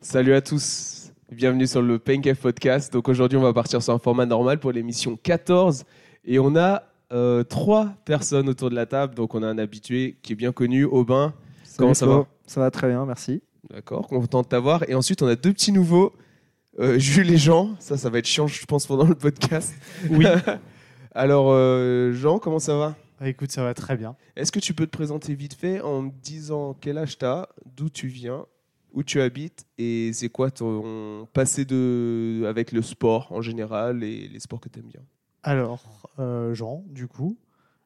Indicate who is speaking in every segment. Speaker 1: Salut à tous, bienvenue sur le Pencave Podcast. Donc aujourd'hui, on va partir sur un format normal pour l'émission 14 et on a euh, trois personnes autour de la table. Donc on a un habitué qui est bien connu, Aubin. Comment ça
Speaker 2: Nico.
Speaker 1: va
Speaker 2: Ça va très bien, merci.
Speaker 1: D'accord, content de t'avoir. Et ensuite, on a deux petits nouveaux, euh, Jules et Jean. Ça, ça va être chiant, je pense, pendant le podcast.
Speaker 3: Oui.
Speaker 1: Alors, euh, Jean, comment ça va
Speaker 3: Ah, écoute, ça va très bien.
Speaker 1: Est-ce que tu peux te présenter vite fait en me disant quel âge t'as, d'où tu viens, où tu habites et c'est quoi ton passé de... avec le sport en général et les sports que t'aimes bien
Speaker 3: Alors, euh, Jean, du coup.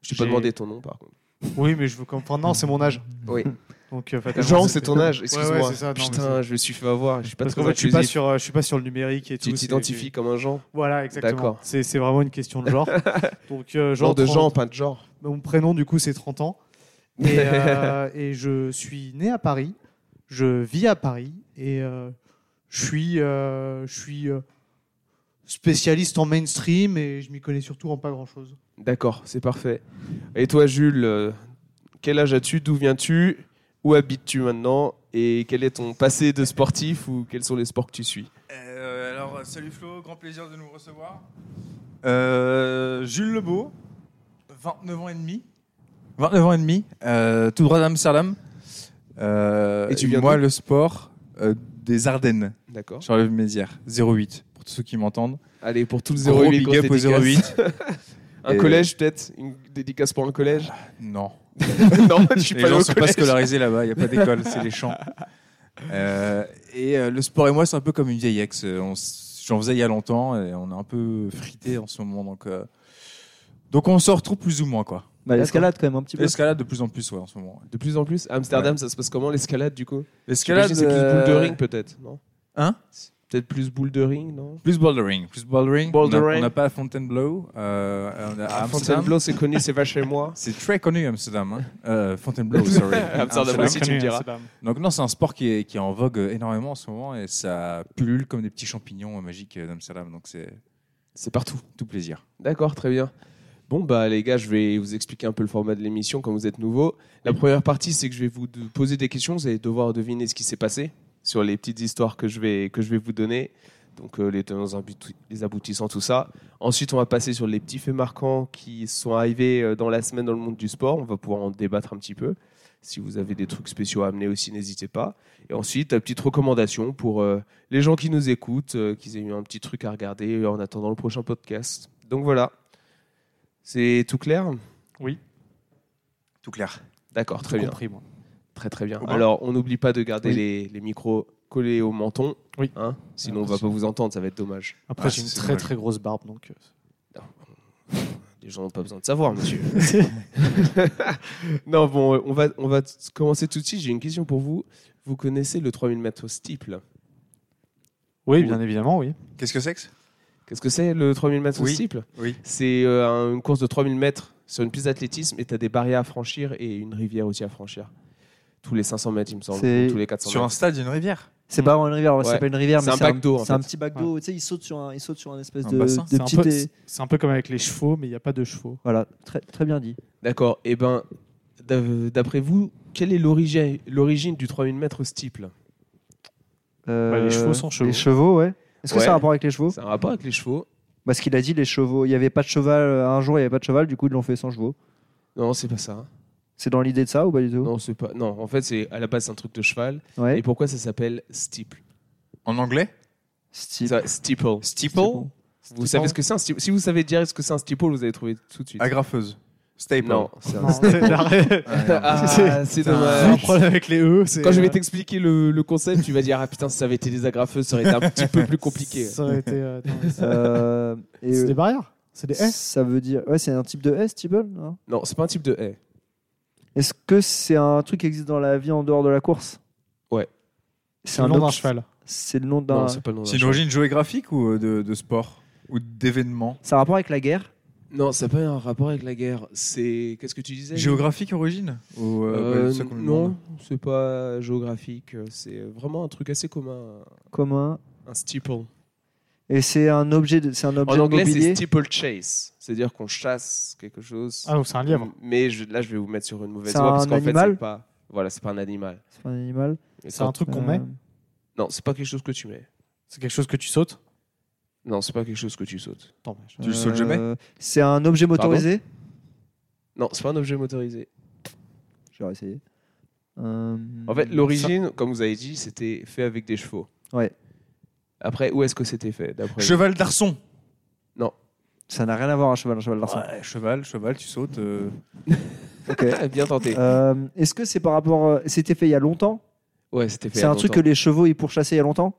Speaker 1: Je t'ai pas
Speaker 3: J'ai-
Speaker 1: demandé ton nom par contre.
Speaker 3: Oui, mais je veux comprendre. Non, c'est mon âge.
Speaker 1: Oui.
Speaker 3: Donc, euh, fatalement,
Speaker 1: Jean,
Speaker 3: c'était-
Speaker 1: c'est ton âge,
Speaker 3: Ouais,
Speaker 1: excuse-moi.
Speaker 3: ouais, c'est ça, non, mais
Speaker 1: Putain, je me suis fait avoir, je suis pas
Speaker 3: Parce
Speaker 1: trop
Speaker 3: qu'en fait, je suis pas
Speaker 1: inclusif.
Speaker 3: sur, euh, je suis pas sur le numérique et tout.
Speaker 1: Tu
Speaker 3: c'est-
Speaker 1: t'identifies comme un Jean
Speaker 3: Voilà, exactement.
Speaker 1: D'accord.
Speaker 3: C'est c'est vraiment une question de genre. Donc, euh,
Speaker 1: Genre de
Speaker 3: 30
Speaker 1: Jean, pas de genre.
Speaker 3: Mon prénom, du coup, c'est 30 ans. Et, euh, et je suis né à Paris. Je vis à Paris. Et euh, je suis, euh, je suis euh, spécialiste en mainstream et je m'y connais surtout en pas grand-chose.
Speaker 1: D'accord, c'est parfait. Et toi, Jules, euh, quel âge as-tu D'où viens-tu Où habites-tu maintenant Et quel est ton passé de sportif ou quels sont les sports que tu suis
Speaker 4: Euh, alors, salut Flo, grand plaisir de nous recevoir. Euh, Jules Lebeau, 29 ans et demi. 29 ans et demi, euh, tout droit d'Amsterdam. Euh,
Speaker 1: Et tu viens
Speaker 4: Moi,
Speaker 1: d'où
Speaker 4: le sport euh, des Ardennes.
Speaker 1: D'accord.
Speaker 4: J'enlève mes airs. 08, pour tous ceux qui m'entendent.
Speaker 1: Allez, pour tout le
Speaker 4: Gros
Speaker 1: 08,
Speaker 4: big
Speaker 1: grosse
Speaker 4: up au
Speaker 1: dédicace.
Speaker 4: 08.
Speaker 1: Un
Speaker 4: Et-
Speaker 1: collège, peut-être Une dédicace pour un collège
Speaker 4: Non,
Speaker 1: Non, je suis
Speaker 4: les
Speaker 1: pas allé
Speaker 4: gens
Speaker 1: au
Speaker 4: sont pas
Speaker 1: collège.
Speaker 4: scolarisés là-bas, il n'y a pas d'école, c'est les champs. Euh, et euh, le sport et moi, c'est un peu comme une vieille ex. Euh, on s- J'en faisais il y a longtemps et on est un peu frité en ce moment. Donc, euh, donc on s'en retrouve plus ou moins, quoi.
Speaker 2: Bah, l'escalade quand même un petit peu.
Speaker 4: L'escalade de plus en plus, ouais, en ce moment. ouais.
Speaker 1: De plus en plus, à Amsterdam, ça se passe comment l'escalade du coup
Speaker 4: L'escalade,
Speaker 1: J'imagine c'est plus
Speaker 4: euh,
Speaker 1: bouldering peut-être, non
Speaker 4: Hein
Speaker 1: C'est Peut-être plus bouldering, non
Speaker 4: Plus bouldering. Plus bouldering. On a-
Speaker 1: Bouldering. Ah,
Speaker 4: On n'a pas à Fontainebleau. Euh, on a à Amsterdam.
Speaker 1: Fontainebleau, c'est connu, c'est pas chez moi.
Speaker 4: C'est très connu Amsterdam. hein. Euh, Fontainebleau, sorry.
Speaker 1: Amsterdam
Speaker 3: Très
Speaker 1: aussi, tu me
Speaker 3: connu,
Speaker 1: diras.
Speaker 3: hein, c'est pas-
Speaker 4: Donc non, c'est un sport qui est, qui est en vogue euh, énormément en ce moment et ça pullule comme des petits champignons euh, magiques euh, d'Amsterdam. Donc c'est
Speaker 1: C'est partout.
Speaker 4: tout plaisir.
Speaker 1: D'accord, très bien. Bon, bah les gars, je vais vous expliquer un peu le format de l'émission quand vous êtes nouveaux. La première partie, c'est que je vais vous de- poser des questions. Vous allez devoir deviner ce qui s'est passé sur les petites histoires que je vais, que je vais vous donner. Donc euh, les tenants, abouti- les aboutissants, tout ça. Ensuite, on va passer sur les petits faits marquants qui sont arrivés euh, dans la semaine dans le monde du sport. On va pouvoir en débattre un petit peu. Si vous avez des trucs spéciaux à amener aussi, n'hésitez pas. Et ensuite, la petite recommandation pour euh, les gens qui nous écoutent, euh, qu'ils aient eu un petit truc à regarder en attendant le prochain podcast. Donc voilà. C'est tout clair
Speaker 4: Tout clair.
Speaker 1: D'accord, très
Speaker 3: J'ai
Speaker 1: bien.
Speaker 3: compris, moi.
Speaker 1: Très très bien.
Speaker 4: Au revoir.
Speaker 1: Alors, on n'oublie pas de garder
Speaker 3: Oui.
Speaker 1: les, les micros collés au menton.
Speaker 3: Oui.
Speaker 1: hein, Sinon, on va
Speaker 3: Attention.
Speaker 1: pas vous entendre, ça va être dommage.
Speaker 3: Après,
Speaker 4: Ah,
Speaker 3: j'ai une
Speaker 4: c'est
Speaker 3: très
Speaker 4: dommage.
Speaker 3: très grosse barbe, donc. euh,
Speaker 1: Les gens n'ont pas besoin de savoir, monsieur. non, bon, euh, on va, on va t- commencer tout de suite. J'ai une question pour vous. Vous connaissez le 3000 mètres steeple
Speaker 3: Oui, bien évidemment, oui.
Speaker 4: Qu'est-ce que c'est que
Speaker 1: Qu'est-ce que c'est le 3000 mètres
Speaker 4: Oui.
Speaker 1: steeple
Speaker 4: Oui.
Speaker 1: C'est euh, un- une course de 3000 mètres sur une piste d'athlétisme et tu as des barrières à franchir et une rivière aussi à franchir. Tous les 500 mètres, il me semble.
Speaker 2: C'est-
Speaker 1: ou Tous les 400
Speaker 4: Sur un
Speaker 1: mètres.
Speaker 4: stade, une rivière.
Speaker 2: C'est pas vraiment une rivière, ouais,
Speaker 1: Ouais.
Speaker 2: c'est pas une rivière,
Speaker 1: C'est
Speaker 2: mais
Speaker 1: un bac d'eau, en
Speaker 2: C'est un
Speaker 1: fait.
Speaker 2: petit bac d'eau. Tu sais, il saute sur un, il saute sur un espèce
Speaker 4: Un
Speaker 2: de,
Speaker 4: bassin.
Speaker 2: de
Speaker 3: C'est un,
Speaker 2: petit.
Speaker 3: peu-
Speaker 2: é-
Speaker 3: c'est- c'est un peu comme avec les chevaux, mais il n'y a pas de chevaux.
Speaker 2: Voilà, très très bien dit.
Speaker 1: D'accord. Et ben, d'av- d'après vous, quelle est l'origine l'origine du 3000 mètres steeple
Speaker 2: Euh,
Speaker 3: Bah, les chevaux sont chevaux.
Speaker 2: Les chevaux, ouais. Est-ce que
Speaker 1: Ouais.
Speaker 2: ça a un rapport avec les chevaux
Speaker 1: Ça n'a pas avec les chevaux
Speaker 2: Parce qu'il a dit les chevaux. Il y avait pas de cheval euh, un jour, il y avait pas de cheval. Du coup, ils l'ont fait sans chevaux.
Speaker 1: Non, c'est pas ça. hein.
Speaker 2: C'est dans l'idée de ça ou pas du tout
Speaker 1: Non, c'est pas. Non, en fait, c'est à la base c'est un truc de cheval. Et
Speaker 2: Ouais.
Speaker 1: pourquoi ça s'appelle steeple
Speaker 4: En anglais
Speaker 2: Steve.
Speaker 1: Ça, Steeple.
Speaker 4: Steeple
Speaker 1: Vous savez ce que c'est un steeple Si vous savez dire ce que c'est un steeple, vous allez trouver tout de suite.
Speaker 4: Agrafeuse. Staple.
Speaker 1: non, c'est un
Speaker 3: Non, c'est l'arrêt.
Speaker 4: Ah, merde.
Speaker 1: Ah, c'est
Speaker 3: Le
Speaker 1: dommage.
Speaker 3: problème avec les E, c'est.
Speaker 1: Quand je vais
Speaker 3: euh,
Speaker 1: t'expliquer le, le concept, tu vas dire Ah putain, si ça avait été des agrafeuses, ça aurait été un petit peu plus compliqué.
Speaker 3: Ça aurait été. euh, non, mais c'est-
Speaker 2: Euh, et,
Speaker 3: c'est
Speaker 2: euh,
Speaker 3: des barrières. C'est des S.
Speaker 2: ça veut dire. Ouais, c'est un type de S, Steve. non
Speaker 1: Non, c'est pas un type de haie.
Speaker 2: Est-ce que c'est un truc qui existe dans la vie en dehors de la course
Speaker 1: Ouais.
Speaker 2: C'est
Speaker 3: C'est le nom
Speaker 2: obs-
Speaker 3: d'un cheval.
Speaker 2: C'est le nom d'un.
Speaker 1: Non, c'est pas le nom d'un
Speaker 4: C'est une
Speaker 1: cheval.
Speaker 4: origine géographique ou euh, de, de sport Ou d'événement
Speaker 2: Ça a rapport avec la guerre
Speaker 1: Non, ça n'a pas un rapport avec la guerre. C'est. Qu'est-ce que tu disais
Speaker 4: Géographique origine ou, euh,
Speaker 1: Euh,
Speaker 4: bah, ça qu'on me demande.
Speaker 1: Non, c'est pas géographique. C'est vraiment un truc assez commun.
Speaker 2: commun.
Speaker 1: Un steeple.
Speaker 2: Et c'est un objet, de- c'est un objet
Speaker 1: En anglais,
Speaker 2: mobilier.
Speaker 1: c'est steeple chase. C'est-à-dire qu'on chasse quelque chose.
Speaker 3: Ah, donc c'est un lièvre.
Speaker 1: Mais je- là, je vais vous mettre sur une mauvaise
Speaker 2: C'est
Speaker 1: voie parce
Speaker 2: un
Speaker 1: qu'en fait,
Speaker 2: animal
Speaker 1: c'est pas. Voilà, c'est pas un animal.
Speaker 2: C'est pas un animal.
Speaker 1: Et
Speaker 3: C'est
Speaker 1: quand-
Speaker 3: un truc qu'on met.
Speaker 2: Euh,
Speaker 1: Non, c'est pas quelque chose que tu mets.
Speaker 3: C'est quelque chose que tu sautes
Speaker 1: Non, c'est pas quelque chose que tu sautes.
Speaker 3: Tant pis.
Speaker 4: Tu le sautes jamais
Speaker 2: euh, C'est un objet motorisé
Speaker 1: Non, c'est pas un objet motorisé.
Speaker 2: J'aurais essayé. Euh,
Speaker 1: En
Speaker 3: Mm.
Speaker 1: fait, l'origine, comme vous avez dit, c'était fait avec des chevaux.
Speaker 2: Ouais.
Speaker 1: Après, où est-ce que c'était fait d'après vous
Speaker 4: Cheval d'arçon.
Speaker 2: ça n'a rien à voir un cheval, un cheval d'arçon.
Speaker 4: Ouais, cheval, cheval, tu sautes. euh,
Speaker 2: Ok.
Speaker 1: Ah, Bien tenté.
Speaker 2: Euh, Est-ce que c'est par rapport. euh, C'était fait il y a longtemps
Speaker 1: Ouais, c'était fait. il y
Speaker 2: C'est
Speaker 1: a
Speaker 2: un truc que
Speaker 1: longtemps.
Speaker 2: les chevaux ils pourchassaient il y a longtemps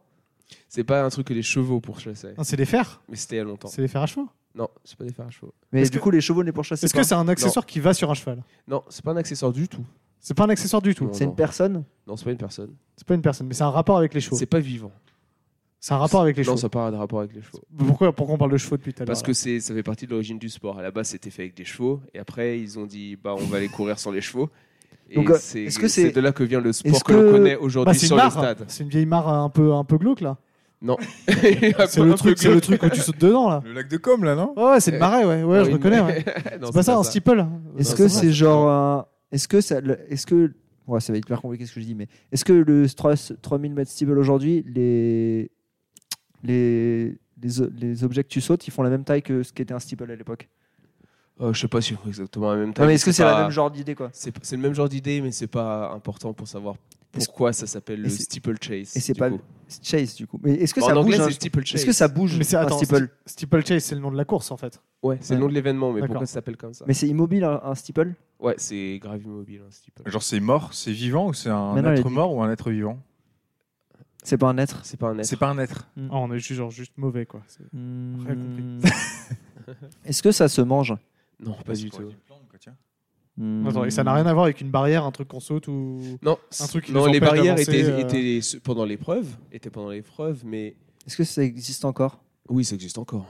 Speaker 1: C'est pas un truc que les chevaux pourchassaient.
Speaker 3: Non, c'est des fers.
Speaker 1: Mais c'était il y a longtemps.
Speaker 3: Ah. C'est des fers à chevaux.
Speaker 1: Non, c'est pas des fers à chevaux.
Speaker 2: Mais
Speaker 3: Est-ce
Speaker 2: du
Speaker 3: que-
Speaker 2: coup, les chevaux ne les pourchassaient
Speaker 3: Est-ce
Speaker 2: pas.
Speaker 3: que c'est un accessoire qui va sur un cheval
Speaker 1: Non, c'est pas un accessoire du tout.
Speaker 3: C'est pas un accessoire du tout.
Speaker 1: Non,
Speaker 2: C'est
Speaker 1: non.
Speaker 2: une personne
Speaker 1: Non, c'est pas une personne.
Speaker 3: C'est pas une personne, mais c'est un rapport avec les chevaux.
Speaker 1: C'est pas vivant.
Speaker 3: C'est un rapport avec les
Speaker 1: non,
Speaker 3: chevaux.
Speaker 1: ça n'a pas de rapport avec les chevaux.
Speaker 3: Pourquoi, pourquoi on parle de chevaux depuis tout à l'heure
Speaker 1: Parce que c'est, ça fait partie de l'origine du sport. À la base, c'était fait avec des chevaux. Et après, ils ont dit, bah, on va aller courir sans les chevaux. Et
Speaker 2: Donc, euh,
Speaker 1: c'est,
Speaker 2: est-ce que
Speaker 1: c'est
Speaker 2: c'est-
Speaker 1: de là que vient le sport
Speaker 2: est-ce
Speaker 1: que,
Speaker 2: que-
Speaker 1: l'on connaît
Speaker 3: Bah,
Speaker 1: aujourd'hui
Speaker 3: c'est une
Speaker 1: sur le
Speaker 3: mare.
Speaker 1: stade.
Speaker 3: C'est une vieille mare un peu, un peu glauque là. C'est
Speaker 1: c'est
Speaker 3: le truc, c'est le truc où tu sautes dedans là.
Speaker 4: Le lac de Com, là, Ah non
Speaker 3: Ouais, ouais, c'est le marais, ouais, ouais, je reconnais. ouais. C'est pas ça, un steeple.
Speaker 2: Est-ce
Speaker 1: Non, c'est
Speaker 2: que c'est
Speaker 1: vrai.
Speaker 2: genre un- Est-ce que ça. le- Est-ce que. Ouais, ça va être hyper compliqué ce que je dis, mais est-ce que le Strauss 3000 mètres steeple aujourd'hui, les... Les... Les... o- les objets que tu sautes, ils font la même taille que ce qu'était un steeple à l'époque
Speaker 1: Euh, je sais pas si c'est exactement la même
Speaker 2: Non,
Speaker 1: taille.
Speaker 2: mais est-ce que c'est
Speaker 1: pas-
Speaker 2: la même genre d'idée quoi
Speaker 1: c'est, c'est le même genre d'idée, mais c'est pas important pour savoir
Speaker 2: Est-ce-
Speaker 1: pourquoi ça s'appelle le
Speaker 2: Et c'est-
Speaker 1: steeplechase.
Speaker 2: et c'est
Speaker 1: du
Speaker 2: pas-
Speaker 1: coup.
Speaker 2: C'est Chase du coup. Mais est-ce que
Speaker 1: Bon,
Speaker 2: ça
Speaker 1: en
Speaker 2: bouge
Speaker 1: anglais,
Speaker 2: un-
Speaker 1: c'est steeplechase.
Speaker 2: Est-ce que ça bouge
Speaker 3: Mais c'est
Speaker 2: un
Speaker 3: attends,
Speaker 2: steeple
Speaker 3: steeple. Steeplechase, c'est le nom de la course en fait.
Speaker 1: Ouais, c'est le nom de l'événement, mais
Speaker 3: D'accord.
Speaker 1: pourquoi ça s'appelle comme ça
Speaker 2: Mais c'est immobile un, un steeple
Speaker 1: Ouais, c'est grave immobile, un steeple.
Speaker 4: Genre, c'est mort, c'est vivant ou c'est un
Speaker 2: Mais non, il
Speaker 4: être
Speaker 2: dit-
Speaker 4: mort ou un être vivant
Speaker 2: C'est pas un être.
Speaker 1: C'est pas un être.
Speaker 4: C'est pas un être.
Speaker 3: Ah, on est juste, genre, juste mauvais quoi. C'est- Rien
Speaker 2: Hmm. Est-ce que ça se mange
Speaker 1: Non, pas du tout.
Speaker 2: Mmh.
Speaker 3: Attends, et
Speaker 2: Hmm.
Speaker 3: ça n'a rien à voir avec une barrière, un truc qu'on saute ou.
Speaker 1: Non,
Speaker 3: Un truc qui
Speaker 1: non
Speaker 3: les
Speaker 1: les
Speaker 3: empêche
Speaker 1: barrières
Speaker 3: d'avancer,
Speaker 1: étaient,
Speaker 3: euh.
Speaker 1: étaient ce- pendant l'épreuve, étaient pendant l'épreuve, mais
Speaker 2: Est-ce que ça existe encore
Speaker 1: oui, ça existe encore.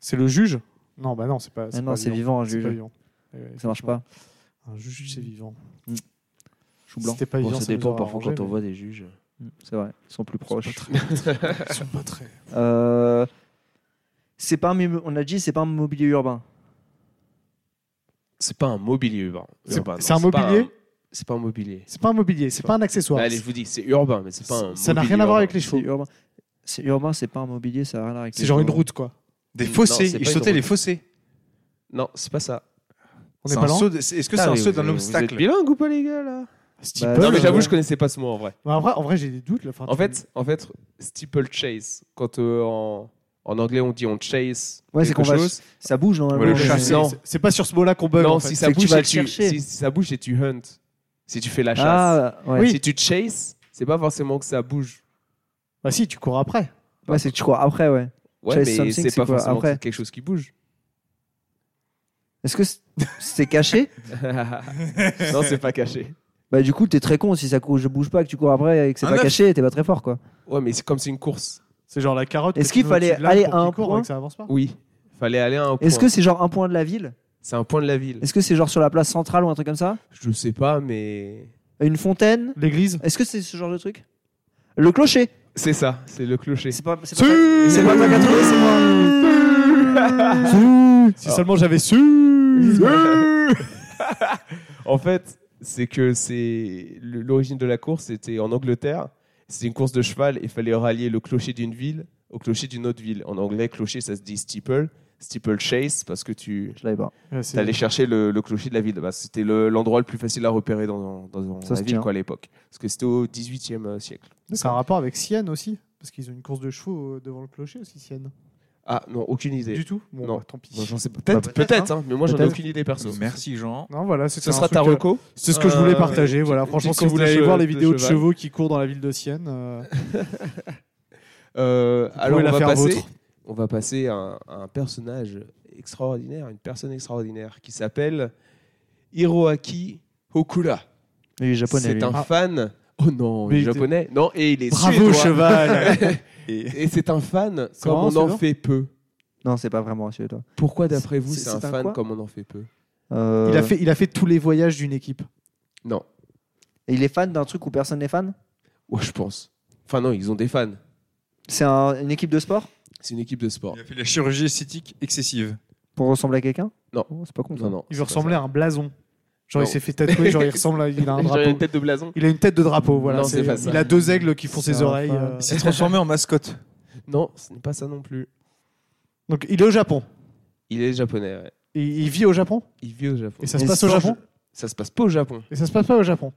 Speaker 3: C'est le juge Non, bah non, c'est pas.
Speaker 2: Ah
Speaker 3: pas
Speaker 2: Non, c'est vivant un
Speaker 3: C'est pas
Speaker 2: juge.
Speaker 3: vivant. Ouais, ouais,
Speaker 2: Ça marche pas.
Speaker 3: Un juge, c'est vivant.
Speaker 2: Chou blanc.
Speaker 3: C'était pas
Speaker 1: Bon,
Speaker 3: vivant,
Speaker 1: ça
Speaker 3: nous
Speaker 1: dépend
Speaker 3: aurait
Speaker 1: parfois
Speaker 3: arrangé,
Speaker 1: quand on
Speaker 3: mais-
Speaker 1: voit des juges.
Speaker 2: Hmm, C'est vrai. Ils sont plus proches.
Speaker 3: Ils sont pas très.
Speaker 2: Euh, C'est pas un mim- on a dit c'est pas un mobilier urbain.
Speaker 1: C'est pas un mobilier urbain.
Speaker 3: C'est
Speaker 1: pas- non,
Speaker 3: c'est un
Speaker 1: pas
Speaker 3: mobilier
Speaker 1: C'est pas un mobilier.
Speaker 3: C'est pas un mobilier, c'est pas un accessoire.
Speaker 1: Allez, je vous dis, c'est urbain, mais c'est pas un.
Speaker 3: Ça n'a
Speaker 1: mobilier
Speaker 3: rien à voir
Speaker 1: urbain.
Speaker 3: avec les
Speaker 2: C'est
Speaker 3: chevaux.
Speaker 2: urbain. C'est urbain, c'est pas un mobilier, ça a rien à voir avec
Speaker 3: C'est
Speaker 2: les
Speaker 3: genre une
Speaker 2: chevaux.
Speaker 3: route quoi.
Speaker 4: Des
Speaker 1: Non,
Speaker 4: fossés,
Speaker 1: c'est pas
Speaker 4: ils
Speaker 1: une
Speaker 4: sautaient les
Speaker 1: route.
Speaker 4: fossés.
Speaker 1: Non, c'est pas ça.
Speaker 3: On
Speaker 4: C'est
Speaker 3: est
Speaker 4: un
Speaker 3: pas lent
Speaker 4: saut de- c'est- Est-ce que c'est
Speaker 1: Putain,
Speaker 4: un
Speaker 1: mais
Speaker 4: saut
Speaker 1: vous-
Speaker 4: d'un
Speaker 1: Vous êtes
Speaker 4: obstacle
Speaker 1: bilingue ou pas, hein, les gars, là
Speaker 2: Bah,
Speaker 1: Non, mais
Speaker 2: euh,
Speaker 1: j'avoue, je connaissais pas ce mot en vrai.
Speaker 3: Mais en vrai, en vrai j'ai des doutes. Là. Enfin,
Speaker 1: En
Speaker 3: tu-
Speaker 1: fait, en fait, steeplechase. Quand euh, en, en anglais on dit on chase
Speaker 2: Ouais, c'est
Speaker 1: quelque
Speaker 2: qu'on va-
Speaker 1: chose.
Speaker 2: Ça bouge normalement.
Speaker 4: Ouais, le
Speaker 2: mais-
Speaker 3: c'est-
Speaker 4: chasser.
Speaker 1: non.
Speaker 3: c'est- c'est pas sur ce mot-là qu'on bug.
Speaker 1: non,
Speaker 3: en
Speaker 1: si
Speaker 3: fait.
Speaker 1: ça
Speaker 2: C'est que tu
Speaker 1: bouge,
Speaker 2: vas
Speaker 1: et
Speaker 2: le
Speaker 1: tu,
Speaker 2: chercher.
Speaker 1: si, si ça bouge, et tu hunt. Si tu fais la chasse.
Speaker 2: Ah ouais.
Speaker 3: Oui.
Speaker 1: Si tu chase, c'est pas forcément que ça bouge.
Speaker 3: Bah si, tu cours après.
Speaker 2: Ouais, c'est que tu crois après ouais.
Speaker 1: Ouais,
Speaker 2: Chase
Speaker 1: mais
Speaker 2: something,
Speaker 1: c'est
Speaker 2: c'est
Speaker 1: pas
Speaker 2: quoi,
Speaker 1: forcément
Speaker 2: après
Speaker 1: quelque chose qui bouge.
Speaker 2: Est-ce que c'est- c'est caché
Speaker 1: non, c'est pas caché.
Speaker 2: Bah du coup t'es très con si ça court, je bouge pas, que tu cours après et que c'est
Speaker 4: Un
Speaker 2: pas
Speaker 4: œuf.
Speaker 2: caché, t'es pas très fort quoi.
Speaker 1: Ouais, mais c'est comme c'est une course.
Speaker 3: C'est genre la carotte.
Speaker 2: Est-ce
Speaker 3: que
Speaker 2: qu'il
Speaker 3: tu mets au-dessus
Speaker 2: fallait
Speaker 3: de l'arbre
Speaker 2: aller
Speaker 3: pour
Speaker 2: à
Speaker 3: qu'il
Speaker 2: un
Speaker 3: court et
Speaker 2: point
Speaker 3: que ça avance pas
Speaker 1: Oui. Fallait aller à un point.
Speaker 2: Est-ce que c'est genre un point de la ville
Speaker 1: c'est un point de la ville
Speaker 2: Est-ce que c'est genre sur la place centrale ou un truc comme ça
Speaker 1: Je sais pas, mais
Speaker 2: Une fontaine
Speaker 3: L'église
Speaker 2: Est-ce que c'est ce genre de truc Le clocher
Speaker 1: c'est ça. C'est le clocher.
Speaker 2: C'est pas, c'est
Speaker 3: Si
Speaker 2: pas, c'est pas le bac à trouver, c'est moi
Speaker 3: Si
Speaker 1: Ah.
Speaker 3: seulement j'avais su
Speaker 1: En fait, c'est que c'est le- l'origine de la course était en Angleterre. C'était une course de cheval et il fallait rallier le clocher d'une ville au clocher d'une autre ville. En anglais, clocher, ça se dit steeple, steeple chase parce que tu
Speaker 2: Je l'avais pas.
Speaker 1: allais chercher le, le clocher de la ville. Bah, c'était le- l'endroit le plus facile à repérer dans, dans, dans
Speaker 2: Ça
Speaker 1: la
Speaker 2: se
Speaker 1: ville
Speaker 2: tient.
Speaker 1: quoi, à l'époque. Parce que c'était au 18e siècle.
Speaker 3: C'est un rapport avec Sienne aussi Parce qu'ils ont une course de chevaux euh, devant le clocher aussi, Sienne.
Speaker 1: Ah non, aucune idée.
Speaker 3: Du tout Bon,
Speaker 1: non.
Speaker 3: bah, tant pis.
Speaker 1: Bon, j'en sais pas.
Speaker 2: Bah,
Speaker 1: Peut-être,
Speaker 2: peut-être,
Speaker 1: peut-être, hein, mais moi j'en ai
Speaker 2: Peut-être.
Speaker 1: aucune idée perso.
Speaker 4: Merci, Jean.
Speaker 3: Non, voilà,
Speaker 1: Ce
Speaker 3: c'était un
Speaker 1: sera ta
Speaker 3: truc, euh,
Speaker 1: reco
Speaker 3: C'est ce que je voulais
Speaker 1: Euh,
Speaker 3: partager.
Speaker 1: petite-
Speaker 3: Voilà,
Speaker 1: petite
Speaker 3: franchement, si
Speaker 1: course
Speaker 3: vous
Speaker 1: de
Speaker 3: allez
Speaker 1: che-
Speaker 3: voir les
Speaker 1: de
Speaker 3: vidéos de
Speaker 1: cheval.
Speaker 3: chevaux qui courent dans la ville de Sienne, euh,
Speaker 1: Euh, alors
Speaker 3: pouvez
Speaker 1: on
Speaker 3: la
Speaker 1: va,
Speaker 3: faire
Speaker 1: passer,
Speaker 3: vôtre.
Speaker 1: on va passer à un, à un personnage extraordinaire, une personne extraordinaire qui s'appelle Hiroaki Hokura.
Speaker 2: Il est japonais.
Speaker 1: C'est
Speaker 2: lui.
Speaker 1: un fan. Oh non,
Speaker 3: Mais
Speaker 1: il est
Speaker 3: Ah. il était-
Speaker 1: japonais. Non, et il est
Speaker 3: bravo
Speaker 1: suédois.
Speaker 3: cheval
Speaker 1: Et c'est un fan comme
Speaker 3: vraiment
Speaker 1: on en
Speaker 3: suédois
Speaker 1: fait peu.
Speaker 2: Non, c'est pas vraiment celui toi.
Speaker 1: Pourquoi d'après vous
Speaker 2: C'est-
Speaker 1: c'est un
Speaker 2: c'est un
Speaker 1: fan
Speaker 2: quoi
Speaker 1: comme on en fait peu
Speaker 2: Euh,
Speaker 3: il, a fait, il a fait tous les voyages d'une équipe.
Speaker 1: Non,
Speaker 2: et il est fan d'un truc où personne n'est fan
Speaker 1: ouais, je pense. Enfin non, ils ont des fans.
Speaker 2: C'est un- une équipe de sport
Speaker 1: C'est une équipe de sport.
Speaker 4: Il a fait de la chirurgie esthétique excessive.
Speaker 2: pour ressembler à quelqu'un
Speaker 1: Non.
Speaker 2: Oh, c'est pas con. ça.
Speaker 1: Non non.
Speaker 3: Il
Speaker 1: c'est
Speaker 3: veut
Speaker 1: pas ça.
Speaker 3: ressembler à un blason. Genre,
Speaker 1: Non.
Speaker 3: il s'est fait tatouer, genre, il ressemble à il a
Speaker 1: Genre, il a
Speaker 3: un
Speaker 1: une
Speaker 3: drapeau.
Speaker 1: tête de blason
Speaker 3: Il a une tête de drapeau, voilà.
Speaker 1: Non, c'est
Speaker 3: C'est-
Speaker 1: pas ça.
Speaker 3: Il a deux aigles qui font
Speaker 2: C'est
Speaker 3: ses
Speaker 2: un
Speaker 3: oreilles.
Speaker 2: fan.
Speaker 3: euh.
Speaker 4: Il s'est transformé en mascotte.
Speaker 1: Non, ce n'est pas ça non plus.
Speaker 3: Donc, il est au Japon.
Speaker 1: Il est japonais, ouais.
Speaker 3: Il, il vit au Japon
Speaker 1: Il vit au Japon.
Speaker 3: Et ça
Speaker 2: Et
Speaker 3: se passe au
Speaker 2: sans-
Speaker 3: Japon
Speaker 1: Ça se passe pas au Japon.
Speaker 3: Et ça se passe pas au Japon.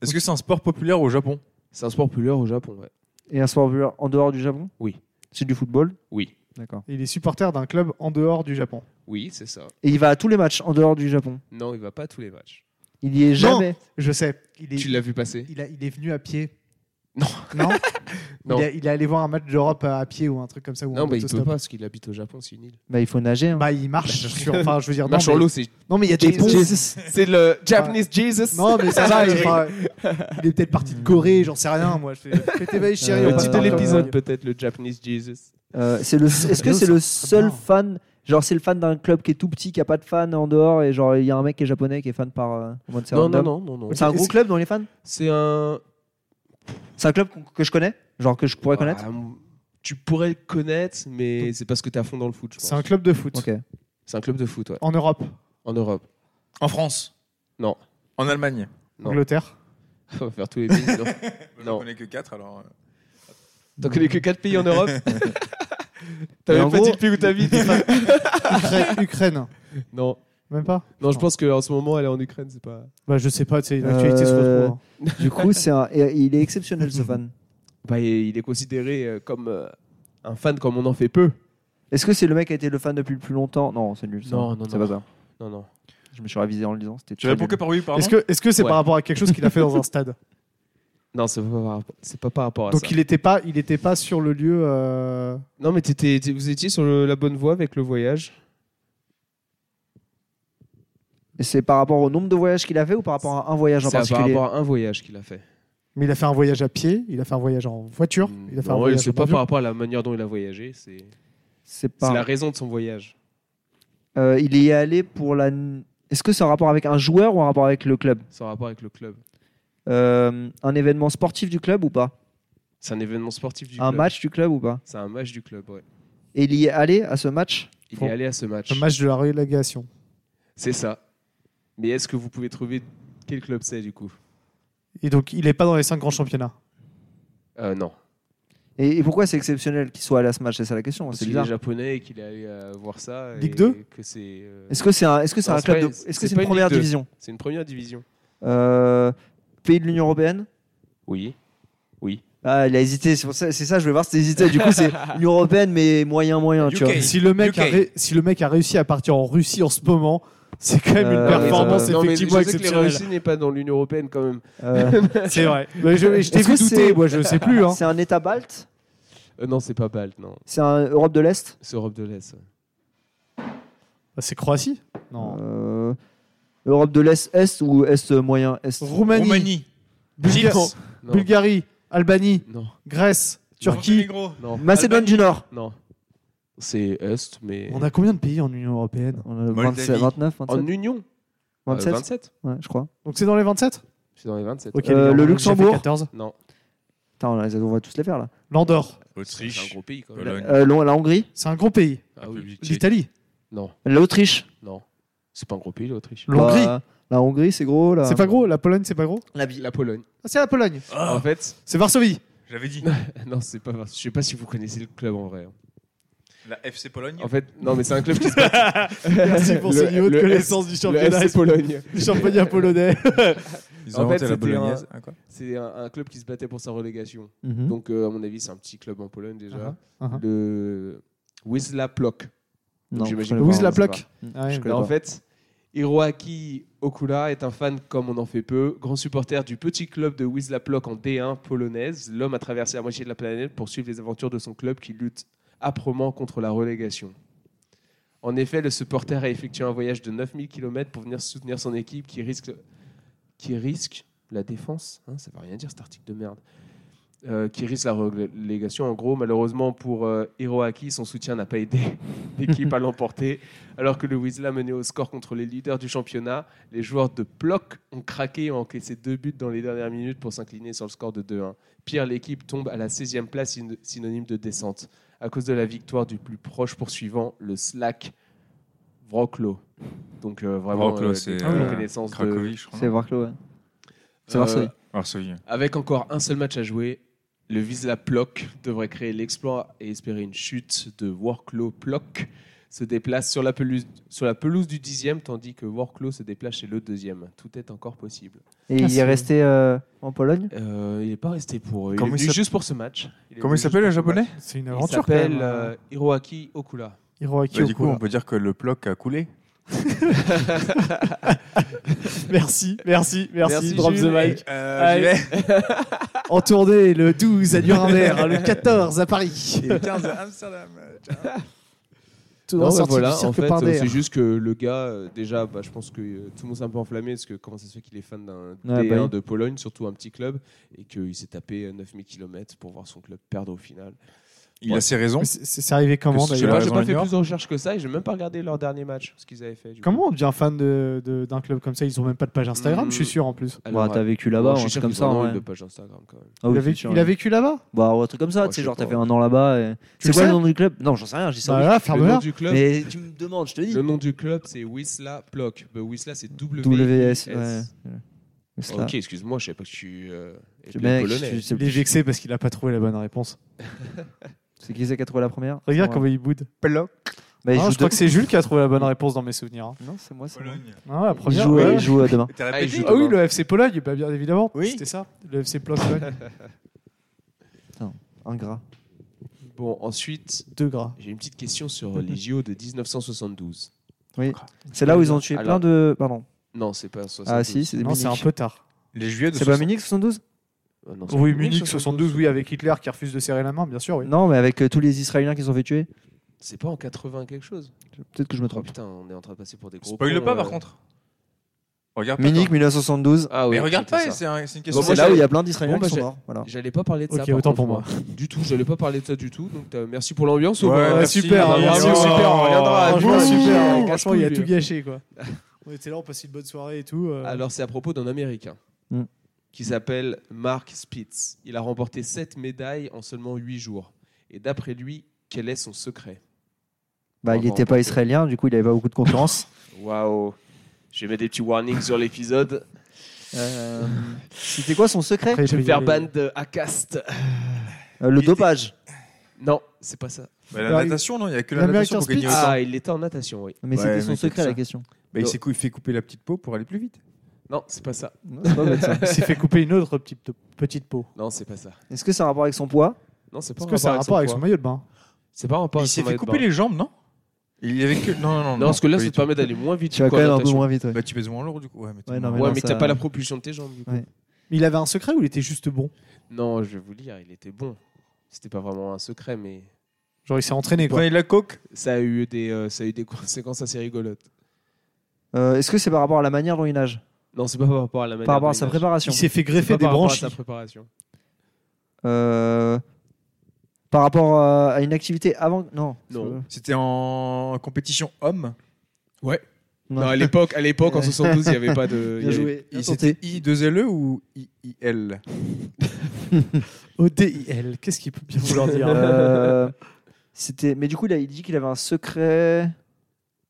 Speaker 4: Est-ce que c'est un sport populaire au Japon
Speaker 1: C'est un sport populaire au Japon, ouais.
Speaker 2: Et un sport populaire en dehors du Japon
Speaker 1: Oui.
Speaker 2: C'est du football
Speaker 1: Oui.
Speaker 2: D'accord.
Speaker 3: Il est supporter d'un club en dehors du Japon.
Speaker 1: Oui, c'est ça.
Speaker 2: Et il va à tous les matchs en dehors du Japon
Speaker 1: Non, il va pas à tous les matchs.
Speaker 2: Il y est jamais.
Speaker 3: Je sais. Il est,
Speaker 1: Tu l'as vu passer
Speaker 3: il a- il est venu à pied.
Speaker 1: Non.
Speaker 3: Non,
Speaker 1: Non.
Speaker 3: Il, est, il est allé voir un match d'Europe à pied ou un truc comme ça. Ou
Speaker 1: Non,
Speaker 3: en
Speaker 1: mais il peut
Speaker 3: autostop.
Speaker 1: pas parce qu'il habite au Japon, c'est une île.
Speaker 2: Bah, il faut nager. hein.
Speaker 3: Bah, il marche sur. Enfin, je veux dire. non,
Speaker 1: Marche sur
Speaker 3: mais-
Speaker 1: l'eau, c'est
Speaker 3: Non, mais il y a des ponts.
Speaker 2: Jesus.
Speaker 1: c'est le Japanese Jesus.
Speaker 3: Non, mais ça va.
Speaker 1: Ah,
Speaker 3: il,
Speaker 1: oui.
Speaker 3: enfin, il est peut-être parti de Corée, j'en sais rien, moi. Je fais, fais tes veilles, chérie.
Speaker 2: Euh,
Speaker 3: on
Speaker 1: Le
Speaker 3: va
Speaker 1: titre de
Speaker 3: parler.
Speaker 1: l'épisode, peut-être, le Japanese Jesus.
Speaker 2: Euh, c'est le. Est-ce que
Speaker 3: bien,
Speaker 2: c'est
Speaker 3: ça.
Speaker 2: le
Speaker 3: Très
Speaker 1: Ah
Speaker 2: seul
Speaker 3: bien.
Speaker 2: fan Genre, c'est le fan d'un club qui est tout petit, qui a pas de fan en dehors, et genre, il y a un mec qui est japonais qui est fan par. euh, au Monster
Speaker 1: Non, non,
Speaker 2: Random.
Speaker 1: non, non, non.
Speaker 2: C'est un gros
Speaker 3: Est-ce-
Speaker 2: club dont les fans
Speaker 1: C'est un.
Speaker 2: C'est un club qu'on- que je connais Genre, que je pourrais connaître
Speaker 1: Ah, Tu pourrais le connaître, mais c'est parce que t'es à fond dans le foot, je pense.
Speaker 3: C'est un club de foot.
Speaker 2: Ok.
Speaker 1: C'est un club de foot, ouais.
Speaker 3: En Europe,
Speaker 1: En Europe.
Speaker 4: En France
Speaker 1: Non.
Speaker 4: En Allemagne
Speaker 1: Non.
Speaker 3: Angleterre.
Speaker 1: On va faire tous les pays, sinon.
Speaker 4: Je
Speaker 1: Non.
Speaker 4: ne connais que 4 alors. euh,
Speaker 1: T'en connais que 4 pays en Europe
Speaker 2: Mais
Speaker 1: T'avais
Speaker 2: en
Speaker 1: pas
Speaker 2: gros-
Speaker 1: dit le pays Bah, où t'habites
Speaker 3: Oh. Ukraine. Ukraine.
Speaker 1: Non.
Speaker 3: Même pas
Speaker 1: Non, je pense qu'en ce moment, elle est en Ukraine, c'est pas.
Speaker 3: Bah, je sais pas, c'est l'actualité se
Speaker 2: Euh,
Speaker 3: retrouve. hein.
Speaker 2: Du coup, c'est un... et il est exceptionnel ce fan.
Speaker 1: Bah, il il est considéré euh, comme euh, un fan comme on en fait peu.
Speaker 2: Est-ce que c'est le mec qui a été le fan depuis le plus longtemps Non, c'est nul. ça.
Speaker 1: Non, non,
Speaker 2: C'est
Speaker 1: non.
Speaker 2: pas ça.
Speaker 1: Non, non.
Speaker 2: Je me suis révisé en le lisant. C'était
Speaker 4: Tu
Speaker 2: très
Speaker 4: réponds
Speaker 2: nul.
Speaker 4: que par oui ou par non
Speaker 3: Est-ce que est-ce que c'est
Speaker 1: Ouais.
Speaker 3: par rapport à quelque chose qu'il a fait dans un stade
Speaker 1: Non, c'est pas, par rapport- c'est pas par rapport à
Speaker 3: Donc
Speaker 1: Ah, ça.
Speaker 3: il était pas, il était pas sur le lieu. euh,
Speaker 1: Non, mais t'étais- t'é- vous étiez sur le- la bonne voie avec le voyage.
Speaker 2: Et C'est par rapport au nombre de voyages qu'il a fait ou par rapport à un voyage en
Speaker 1: C'est par
Speaker 2: particulier
Speaker 1: rapport à un voyage qu'il a fait.
Speaker 3: Mais il a fait un voyage à pied, il a fait un voyage en voiture, il a fait un
Speaker 1: Non,
Speaker 3: voyage
Speaker 1: Bah c'est
Speaker 3: en
Speaker 1: pas
Speaker 3: avion.
Speaker 1: par rapport à la manière dont il a voyagé. C'est c'est
Speaker 2: C'est par-
Speaker 1: la raison de son voyage.
Speaker 2: Euh, il y est allé pour la. Est-ce que c'est en rapport avec un joueur ou en rapport avec le club
Speaker 1: Son rapport avec le club.
Speaker 2: Euh, Un événement sportif du club ou pas
Speaker 1: C'est un événement sportif du
Speaker 2: Un
Speaker 1: club.
Speaker 2: match du club ou pas
Speaker 1: C'est un match du club, ouais.
Speaker 2: Et il y est allé à ce match
Speaker 1: Il
Speaker 3: Faut-
Speaker 1: est allé à ce match.
Speaker 3: Le match de la relégation.
Speaker 1: C'est ça. Mais est-ce que vous pouvez trouver quel club c'est du coup
Speaker 3: Et donc il est pas dans les cinq grands championnats.
Speaker 1: Euh, Non.
Speaker 2: et, et pourquoi c'est exceptionnel qu'il soit allé à ce match C'est ça la question. hein,
Speaker 1: Parce
Speaker 2: C'est
Speaker 1: qu'il est
Speaker 2: bizarre.
Speaker 1: japonais et qu'il est allé euh, voir ça.
Speaker 3: Ligue
Speaker 1: et
Speaker 3: 2?
Speaker 1: que c'est. euh,
Speaker 2: Est-ce que c'est un, est-ce que c'est
Speaker 1: Non,
Speaker 2: un
Speaker 1: c'est
Speaker 2: club
Speaker 1: pas-
Speaker 2: de- Est-ce
Speaker 1: c'est
Speaker 2: que c'est
Speaker 1: pas
Speaker 2: une
Speaker 1: une
Speaker 2: première
Speaker 1: Ligue deux.
Speaker 2: division
Speaker 1: C'est une première division.
Speaker 2: Euh, Pays de l'Union européenne
Speaker 1: Oui. Oui.
Speaker 2: Ah, il a hésité. C'est pour ça, c'est ça, je vais voir si hésité. Du coup, c'est l'Union européenne, mais moyen, moyen. Tu
Speaker 4: UK.
Speaker 2: vois.
Speaker 3: Si le mec,
Speaker 4: UK.
Speaker 3: a, ré- si le mec a réussi à partir en Russie en ce moment, c'est quand même
Speaker 2: Euh,
Speaker 3: une performance
Speaker 1: Non, mais
Speaker 3: effectivement
Speaker 1: je sais que les
Speaker 3: exceptionnelle.
Speaker 1: Russie n'est pas dans l'Union européenne quand même.
Speaker 2: Euh,
Speaker 3: C'est vrai. Mais Bah, je je t'ai
Speaker 2: Est-ce
Speaker 3: vu
Speaker 2: que c'est-
Speaker 3: douter, moi je sais plus. hein.
Speaker 2: c'est un État balte
Speaker 1: Euh, non, c'est pas Balt, non.
Speaker 2: C'est un Europe de l'Est
Speaker 1: C'est Europe de l'Est.
Speaker 3: Bah, C'est Croatie Non.
Speaker 2: Euh, Europe de l'Est, Est ou Est moyen Est
Speaker 3: Roumanie,
Speaker 4: Roumanie.
Speaker 3: Bulga-
Speaker 4: Chips.
Speaker 1: Non.
Speaker 3: Bulgarie, Albanie,
Speaker 1: Non,
Speaker 3: Grèce, Turquie.
Speaker 4: Monténégro.
Speaker 1: non,
Speaker 2: Macédoine du Nord
Speaker 1: non. C'est Est, mais.
Speaker 3: On a combien de pays en Union européenne
Speaker 2: On a
Speaker 4: Moldavie.
Speaker 2: 27, 29, 27,
Speaker 1: En Union Euh,
Speaker 2: 27,
Speaker 1: 27.
Speaker 2: ouais, je crois.
Speaker 3: Donc c'est dans les 27
Speaker 1: C'est dans les 27.
Speaker 3: Ok,
Speaker 2: Euh,
Speaker 3: les
Speaker 2: le
Speaker 3: gars, on a déjà
Speaker 2: Luxembourg.
Speaker 3: fait 14.
Speaker 1: Non.
Speaker 2: Putain, on, les a- on va tous les faire là.
Speaker 3: L'Andorre,
Speaker 1: C'est un
Speaker 4: Autriche.
Speaker 1: gros pays quand même.
Speaker 4: Pologne.
Speaker 2: Euh, l'O- la Hongrie,
Speaker 3: c'est un gros pays.
Speaker 1: Ah oui.
Speaker 3: L'Italie,
Speaker 1: Non,
Speaker 2: l'Autriche,
Speaker 1: non. C'est pas un gros pays l'Autriche.
Speaker 3: l'Hongrie.
Speaker 2: Bah, la Hongrie, c'est gros là.
Speaker 3: C'est pas gros, la Pologne, c'est pas gros
Speaker 1: La, Pologne.
Speaker 3: Ah, C'est la Pologne.
Speaker 1: En fait,
Speaker 3: C'est Varsovie.
Speaker 4: J'avais dit.
Speaker 1: non, c'est pas. Je sais pas si vous connaissez le club en vrai.
Speaker 4: La FC Pologne.
Speaker 1: En fait, non, mais c'est un club qui se bat.
Speaker 3: Merci pour ce
Speaker 1: Le-
Speaker 3: niveau de
Speaker 1: le
Speaker 3: connaissance du
Speaker 1: le
Speaker 3: championnat,
Speaker 1: FC Pologne.
Speaker 3: du championnat polonais.
Speaker 4: Ils
Speaker 1: en
Speaker 4: ont
Speaker 1: fait,
Speaker 4: inventé la
Speaker 1: c'était un-
Speaker 4: bolognaise. Ah, quoi
Speaker 1: C'est un, un club qui se battait pour sa relégation.
Speaker 2: Mhm.
Speaker 1: Donc, euh, à mon avis, c'est un petit club en Pologne déjà.
Speaker 3: Ah, ah.
Speaker 1: Le Wisla Plock.
Speaker 2: Non,
Speaker 1: j'imagine
Speaker 2: je connais
Speaker 1: que bon,
Speaker 3: Louise
Speaker 2: pas.
Speaker 1: la-
Speaker 3: la plaque.
Speaker 2: Mm.
Speaker 3: Ah Ouais.
Speaker 2: Je connais
Speaker 1: Mais en
Speaker 2: pas.
Speaker 1: fait, Hiroaki Okura est un fan comme on en fait peu, grand supporter du petit club de Wisla Plock en D1 polonaise. L'homme a traversé la moitié de la planète pour suivre les aventures de son club qui lutte âprement contre la relégation. En effet, le supporter a effectué un voyage de 9000 km pour venir soutenir son équipe qui risque, qui risque la défense. Hein, ça ne veut rien dire cet article de merde. Euh, qui risque la relégation. En gros, malheureusement pour euh, Hiroaki, son soutien n'a pas aidé l'équipe à l'emporter. Alors que le Wisla menait au score contre les leaders du championnat, les joueurs de Ploc ont craqué et ont encaissé deux buts dans les dernières minutes pour s'incliner sur le score de 2-1. Pire, l'équipe tombe à la 16e place, syn- synonyme de descente, à cause de la victoire du plus proche poursuivant, le Slack Wroclaw. Donc euh, vraiment,
Speaker 4: Wrocław,
Speaker 1: euh,
Speaker 4: c'est,
Speaker 1: des
Speaker 4: euh,
Speaker 1: connaissances de-
Speaker 4: Cracovie, je crois. Ah,
Speaker 2: C'est
Speaker 4: non
Speaker 2: Wrocław. ouais. C'est
Speaker 1: Euh,
Speaker 2: Varsovie.
Speaker 4: Varsovie.
Speaker 1: Avec encore un seul match à jouer, le Wisla Plock devrait créer l'exploit et espérer une chute de Worklo Plock se déplace sur la pelouse, sur la pelouse du dixième, tandis que Worklo se déplace chez le deuxième. Tout est encore possible.
Speaker 2: Et il est
Speaker 3: Ah, c'est-
Speaker 2: resté euh, en Pologne
Speaker 1: Euh, il n'est pas resté pour eux. Il
Speaker 4: Comment
Speaker 1: est
Speaker 4: il
Speaker 1: venu
Speaker 4: s'appelle-
Speaker 1: juste pour ce match. est
Speaker 4: Comment
Speaker 1: venu
Speaker 4: il s'appelle le
Speaker 1: juste pour ce
Speaker 4: japonais
Speaker 1: match.
Speaker 3: C'est une
Speaker 1: Il
Speaker 3: aventure.
Speaker 1: s'appelle
Speaker 3: quand même, hein.
Speaker 1: euh, Hiroaki Okula.
Speaker 3: Hiroaki
Speaker 4: Bah, du coup,
Speaker 3: Okura.
Speaker 4: on peut dire que le bloc a coulé.
Speaker 3: Merci, merci, merci.
Speaker 1: Merci,
Speaker 3: Drop the
Speaker 1: Jules.
Speaker 3: mic.
Speaker 1: Ah,
Speaker 4: Euh, j'y vais.
Speaker 3: En tournée le 12 à Nuremberg, le 14 à Paris.
Speaker 4: Et le 15 à Amsterdam.
Speaker 3: Tout
Speaker 1: Non,
Speaker 3: en
Speaker 1: bah
Speaker 3: sortie
Speaker 1: voilà,
Speaker 3: du
Speaker 1: en
Speaker 3: cirque
Speaker 1: fait, euh,
Speaker 3: Pardaire.
Speaker 1: c'est juste que le gars, euh, déjà, bah, je pense que euh, tout le monde s'est un peu enflammé parce que comment ça se fait qu'il est fan d'un
Speaker 2: Ouais,
Speaker 1: D1
Speaker 2: bah oui.
Speaker 1: de Pologne, surtout un petit club, et qu'il s'est tapé euh, 9000 km pour voir son club perdre au final.
Speaker 4: Il
Speaker 1: Ouais.
Speaker 4: a ses raisons.
Speaker 3: Mais C'est c'est arrivé comment
Speaker 4: Que ce
Speaker 1: Je sais
Speaker 4: la
Speaker 1: pas,
Speaker 3: d'ailleurs
Speaker 1: j'ai
Speaker 4: raison
Speaker 1: pas
Speaker 4: du
Speaker 1: fait
Speaker 4: Nord.
Speaker 1: plus de recherches que ça et j'ai même pas regardé leur dernier match, ce qu'ils avaient fait. du coup.
Speaker 3: Comment on devient fan d'un de, d'un club comme ça Ils ont même pas de page Instagram,
Speaker 1: Hmm.
Speaker 3: je suis sûr en plus.
Speaker 1: Alors,
Speaker 2: bah, T'as
Speaker 1: euh,
Speaker 2: vécu là-bas,
Speaker 1: bon, je
Speaker 2: un
Speaker 1: suis
Speaker 2: truc
Speaker 1: sûr
Speaker 2: comme
Speaker 1: qu'ils
Speaker 2: ça.
Speaker 1: en ont
Speaker 2: ouais.
Speaker 1: une de page Instagram quand même.
Speaker 2: Ah oui,
Speaker 3: il, a
Speaker 2: c'est
Speaker 3: vécu,
Speaker 2: sûr,
Speaker 3: il a
Speaker 2: ouais.
Speaker 3: vécu là-bas
Speaker 2: Bah, ou un truc comme ça,
Speaker 1: Oh,
Speaker 2: tu
Speaker 1: je
Speaker 2: sais,
Speaker 1: sais
Speaker 2: genre,
Speaker 1: pas.
Speaker 2: t'as fait un an là-bas. et-
Speaker 3: Tu le
Speaker 2: C'est quoi
Speaker 3: sais
Speaker 2: le nom du club Non, j'en sais rien, j'ai
Speaker 3: Bah
Speaker 2: ça.
Speaker 3: là,
Speaker 1: Le nom
Speaker 3: ferme-la.
Speaker 1: du club,
Speaker 2: Mais tu me demandes, je te dis.
Speaker 1: le nom du club, c'est Wisla Plock. Bah, Wisla, c'est W.
Speaker 2: WS. ouais. Mais c'est là.
Speaker 1: Ok, excuse-moi, je sais pas que tu euh, es
Speaker 2: Le mec,
Speaker 1: polonais.
Speaker 2: je-
Speaker 3: Il est vexé parce qu'il a pas trouvé la bonne réponse.
Speaker 2: C'est qui c'est qui a trouvé la première
Speaker 3: Regarde
Speaker 2: Ouais.
Speaker 3: comment il boude.
Speaker 2: Bah, il
Speaker 3: Ah,
Speaker 2: joue
Speaker 3: je
Speaker 2: de-
Speaker 3: crois que c'est Jules qui a trouvé la bonne réponse dans mes souvenirs. hein.
Speaker 2: Non, c'est moi, c'est moi.
Speaker 3: Ah, la
Speaker 2: Il
Speaker 3: première.
Speaker 2: joue,
Speaker 3: ouais.
Speaker 2: il joue euh, demain.
Speaker 4: T'as
Speaker 1: Ah, il
Speaker 4: répété
Speaker 1: joue
Speaker 3: Ah oui, le FC Pologne, bah, bien évidemment.
Speaker 4: Oui.
Speaker 3: C'était ça, le FC Pologne.
Speaker 2: Ingrat.
Speaker 1: Bon, ensuite,
Speaker 3: Deux gras.
Speaker 1: j'ai une petite question sur euh, les JO de 1972.
Speaker 2: C'est là où ils ont tué plein
Speaker 1: Alors-
Speaker 2: de. Pardon.
Speaker 1: Non, c'est pas 72.
Speaker 2: Ah si, c'est
Speaker 3: Non, c'est un
Speaker 2: Munich.
Speaker 3: peu tard.
Speaker 4: Les juillet de
Speaker 2: C'est pas
Speaker 4: 60.
Speaker 2: Munich 72
Speaker 1: Ah non, c'est
Speaker 3: Oui,
Speaker 1: pas
Speaker 3: Munich 72, oui, avec Hitler qui refuse de serrer la main, bien sûr. Oui.
Speaker 2: Non, mais avec euh, tous les Israéliens qui se sont fait tuer.
Speaker 1: C'est pas en 80 quelque chose
Speaker 2: Peut-être que je me
Speaker 1: Oh
Speaker 2: trompe.
Speaker 1: putain, on est en train de passer pour des gros.
Speaker 4: Spoil
Speaker 1: cons,
Speaker 4: pas
Speaker 1: euh.
Speaker 4: par contre. Regarde pas.
Speaker 2: Munich
Speaker 4: toi.
Speaker 2: 1972.
Speaker 1: Ah oui,
Speaker 4: Mais regarde
Speaker 1: c'était ça.
Speaker 4: pas, c'est un- c'est une
Speaker 2: Bon,
Speaker 4: question.
Speaker 1: Bon,
Speaker 2: c'est
Speaker 1: moi,
Speaker 2: là
Speaker 1: j'ai-
Speaker 2: où il y a plein d'Israéliens
Speaker 1: Bon, bah,
Speaker 2: qui sont
Speaker 1: j'ai-
Speaker 2: morts. Voilà.
Speaker 1: J'allais pas parler de ça.
Speaker 3: Ok,
Speaker 1: par
Speaker 3: autant
Speaker 1: contre,
Speaker 3: pour moi.
Speaker 1: Du tout, j'allais pas parler de ça du tout. Donc t'as- merci pour l'ambiance.
Speaker 4: Ouais,
Speaker 1: au moins.
Speaker 4: ouais, merci,
Speaker 3: super,
Speaker 4: merci,
Speaker 3: merci,
Speaker 4: merci.
Speaker 3: super, on
Speaker 4: Oh,
Speaker 3: reviendra.
Speaker 1: franchement,
Speaker 3: Bouh,
Speaker 1: super,
Speaker 3: ouais,
Speaker 1: casse
Speaker 3: franchement, il a
Speaker 1: couille.
Speaker 3: tout gâché, quoi. on était là, on passait une bonne soirée et tout. euh.
Speaker 1: Alors c'est à propos d'un Américain
Speaker 2: Hmm.
Speaker 1: qui s'appelle Mark Spitz. Il a remporté 7 médailles en seulement 8 jours. Et d'après lui, quel est son secret
Speaker 2: Bah, il
Speaker 1: Pardon.
Speaker 2: n'était pas israélien, du coup, il avait pas beaucoup de concurrence.
Speaker 1: Waouh. Je vais mettre des petits warnings sur l'épisode.
Speaker 2: Euh, C'était quoi son secret
Speaker 3: Après,
Speaker 1: Je vais me
Speaker 3: il y
Speaker 1: faire
Speaker 3: avait-
Speaker 1: ban de Acast.
Speaker 2: Euh, Le
Speaker 4: Il était-
Speaker 2: dopage.
Speaker 1: Non, c'est pas ça.
Speaker 4: Bah, la
Speaker 3: Alors, il-
Speaker 4: natation, non, il n'y a que la
Speaker 3: l'American
Speaker 4: natation pour gagner
Speaker 3: Speed.
Speaker 4: autant.
Speaker 1: Ah, il était en natation, oui.
Speaker 2: Mais
Speaker 4: Ouais,
Speaker 2: c'était
Speaker 4: mais
Speaker 2: son
Speaker 4: c'est
Speaker 2: secret
Speaker 4: ça.
Speaker 2: la question.
Speaker 4: Bah, il s'est cou- fait couper la petite peau pour aller plus vite.
Speaker 1: Non, c'est pas ça.
Speaker 2: Non, c'est pas bête, ça.
Speaker 3: il s'est fait couper une autre petite, petite peau.
Speaker 1: Non, c'est pas ça.
Speaker 2: Est-ce que c'est un rapport avec son poids
Speaker 1: Non, c'est pas
Speaker 3: Est-ce
Speaker 1: en
Speaker 3: que ça a un rapport avec
Speaker 1: poids.
Speaker 3: son ben. maillot de bain
Speaker 1: C'est pas en rapport
Speaker 4: Il
Speaker 1: avec son
Speaker 4: s'est fait
Speaker 1: maillot de
Speaker 4: couper
Speaker 1: bain.
Speaker 4: les jambes, non Il y avait que. Non, non, non.
Speaker 1: Non, parce que là,
Speaker 4: pas
Speaker 1: ça
Speaker 4: du
Speaker 1: te
Speaker 4: tout.
Speaker 1: permet d'aller moins vite.
Speaker 2: Tu vas
Speaker 1: qu'en
Speaker 2: quand même un peu
Speaker 1: natation.
Speaker 2: moins vite. ouais.
Speaker 4: Bah, tu pèses moins lourd du coup. Ouais, mais, t'es
Speaker 2: Ouais,
Speaker 4: moins
Speaker 2: non,
Speaker 4: lourd.
Speaker 2: mais
Speaker 1: Ouais, mais
Speaker 2: ça-
Speaker 1: t'as pas la propulsion de tes jambes. du coup.
Speaker 2: Ouais.
Speaker 3: Mais Il avait un secret ou il était juste bon
Speaker 1: Non, je vais vous lire, il était bon. C'était pas vraiment un secret, mais
Speaker 3: Genre, il s'est entraîné,
Speaker 4: Il
Speaker 3: quoi.
Speaker 4: prenait de la coke.
Speaker 1: ça a eu des, euh, ça a eu des conséquences assez rigolotes.
Speaker 2: Euh, Est-ce que c'est par rapport à la manière dont il nage
Speaker 1: Non, c'est pas par rapport à la manière.
Speaker 2: Par rapport
Speaker 1: dont
Speaker 2: à
Speaker 1: il
Speaker 2: sa
Speaker 1: nage.
Speaker 2: préparation
Speaker 3: Il s'est fait
Speaker 1: C'est
Speaker 3: greffer
Speaker 1: pas
Speaker 3: des
Speaker 1: par rapport à
Speaker 3: branches.
Speaker 1: sa préparation.
Speaker 2: Euh, Par rapport euh, à à une activité avant. Non.
Speaker 1: Non.
Speaker 4: C'était en compétition homme.
Speaker 2: Non.
Speaker 1: Non, à l'époque, à l'époque, en
Speaker 2: Ouais.
Speaker 1: 72, il y avait pas de. il y avait-
Speaker 2: Bien joué. Bien
Speaker 4: Il
Speaker 2: tenté.
Speaker 4: s'était I2LE E ou IIL
Speaker 3: ODIL, qu'est-ce qu'il peut bien vouloir dire
Speaker 2: Euh, c'était mais du coup là, il dit qu'il avait un secret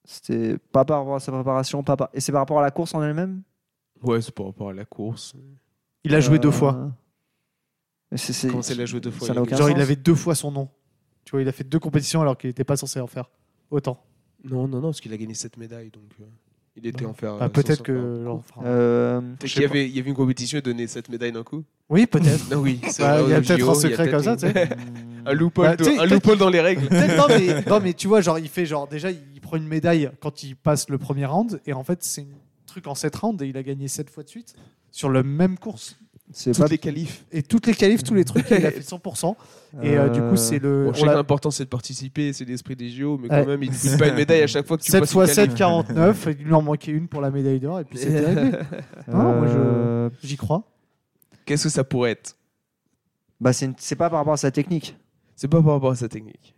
Speaker 2: c'était pas par rapport à sa préparation pas par- et c'est par rapport à la course en elle-même
Speaker 1: Ouais, c'est par rapport à la course.
Speaker 3: Il a joué deux fois.
Speaker 2: Euh, c'est- c'est-
Speaker 1: Comment c'est la jouer deux fois
Speaker 2: ça
Speaker 1: il y
Speaker 2: n'a
Speaker 1: a
Speaker 2: aucun
Speaker 1: quelque
Speaker 3: Genre,
Speaker 2: sens.
Speaker 3: il avait deux fois son nom. Tu vois, il a fait deux compétitions alors qu'il n'était pas censé en faire autant.
Speaker 1: chose Non, non, non, parce qu'il a gagné 7 médailles, donc euh, il était
Speaker 3: Bah,
Speaker 1: en faire.
Speaker 3: Bah,
Speaker 1: euh,
Speaker 3: peut-être
Speaker 1: 150.
Speaker 3: que. genre, enfin,
Speaker 2: Euh,
Speaker 1: Peut-être qu'il y avait, il y avait une compétition et donné 7 médailles d'un coup.
Speaker 3: Oui, peut-être.
Speaker 1: Non, oui. c'est vrai,
Speaker 3: Bah, il y a
Speaker 1: au
Speaker 3: peut-être
Speaker 1: JO,
Speaker 3: un
Speaker 1: il y a
Speaker 3: secret comme
Speaker 1: peut-être
Speaker 3: ça,
Speaker 1: une-
Speaker 3: tu sais.
Speaker 1: Un loophole,
Speaker 3: Bah, tu sais,
Speaker 1: un loophole dans les règles.
Speaker 3: Peut-être, non, mais, non, mais tu vois, genre, il fait genre, déjà, il prend une médaille quand il passe le premier round, et en fait, c'est un truc en 7 rounds, et il a gagné 7 fois de suite sur la même course.
Speaker 2: c'est pas
Speaker 1: les qualifs.
Speaker 3: Et toutes les qualifs, tous les trucs, il a fait 100%. Et euh, du coup, c'est le.
Speaker 1: je sais que l'important c'est de participer, c'est l'esprit des JO, mais quand
Speaker 3: Ouais.
Speaker 1: même, il ne coûte pas une médaille à chaque fois que tu
Speaker 3: 7
Speaker 1: passes
Speaker 3: fois
Speaker 1: une
Speaker 3: 7,
Speaker 1: qualif.
Speaker 3: 49. Il lui en manquait une pour la médaille d'or, et puis c'était réglé. Non, moi, je-
Speaker 2: euh,
Speaker 3: J'y crois.
Speaker 1: Qu'est-ce que ça pourrait être
Speaker 2: bah c'est une- c'est pas par rapport à sa technique
Speaker 1: C'est pas par rapport à sa technique,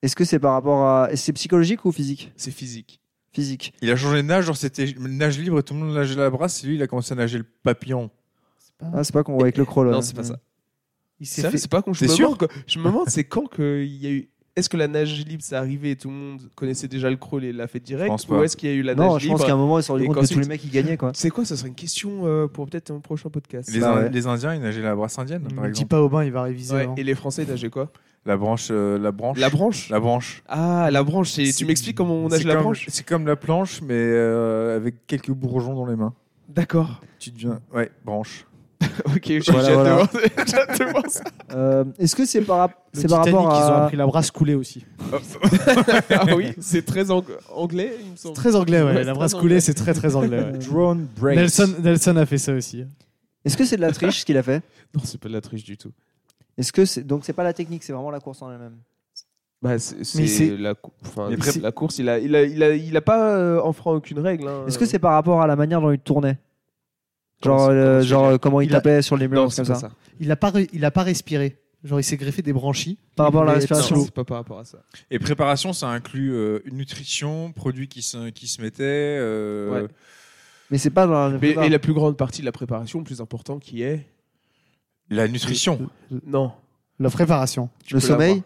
Speaker 2: est-ce que c'est par rapport à est-ce que c'est psychologique ou physique
Speaker 1: c'est physique.
Speaker 2: physique
Speaker 4: Il a changé de nage, genre c'était nage libre, tout le monde nageait la brasse, et lui il a commencé à nager le papillon.
Speaker 2: ah, c'est pas qu'on voit avec le crawl
Speaker 1: Non,
Speaker 2: ouais.
Speaker 1: c'est pas ça.
Speaker 3: Il s'est
Speaker 1: C'est
Speaker 3: fait.
Speaker 1: c'est pas con. Je
Speaker 4: T'es
Speaker 1: me
Speaker 4: sûr
Speaker 1: demande, que- je me demande c'est quand qu'il y a eu. est-ce que la nage libre, c'est arrivé et tout le monde connaissait déjà le crawl et l'a fait direct
Speaker 4: pense pas.
Speaker 1: Ou est-ce qu'il y a eu la nage
Speaker 2: Non, je
Speaker 1: libre
Speaker 2: pense qu'à un moment, ils se sont
Speaker 1: Et
Speaker 2: rendus compte
Speaker 1: quand
Speaker 2: que tous
Speaker 1: c'est-
Speaker 2: les mecs, ils gagnaient, quoi.
Speaker 1: C'est quoi Ça serait une question euh, pour peut-être un prochain podcast.
Speaker 4: Les,
Speaker 2: Bah
Speaker 4: Ind-
Speaker 2: ouais.
Speaker 4: les Indiens, ils nageaient la brasse indienne, par
Speaker 3: dis
Speaker 4: exemple.
Speaker 3: pas Aubin, il va réviser. hein.
Speaker 1: Ouais,
Speaker 3: avant.
Speaker 1: Et les Français, ils nageaient quoi
Speaker 4: La branche, euh, la branche.
Speaker 1: La branche
Speaker 4: La branche.
Speaker 1: Ah, la branche. c'est-
Speaker 4: C'est-
Speaker 1: Tu m'expliques comment on
Speaker 4: C'est
Speaker 1: nage la
Speaker 4: comme-
Speaker 1: branche
Speaker 4: C'est comme la planche, mais euh, avec quelques bourgeons dans les mains.
Speaker 1: D'accord.
Speaker 4: Tu deviens. Ouais, branche.
Speaker 1: ok, j'ai j'ai hâte
Speaker 2: Voilà,
Speaker 1: de
Speaker 2: voilà.
Speaker 1: voir- j'ai hâte de voir ça.
Speaker 2: Euh, Est-ce que c'est par, rap-
Speaker 3: Le
Speaker 2: c'est par
Speaker 3: Titanic,
Speaker 2: rapport
Speaker 3: ils ont
Speaker 2: à.
Speaker 3: appris la brasse coulée aussi.
Speaker 1: ah oui, c'est très ang- anglais, il me semble.
Speaker 3: Très anglais, ouais.
Speaker 1: Ouais,
Speaker 3: la
Speaker 1: c'est
Speaker 3: brasse
Speaker 1: très
Speaker 3: coulée,
Speaker 1: anglais.
Speaker 3: c'est très très anglais. ouais.
Speaker 2: Euh,
Speaker 4: Drone break.
Speaker 3: Nelson, Nelson a fait ça aussi.
Speaker 2: Est-ce que c'est de la triche ce qu'il a fait
Speaker 1: Non, c'est pas de la triche du tout.
Speaker 2: Est-ce que c'est donc c'est pas la technique, c'est vraiment la course en elle-même
Speaker 1: Bah, c'est
Speaker 3: Mais
Speaker 1: c'est
Speaker 3: c'est-
Speaker 1: la, cou- enfin,
Speaker 4: Mais après-
Speaker 1: c'est- la course, il a, il a, il a, il a pas euh, enfreint aucune règle. hein.
Speaker 2: Est-ce que c'est par rapport à la manière dont il tournait Genre
Speaker 1: Comment ça-
Speaker 2: euh,
Speaker 1: comment ça
Speaker 2: genre euh, comment il
Speaker 3: Il a-
Speaker 2: tapait sur les murs
Speaker 1: Non,
Speaker 2: comme
Speaker 1: c'est
Speaker 2: ça.
Speaker 1: pas ça.
Speaker 3: Il a pas, re- il a pas respiré. Genre, il s'est greffé des branchies.
Speaker 2: Par rapport à la
Speaker 3: Mais-
Speaker 1: Non,
Speaker 2: respiration.
Speaker 1: c'est pas par rapport à ça.
Speaker 4: Et préparation, ça inclut euh, une nutrition, produits qui se, qui se mettaient. euh,
Speaker 1: Ouais.
Speaker 2: Mais c'est pas dans la hein.
Speaker 1: Mais- et la plus grande partie de la préparation, le plus important qui est.
Speaker 4: La nutrition.
Speaker 1: Non.
Speaker 3: La préparation.
Speaker 1: tu
Speaker 2: le
Speaker 1: peux l'avoir.
Speaker 2: sommeil.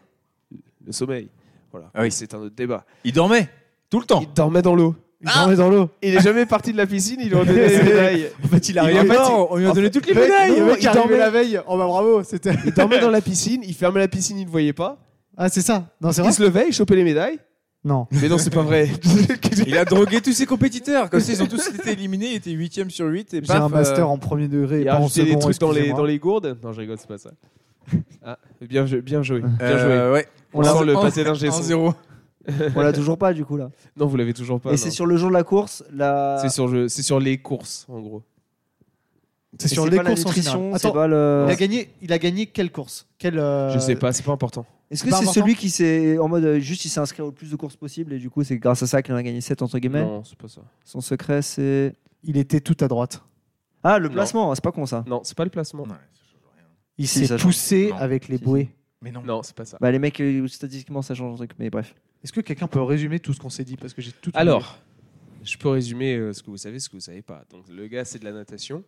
Speaker 1: Le sommeil. Voilà.
Speaker 4: Ah oui.
Speaker 1: C'est un autre débat.
Speaker 4: Il dormait tout le temps.
Speaker 1: Il dormait dans l'eau.
Speaker 3: Il dormait dans l'eau.
Speaker 1: Il est jamais parti de la piscine, il lui a donné ses médailles.
Speaker 3: En fait, il
Speaker 1: arrivait-
Speaker 3: arrivait.
Speaker 1: en fait,
Speaker 4: on lui a donné toutes les
Speaker 3: Le mec
Speaker 1: il
Speaker 3: est arrivé
Speaker 1: dormait.
Speaker 3: la veille. Oh bah bravo, c'était.
Speaker 1: Il dormait dans la piscine, il fermait la piscine, il ne voyait pas.
Speaker 3: Ah, c'est ça. Non, c'est vrai.
Speaker 1: Il se levait, il chopait les médailles.
Speaker 3: Non.
Speaker 1: Mais non, c'est pas vrai.
Speaker 4: Il a drogué tous ses compétiteurs. Comme ça, ils ont tous été éliminés. Il était 8 sur 8. Et
Speaker 3: J'ai un
Speaker 4: paf,
Speaker 3: master
Speaker 4: euh,
Speaker 3: en premier degré. et
Speaker 1: Il
Speaker 3: pas
Speaker 1: a
Speaker 3: en
Speaker 1: rajouté des
Speaker 3: second,
Speaker 1: trucs dans les,
Speaker 3: excusez-moi.
Speaker 1: dans les gourdes. Non, je rigole, c'est pas ça. Ah, bien, jou- bien joué. Bien joué.
Speaker 4: euh, ouais.
Speaker 1: On sent le
Speaker 4: en-
Speaker 1: passé d'un G100.
Speaker 4: 1-0.
Speaker 2: On l'a toujours pas du coup là.
Speaker 1: Non, vous l'avez toujours pas.
Speaker 2: Et
Speaker 1: non.
Speaker 2: c'est sur le jour de la course, la
Speaker 1: C'est sur, je- c'est sur les courses, en gros.
Speaker 3: C'est
Speaker 2: Et
Speaker 3: sur
Speaker 2: c'est
Speaker 3: les
Speaker 2: pas la
Speaker 3: courses en
Speaker 2: nutrition,
Speaker 3: général.
Speaker 2: c'est
Speaker 3: Attends,
Speaker 2: pas le
Speaker 3: il a gagné. Il a gagné quelle course Quelle euh,
Speaker 1: Je sais pas, c'est pas important.
Speaker 2: Est-ce
Speaker 3: c'est
Speaker 2: que
Speaker 3: pas
Speaker 2: c'est
Speaker 3: important
Speaker 2: celui qui s'est en mode euh, juste il s'est inscrit au plus de courses possible et du coup c'est grâce à ça qu'il en a gagné 7 entre guillemets
Speaker 1: Non, c'est pas ça.
Speaker 2: Son secret c'est
Speaker 3: Il était tout à droite.
Speaker 2: Ah, le
Speaker 1: Non.
Speaker 2: placement, c'est pas con ça.
Speaker 1: Non, c'est pas le placement.
Speaker 4: Ouais.
Speaker 3: Il
Speaker 2: Si, ça
Speaker 3: s'est
Speaker 2: change.
Speaker 3: poussé
Speaker 4: Non.
Speaker 3: avec les
Speaker 2: Si.
Speaker 3: bouées.
Speaker 4: Mais non.
Speaker 1: Non, c'est pas ça.
Speaker 2: Bah les mecs euh, statistiquement ça change un truc mais bref.
Speaker 3: Est-ce que quelqu'un peut résumer tout ce qu'on s'est dit parce que j'ai tout. oublié.
Speaker 1: Alors, je peux résumer euh, ce que vous savez, ce que vous savez pas. Donc, le gars, c'est de la natation,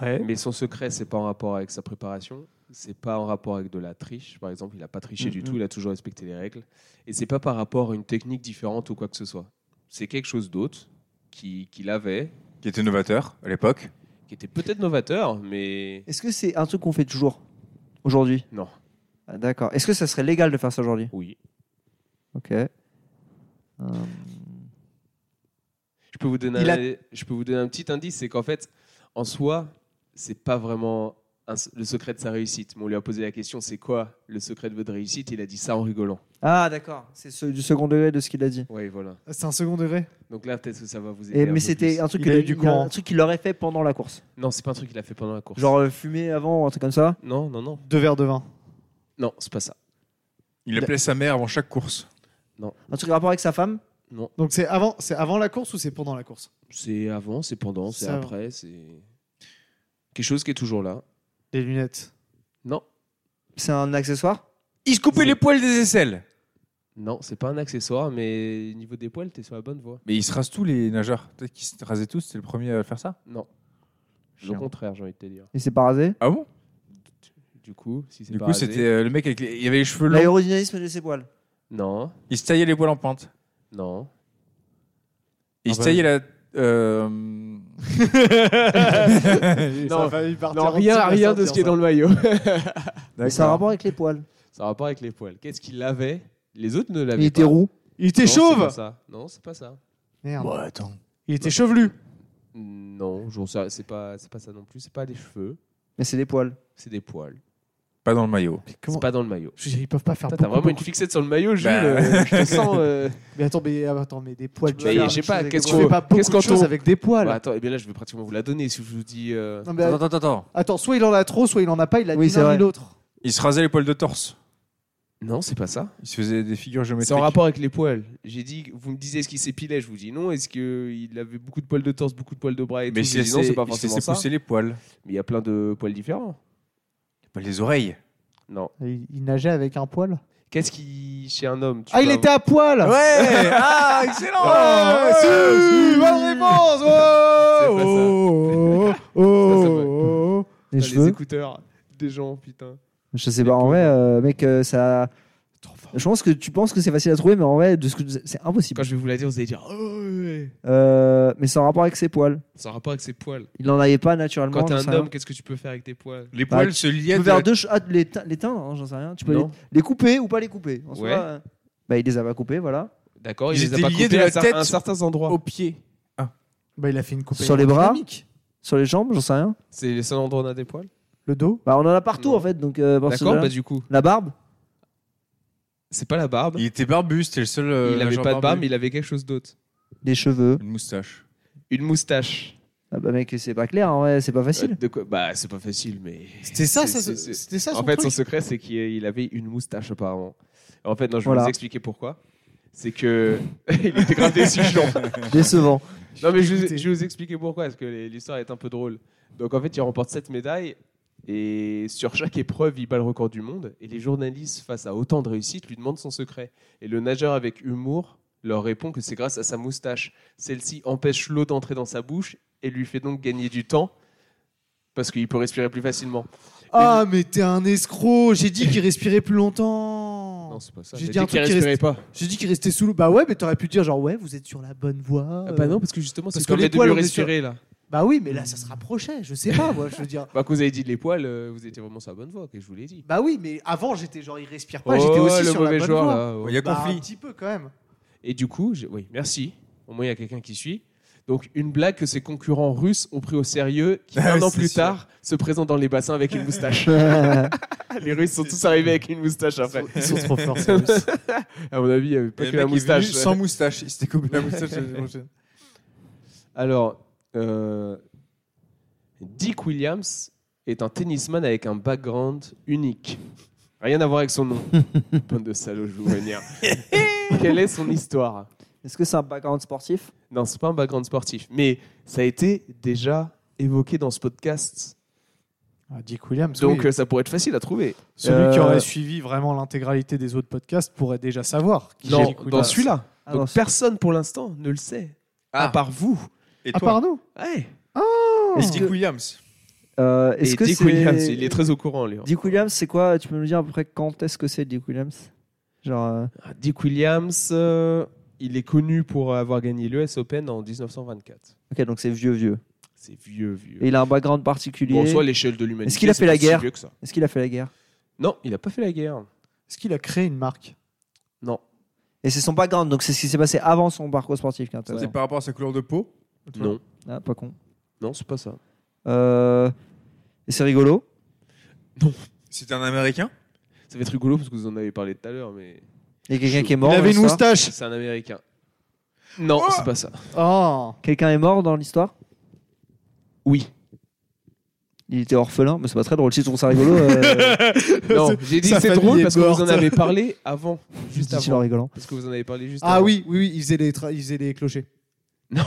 Speaker 3: Ouais.
Speaker 1: mais son secret, c'est pas en rapport avec sa préparation, c'est pas en rapport avec de la triche, par exemple. Il a pas triché du
Speaker 2: Mhm.
Speaker 1: tout, il a toujours respecté les règles, et c'est pas par rapport à une technique différente ou quoi que ce soit. C'est quelque chose d'autre qui- qu'il avait,
Speaker 4: Qui était novateur à l'époque.
Speaker 1: qui était peut-être novateur, mais
Speaker 2: Est-ce que c'est un truc qu'on fait toujours aujourd'hui
Speaker 1: non.
Speaker 2: Ah, D'accord. Est-ce que ça serait légal de faire ça aujourd'hui
Speaker 1: Oui.
Speaker 2: Ok. Euh,
Speaker 1: Je peux vous donner,
Speaker 3: Il
Speaker 1: un, je peux vous donner un petit indice, c'est qu'en fait, en soi, c'est pas vraiment un- le secret de sa réussite. Mais on lui a posé la question, c'est quoi le secret de votre réussite Il a dit ça en rigolant.
Speaker 2: Ah, d'accord. C'est ce- du second degré de ce qu'il a dit.
Speaker 1: Oui, voilà.
Speaker 3: Ah, C'est un second degré.
Speaker 1: Donc là, peut-être que ça va vous aider.
Speaker 2: Et,
Speaker 1: un peu
Speaker 2: mais c'était
Speaker 1: plus.
Speaker 2: un truc,
Speaker 3: Il
Speaker 2: qu'il
Speaker 3: a
Speaker 2: a-
Speaker 3: eu du
Speaker 2: il a-
Speaker 3: courant.
Speaker 2: un truc qu'il aurait fait pendant la course.
Speaker 1: Non, c'est pas un truc qu'il a fait pendant la course.
Speaker 2: Genre euh, fumer avant, un truc comme ça.
Speaker 1: Non, non, non.
Speaker 3: Deux verres de vin.
Speaker 1: Non, c'est pas ça.
Speaker 4: Il appelait sa mère avant chaque course.
Speaker 2: Un truc en rapport avec sa femme.
Speaker 3: Donc c'est avant, c'est avant la course ou c'est pendant la course
Speaker 1: C'est avant, c'est pendant, c'est
Speaker 3: Ça va.
Speaker 1: après, c'est quelque chose qui est toujours là.
Speaker 3: Les lunettes.
Speaker 1: Non,
Speaker 2: C'est un accessoire.
Speaker 4: Il se coupait les poils des aisselles.
Speaker 1: non, c'est pas un accessoire, mais niveau des poils, t'es sur la bonne voie.
Speaker 4: Mais ils se rasent tous les nageurs. Peut-être qu'ils se rasaient tous. C'est le premier à faire ça.
Speaker 1: Non, le
Speaker 4: Chiant.
Speaker 1: contraire, j'ai envie de te dire.
Speaker 2: Et c'est pas rasé.
Speaker 4: Ah bon
Speaker 1: Du coup, si c'est
Speaker 4: Du
Speaker 1: pas
Speaker 4: coup,
Speaker 1: rasé-
Speaker 4: c'était euh, le mec avec les... il avait les cheveux longs.
Speaker 2: L'aérodynamisme de ses poils.
Speaker 1: non,
Speaker 4: Il se taillait les poils en pente.
Speaker 1: non.
Speaker 4: Il
Speaker 3: Ah
Speaker 4: se
Speaker 3: bah.
Speaker 4: taillait la. euh,
Speaker 1: Non, Non, rien, rien de ce qui est dans le maillot.
Speaker 2: Mais C'est un rapport avec les poils.
Speaker 1: Ça a rapport avec les poils. Qu'est-ce qu'il avait Les autres ne l'avaient
Speaker 2: Il était
Speaker 1: pas.
Speaker 2: roux.
Speaker 3: Il était
Speaker 1: Non, c'est pas
Speaker 3: chauve.
Speaker 1: ça. Non, c'est pas ça.
Speaker 3: Merde.
Speaker 4: Ouais, attends.
Speaker 3: Il était chevelu.
Speaker 1: Non, j'en sais- c'est pas, c'est pas ça non plus. C'est pas des cheveux,
Speaker 2: Mais c'est des poils.
Speaker 1: c'est des poils.
Speaker 4: Pas dans le maillot.
Speaker 1: C'est pas dans le maillot.
Speaker 3: Je veux dire, Ils peuvent pas faire
Speaker 1: Putain,
Speaker 3: beaucoup,
Speaker 1: T'as vraiment une
Speaker 3: beaucoup de-
Speaker 1: fixette sur le maillot, Jules.
Speaker 4: Bah.
Speaker 1: euh, je te sens. euh,
Speaker 3: Mais attends, mais, ah, attends, mais des poils.
Speaker 2: Tu
Speaker 3: tu
Speaker 2: peux
Speaker 3: fais-
Speaker 1: Mais je sais pas,
Speaker 2: avec
Speaker 1: qu'est-ce
Speaker 2: des
Speaker 3: tu
Speaker 1: qu'on
Speaker 2: gros-
Speaker 3: fais pas beaucoup
Speaker 1: qu'est-ce
Speaker 3: de
Speaker 1: qu'on
Speaker 3: choses
Speaker 1: tombe
Speaker 3: avec des poils.
Speaker 1: Bah, Attends, et bien là, je vais pratiquement vous la donner si je vous dis. euh,
Speaker 3: Non, mais
Speaker 4: Attends, attends, attends.
Speaker 3: attends, soit il en a trop, soit il en a pas. Il a
Speaker 2: Oui,
Speaker 3: ni
Speaker 2: c'est
Speaker 3: l'un
Speaker 2: vrai.
Speaker 3: ni l'autre.
Speaker 4: Il se rasait les poils de torse.
Speaker 1: Non, c'est pas ça.
Speaker 4: Il se faisait des figures géométriques.
Speaker 1: C'est en rapport avec les poils. J'ai dit, que vous me disiez ce qu'il s'épilait, je vous dis non. Est-ce qu'il avait beaucoup de poils de torse, beaucoup de poils de bras et tout
Speaker 4: Mais il
Speaker 1: Je
Speaker 4: se
Speaker 1: dis non,
Speaker 4: laissait
Speaker 1: c'est pas
Speaker 4: il se
Speaker 1: forcément
Speaker 4: laissait
Speaker 1: ça.
Speaker 4: pousser les poils.
Speaker 1: Mais il y a plein de poils différents.
Speaker 4: Pas les oreilles.
Speaker 1: Non.
Speaker 3: Il, il nageait avec un poil.
Speaker 1: Qu'est-ce qui, chez un homme tu
Speaker 3: Ah, il
Speaker 1: peux
Speaker 3: était à poil.
Speaker 4: Ouais Ah, excellent
Speaker 3: Ah, si, bonne réponse.
Speaker 1: C'est pas ça.
Speaker 3: Oh, oh, oh,
Speaker 1: C'est pas ça, ouais.
Speaker 3: oh, oh.
Speaker 2: Les
Speaker 1: Putain, les
Speaker 2: cheveux.
Speaker 1: écouteurs des gens, putain.
Speaker 2: Je sais pas. En vrai, euh, mec, euh, ça. Je pense que tu penses que c'est facile à trouver, mais en vrai, de ce que tu- c'est impossible.
Speaker 1: Quand je vais vous la dire, vous allez dire Oh, ouais.
Speaker 2: Euh, mais c'est en rapport avec ses poils.
Speaker 1: Ça a rapport avec ses poils.
Speaker 2: Il n'en avait pas naturellement.
Speaker 1: Quand t'es
Speaker 2: j'en
Speaker 1: un
Speaker 2: sais rien.
Speaker 1: homme, qu'est-ce que tu peux faire avec tes poils
Speaker 4: Les
Speaker 2: Bah,
Speaker 4: poils se liaient.
Speaker 2: Tu peux
Speaker 4: de la-
Speaker 2: faire deux ch- ah, les, tein- les teindre, hein, j'en sais rien. Tu peux les,
Speaker 1: Non.
Speaker 2: les couper ou pas les couper. En soi,
Speaker 1: Ouais.
Speaker 2: euh, bah, il les a pas coupés, voilà.
Speaker 1: D'accord,
Speaker 4: Ils
Speaker 1: il les a
Speaker 4: étaient
Speaker 1: pas
Speaker 4: liés
Speaker 1: coupés
Speaker 4: de la
Speaker 1: à, cer-
Speaker 4: tête
Speaker 1: à certains endroits.
Speaker 4: Au pied.
Speaker 3: Bah, il a fait une coupe.
Speaker 2: Sur les bras
Speaker 3: aérodynamique.
Speaker 2: Sur les jambes, j'en sais rien.
Speaker 1: C'est le seul endroit où on a des poils.
Speaker 3: Le dos
Speaker 2: Bah, on en a partout
Speaker 1: Non.
Speaker 2: en fait. Donc, euh, parce que
Speaker 1: D'accord,
Speaker 2: là-
Speaker 1: bah du coup,
Speaker 2: La barbe
Speaker 1: c'est pas la barbe.
Speaker 4: Il était barbu, c'était le seul. euh,
Speaker 1: Il avait
Speaker 4: genre
Speaker 1: pas de barbe,
Speaker 4: barbu.
Speaker 1: mais il avait quelque chose d'autre.
Speaker 2: Les cheveux
Speaker 4: Une moustache.
Speaker 1: Une moustache.
Speaker 2: Ah bah mec, c'est pas clair, hein, ouais, c'est pas
Speaker 1: Euh,
Speaker 2: facile.
Speaker 1: de quoi Bah, c'est pas facile, mais.
Speaker 3: C'était ça,
Speaker 1: C'est-
Speaker 3: ça,
Speaker 1: c'est-
Speaker 3: ça-
Speaker 1: c'est-
Speaker 3: c'était ça son
Speaker 1: En fait, son
Speaker 3: truc.
Speaker 1: secret, c'est qu'il avait une moustache apparemment. En fait, non, je vais
Speaker 2: Voilà.
Speaker 1: vous expliquer pourquoi. C'est que il était grave déçu, Jean.
Speaker 2: Décevant.
Speaker 1: Non, mais je, vous-
Speaker 3: Écoutez.
Speaker 1: je vais vous expliquer pourquoi, parce que les- l'histoire est un peu drôle. Donc, en fait, il remporte 7 médailles, et sur chaque épreuve, il bat le record du monde. Et les journalistes, face à autant de réussite, lui demandent son secret. Et le nageur, avec humour, leur répond que c'est grâce à sa moustache. Celle-ci empêche l'eau d'entrer dans sa bouche et lui fait donc gagner du temps, parce qu'il peut respirer plus facilement.
Speaker 3: Ah, mais t'es un escroc J'ai dit qu'il respirait plus longtemps
Speaker 1: Non, c'est pas ça.
Speaker 3: J'ai
Speaker 1: J'ai
Speaker 3: dit
Speaker 1: dit
Speaker 3: un
Speaker 1: qu'il
Speaker 3: truc qui
Speaker 1: respirait
Speaker 3: reste-
Speaker 1: pas.
Speaker 3: J'ai dit qu'il restait sous l'eau. Bah ouais, mais t'aurais pu dire genre ouais, vous êtes sur la bonne voie.
Speaker 1: Ah bah
Speaker 3: euh.
Speaker 1: non, parce que justement,
Speaker 3: parce
Speaker 1: c'est
Speaker 3: que
Speaker 1: qu'on
Speaker 3: les
Speaker 1: est de
Speaker 3: poils,
Speaker 1: lui
Speaker 3: on est sur-
Speaker 1: respirer là.
Speaker 3: Bah oui, mais là ça se rapprochait. Je sais pas, moi, je veux dire.
Speaker 1: Bah, quand vous avez dit les poils, euh, vous étiez vraiment sur la bonne voie, que je vous l'ai dit.
Speaker 3: Bah oui, mais avant j'étais genre il respire pas, j'étais aussi
Speaker 1: Oh, le
Speaker 3: sur
Speaker 1: mauvais
Speaker 3: la bonne
Speaker 1: joueur
Speaker 3: voie.
Speaker 1: là.
Speaker 4: Il y a
Speaker 3: Bah, un
Speaker 4: conflit.
Speaker 3: petit peu quand même.
Speaker 1: Et du coup, j'ai- oui, merci. Au moins, il y a quelqu'un qui suit. Donc, une blague que ses concurrents russes ont pris au sérieux, qui un an
Speaker 4: Ah C'est
Speaker 1: plus
Speaker 4: sûr.
Speaker 1: tard se présentent dans les bassins avec une moustache. les Russes sont tous arrivés avec une moustache après.
Speaker 3: Ils sont trop forts.
Speaker 1: À mon avis, il n'y avait pas
Speaker 4: Et
Speaker 1: que
Speaker 4: le
Speaker 1: la
Speaker 4: mec est venu
Speaker 1: moustache.
Speaker 4: Sans moustache. Il s'était coupé la moustache.
Speaker 1: Alors, euh, Dick Williams est un tennisman avec un background unique. Rien à voir avec son nom. Bande de salauds, je vous vénère. Quelle est son histoire
Speaker 2: Est-ce que c'est un background sportif
Speaker 1: Non, c'est pas un background sportif, mais ça a été déjà évoqué dans ce podcast.
Speaker 3: Ah, Dick Williams.
Speaker 1: Donc
Speaker 3: oui.
Speaker 1: euh, ça pourrait être facile à trouver.
Speaker 3: Celui qui
Speaker 2: euh,
Speaker 3: aurait suivi vraiment l'intégralité des autres podcasts pourrait déjà savoir. qui est
Speaker 1: Dans,
Speaker 3: Dick Williams.
Speaker 1: dans celui-là.
Speaker 2: Ah,
Speaker 1: Donc
Speaker 2: non, c'est-
Speaker 1: personne pour l'instant ne le sait, à
Speaker 4: Ah,
Speaker 1: part vous.
Speaker 4: et
Speaker 3: À
Speaker 4: toi
Speaker 3: part nous.
Speaker 1: Ouais.
Speaker 4: Et
Speaker 2: Est-ce
Speaker 4: Steve
Speaker 2: que-
Speaker 4: Williams.
Speaker 2: euh, est-ce
Speaker 1: Et
Speaker 2: que
Speaker 1: Dick
Speaker 2: c'est-
Speaker 1: Williams, il est très au courant, lui.
Speaker 2: Dick Williams, c'est quoi Tu peux nous dire à peu près quand est-ce que c'est Dick Williams Genre, euh,
Speaker 1: Ah, Dick Williams, euh, il est connu pour avoir gagné l'US Open en 1924.
Speaker 2: ok, donc c'est vieux, vieux.
Speaker 1: C'est vieux, vieux.
Speaker 2: Et il a un background particulier.
Speaker 1: Bon, en soi, l'échelle de l'humanité.
Speaker 2: Est-ce qu'il a
Speaker 1: c'est
Speaker 2: fait la
Speaker 1: pas si
Speaker 2: guerre
Speaker 1: vieux que ça.
Speaker 2: Est-ce qu'il a fait la guerre
Speaker 1: Non, il n'a pas fait la guerre.
Speaker 3: Est-ce qu'il a créé une marque
Speaker 1: Non.
Speaker 2: Et c'est son background, donc c'est ce qui s'est passé avant son parcours sportif. qui est
Speaker 4: C'était
Speaker 2: intéressant.
Speaker 4: par rapport à sa couleur de peau.
Speaker 1: Non,
Speaker 2: Ah, pas con.
Speaker 1: non, c'est pas ça.
Speaker 2: Euh, Et c'est rigolo.
Speaker 4: C'était un américain.
Speaker 1: Ça va être rigolo parce que vous en avez parlé tout à l'heure, mais
Speaker 2: Il y a quelqu'un
Speaker 1: Chou.
Speaker 2: qui est mort.
Speaker 3: Il
Speaker 2: dans
Speaker 3: avait une
Speaker 2: l'histoire
Speaker 3: moustache.
Speaker 1: c'est un Américain. Non,
Speaker 4: Oh
Speaker 1: c'est pas ça.
Speaker 3: Oh.
Speaker 2: Quelqu'un est mort dans l'histoire
Speaker 1: Oui.
Speaker 2: Il était orphelin, mais c'est pas très drôle. Si tu trouves ça rigolo, euh,
Speaker 1: Non, j'ai dit
Speaker 3: sa
Speaker 1: c'est
Speaker 3: famille
Speaker 1: drôle
Speaker 3: est
Speaker 1: parce que vous en
Speaker 3: morte.
Speaker 1: avez parlé avant. Juste
Speaker 2: juste en
Speaker 1: avant.
Speaker 2: rigolant.
Speaker 1: Parce que vous en avez parlé juste
Speaker 3: Ah
Speaker 1: avant.
Speaker 3: oui, oui, oui, il faisait les, tra- il faisait les clochers.
Speaker 1: Non.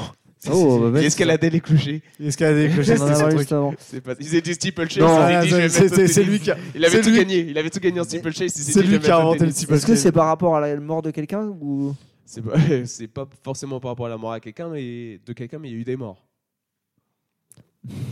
Speaker 2: Oh, bah,
Speaker 1: J'ai
Speaker 2: mec,
Speaker 1: escaladé les clochers.
Speaker 3: Il escaladait les clochers,
Speaker 2: on en a
Speaker 3: c'était son
Speaker 2: parlé
Speaker 3: truc.
Speaker 2: juste avant.
Speaker 1: C'est pas... Ils étaient steeplechase.
Speaker 3: Non,
Speaker 1: ils avaient dit, je vais
Speaker 3: Ah, c'est-
Speaker 1: mettre au
Speaker 3: c'est c'est
Speaker 1: tennis.
Speaker 3: lui qui a,
Speaker 1: Il avait
Speaker 3: c'est
Speaker 1: tout
Speaker 3: lui-
Speaker 1: gagné. Il avait tout gagné en steeplechase. il s'est
Speaker 3: c'est
Speaker 1: dit, je
Speaker 3: lui
Speaker 1: vais
Speaker 3: qui a
Speaker 1: mettre au
Speaker 3: inventé le
Speaker 1: tennis.
Speaker 3: petit
Speaker 2: Est-ce que
Speaker 3: papier.
Speaker 2: c'est par rapport à la mort de quelqu'un ou
Speaker 1: C'est pas, c'est pas forcément par rapport à la mort à quelqu'un, mais de quelqu'un, mais il y a eu des morts.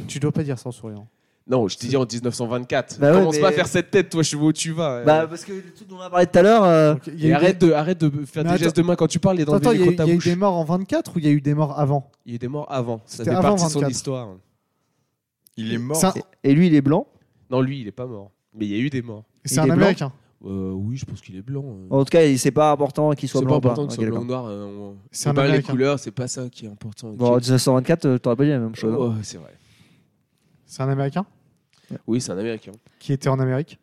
Speaker 3: Tu dois pas dire ça en souriant.
Speaker 1: Non, je t'ai dit en 1924.
Speaker 2: Bah ouais,
Speaker 1: Commence
Speaker 2: mais-
Speaker 1: pas à faire cette tête, toi, je sais pas où tu vas. euh.
Speaker 2: Bah parce que le truc dont on a parlé tout à l'heure, euh,
Speaker 3: Donc, il y
Speaker 1: Et
Speaker 3: a eu
Speaker 1: arrête, de, arrête de faire
Speaker 3: Mais
Speaker 1: des
Speaker 3: attends-
Speaker 1: gestes de main quand tu parles et
Speaker 3: des... Attends,
Speaker 1: d'enlever
Speaker 3: il
Speaker 1: les
Speaker 3: y, a
Speaker 1: crocs
Speaker 3: eu-
Speaker 1: de ta
Speaker 3: il y a eu
Speaker 1: bouche.
Speaker 3: des morts en 24 ou il y a eu des morts avant
Speaker 1: Il y a eu des morts avant. Ça
Speaker 3: C'était
Speaker 1: fait
Speaker 3: avant
Speaker 1: partie de son
Speaker 3: 24.
Speaker 1: histoire.
Speaker 4: Il est mort.
Speaker 3: C'est un,
Speaker 2: et lui il est blanc.
Speaker 1: Non, lui, il est pas mort. Mais il y a eu des morts.
Speaker 3: c'est
Speaker 2: Il
Speaker 3: un
Speaker 2: est blanc
Speaker 3: américain.
Speaker 1: Euh, oui, je pense qu'il est blanc. euh.
Speaker 2: En tout cas, Oh, il- c'est pas important qu'il soit
Speaker 1: C'est
Speaker 2: blanc
Speaker 1: pas
Speaker 2: ou pas.
Speaker 1: important que ce soit
Speaker 2: Ok,
Speaker 1: blanc ou
Speaker 2: d'accord.
Speaker 1: noir. euh, on-
Speaker 3: C'est
Speaker 1: C'est
Speaker 3: un
Speaker 1: pas les
Speaker 3: Américain.
Speaker 1: couleurs, c'est pas ça qui est important.
Speaker 2: Bon, en
Speaker 1: Qui-
Speaker 2: 1924, euh, t'aurais pas dit la même chose.
Speaker 1: Oh, c'est vrai.
Speaker 3: C'est un américain
Speaker 1: Oui, c'est un Américain.
Speaker 3: qui était en Amérique.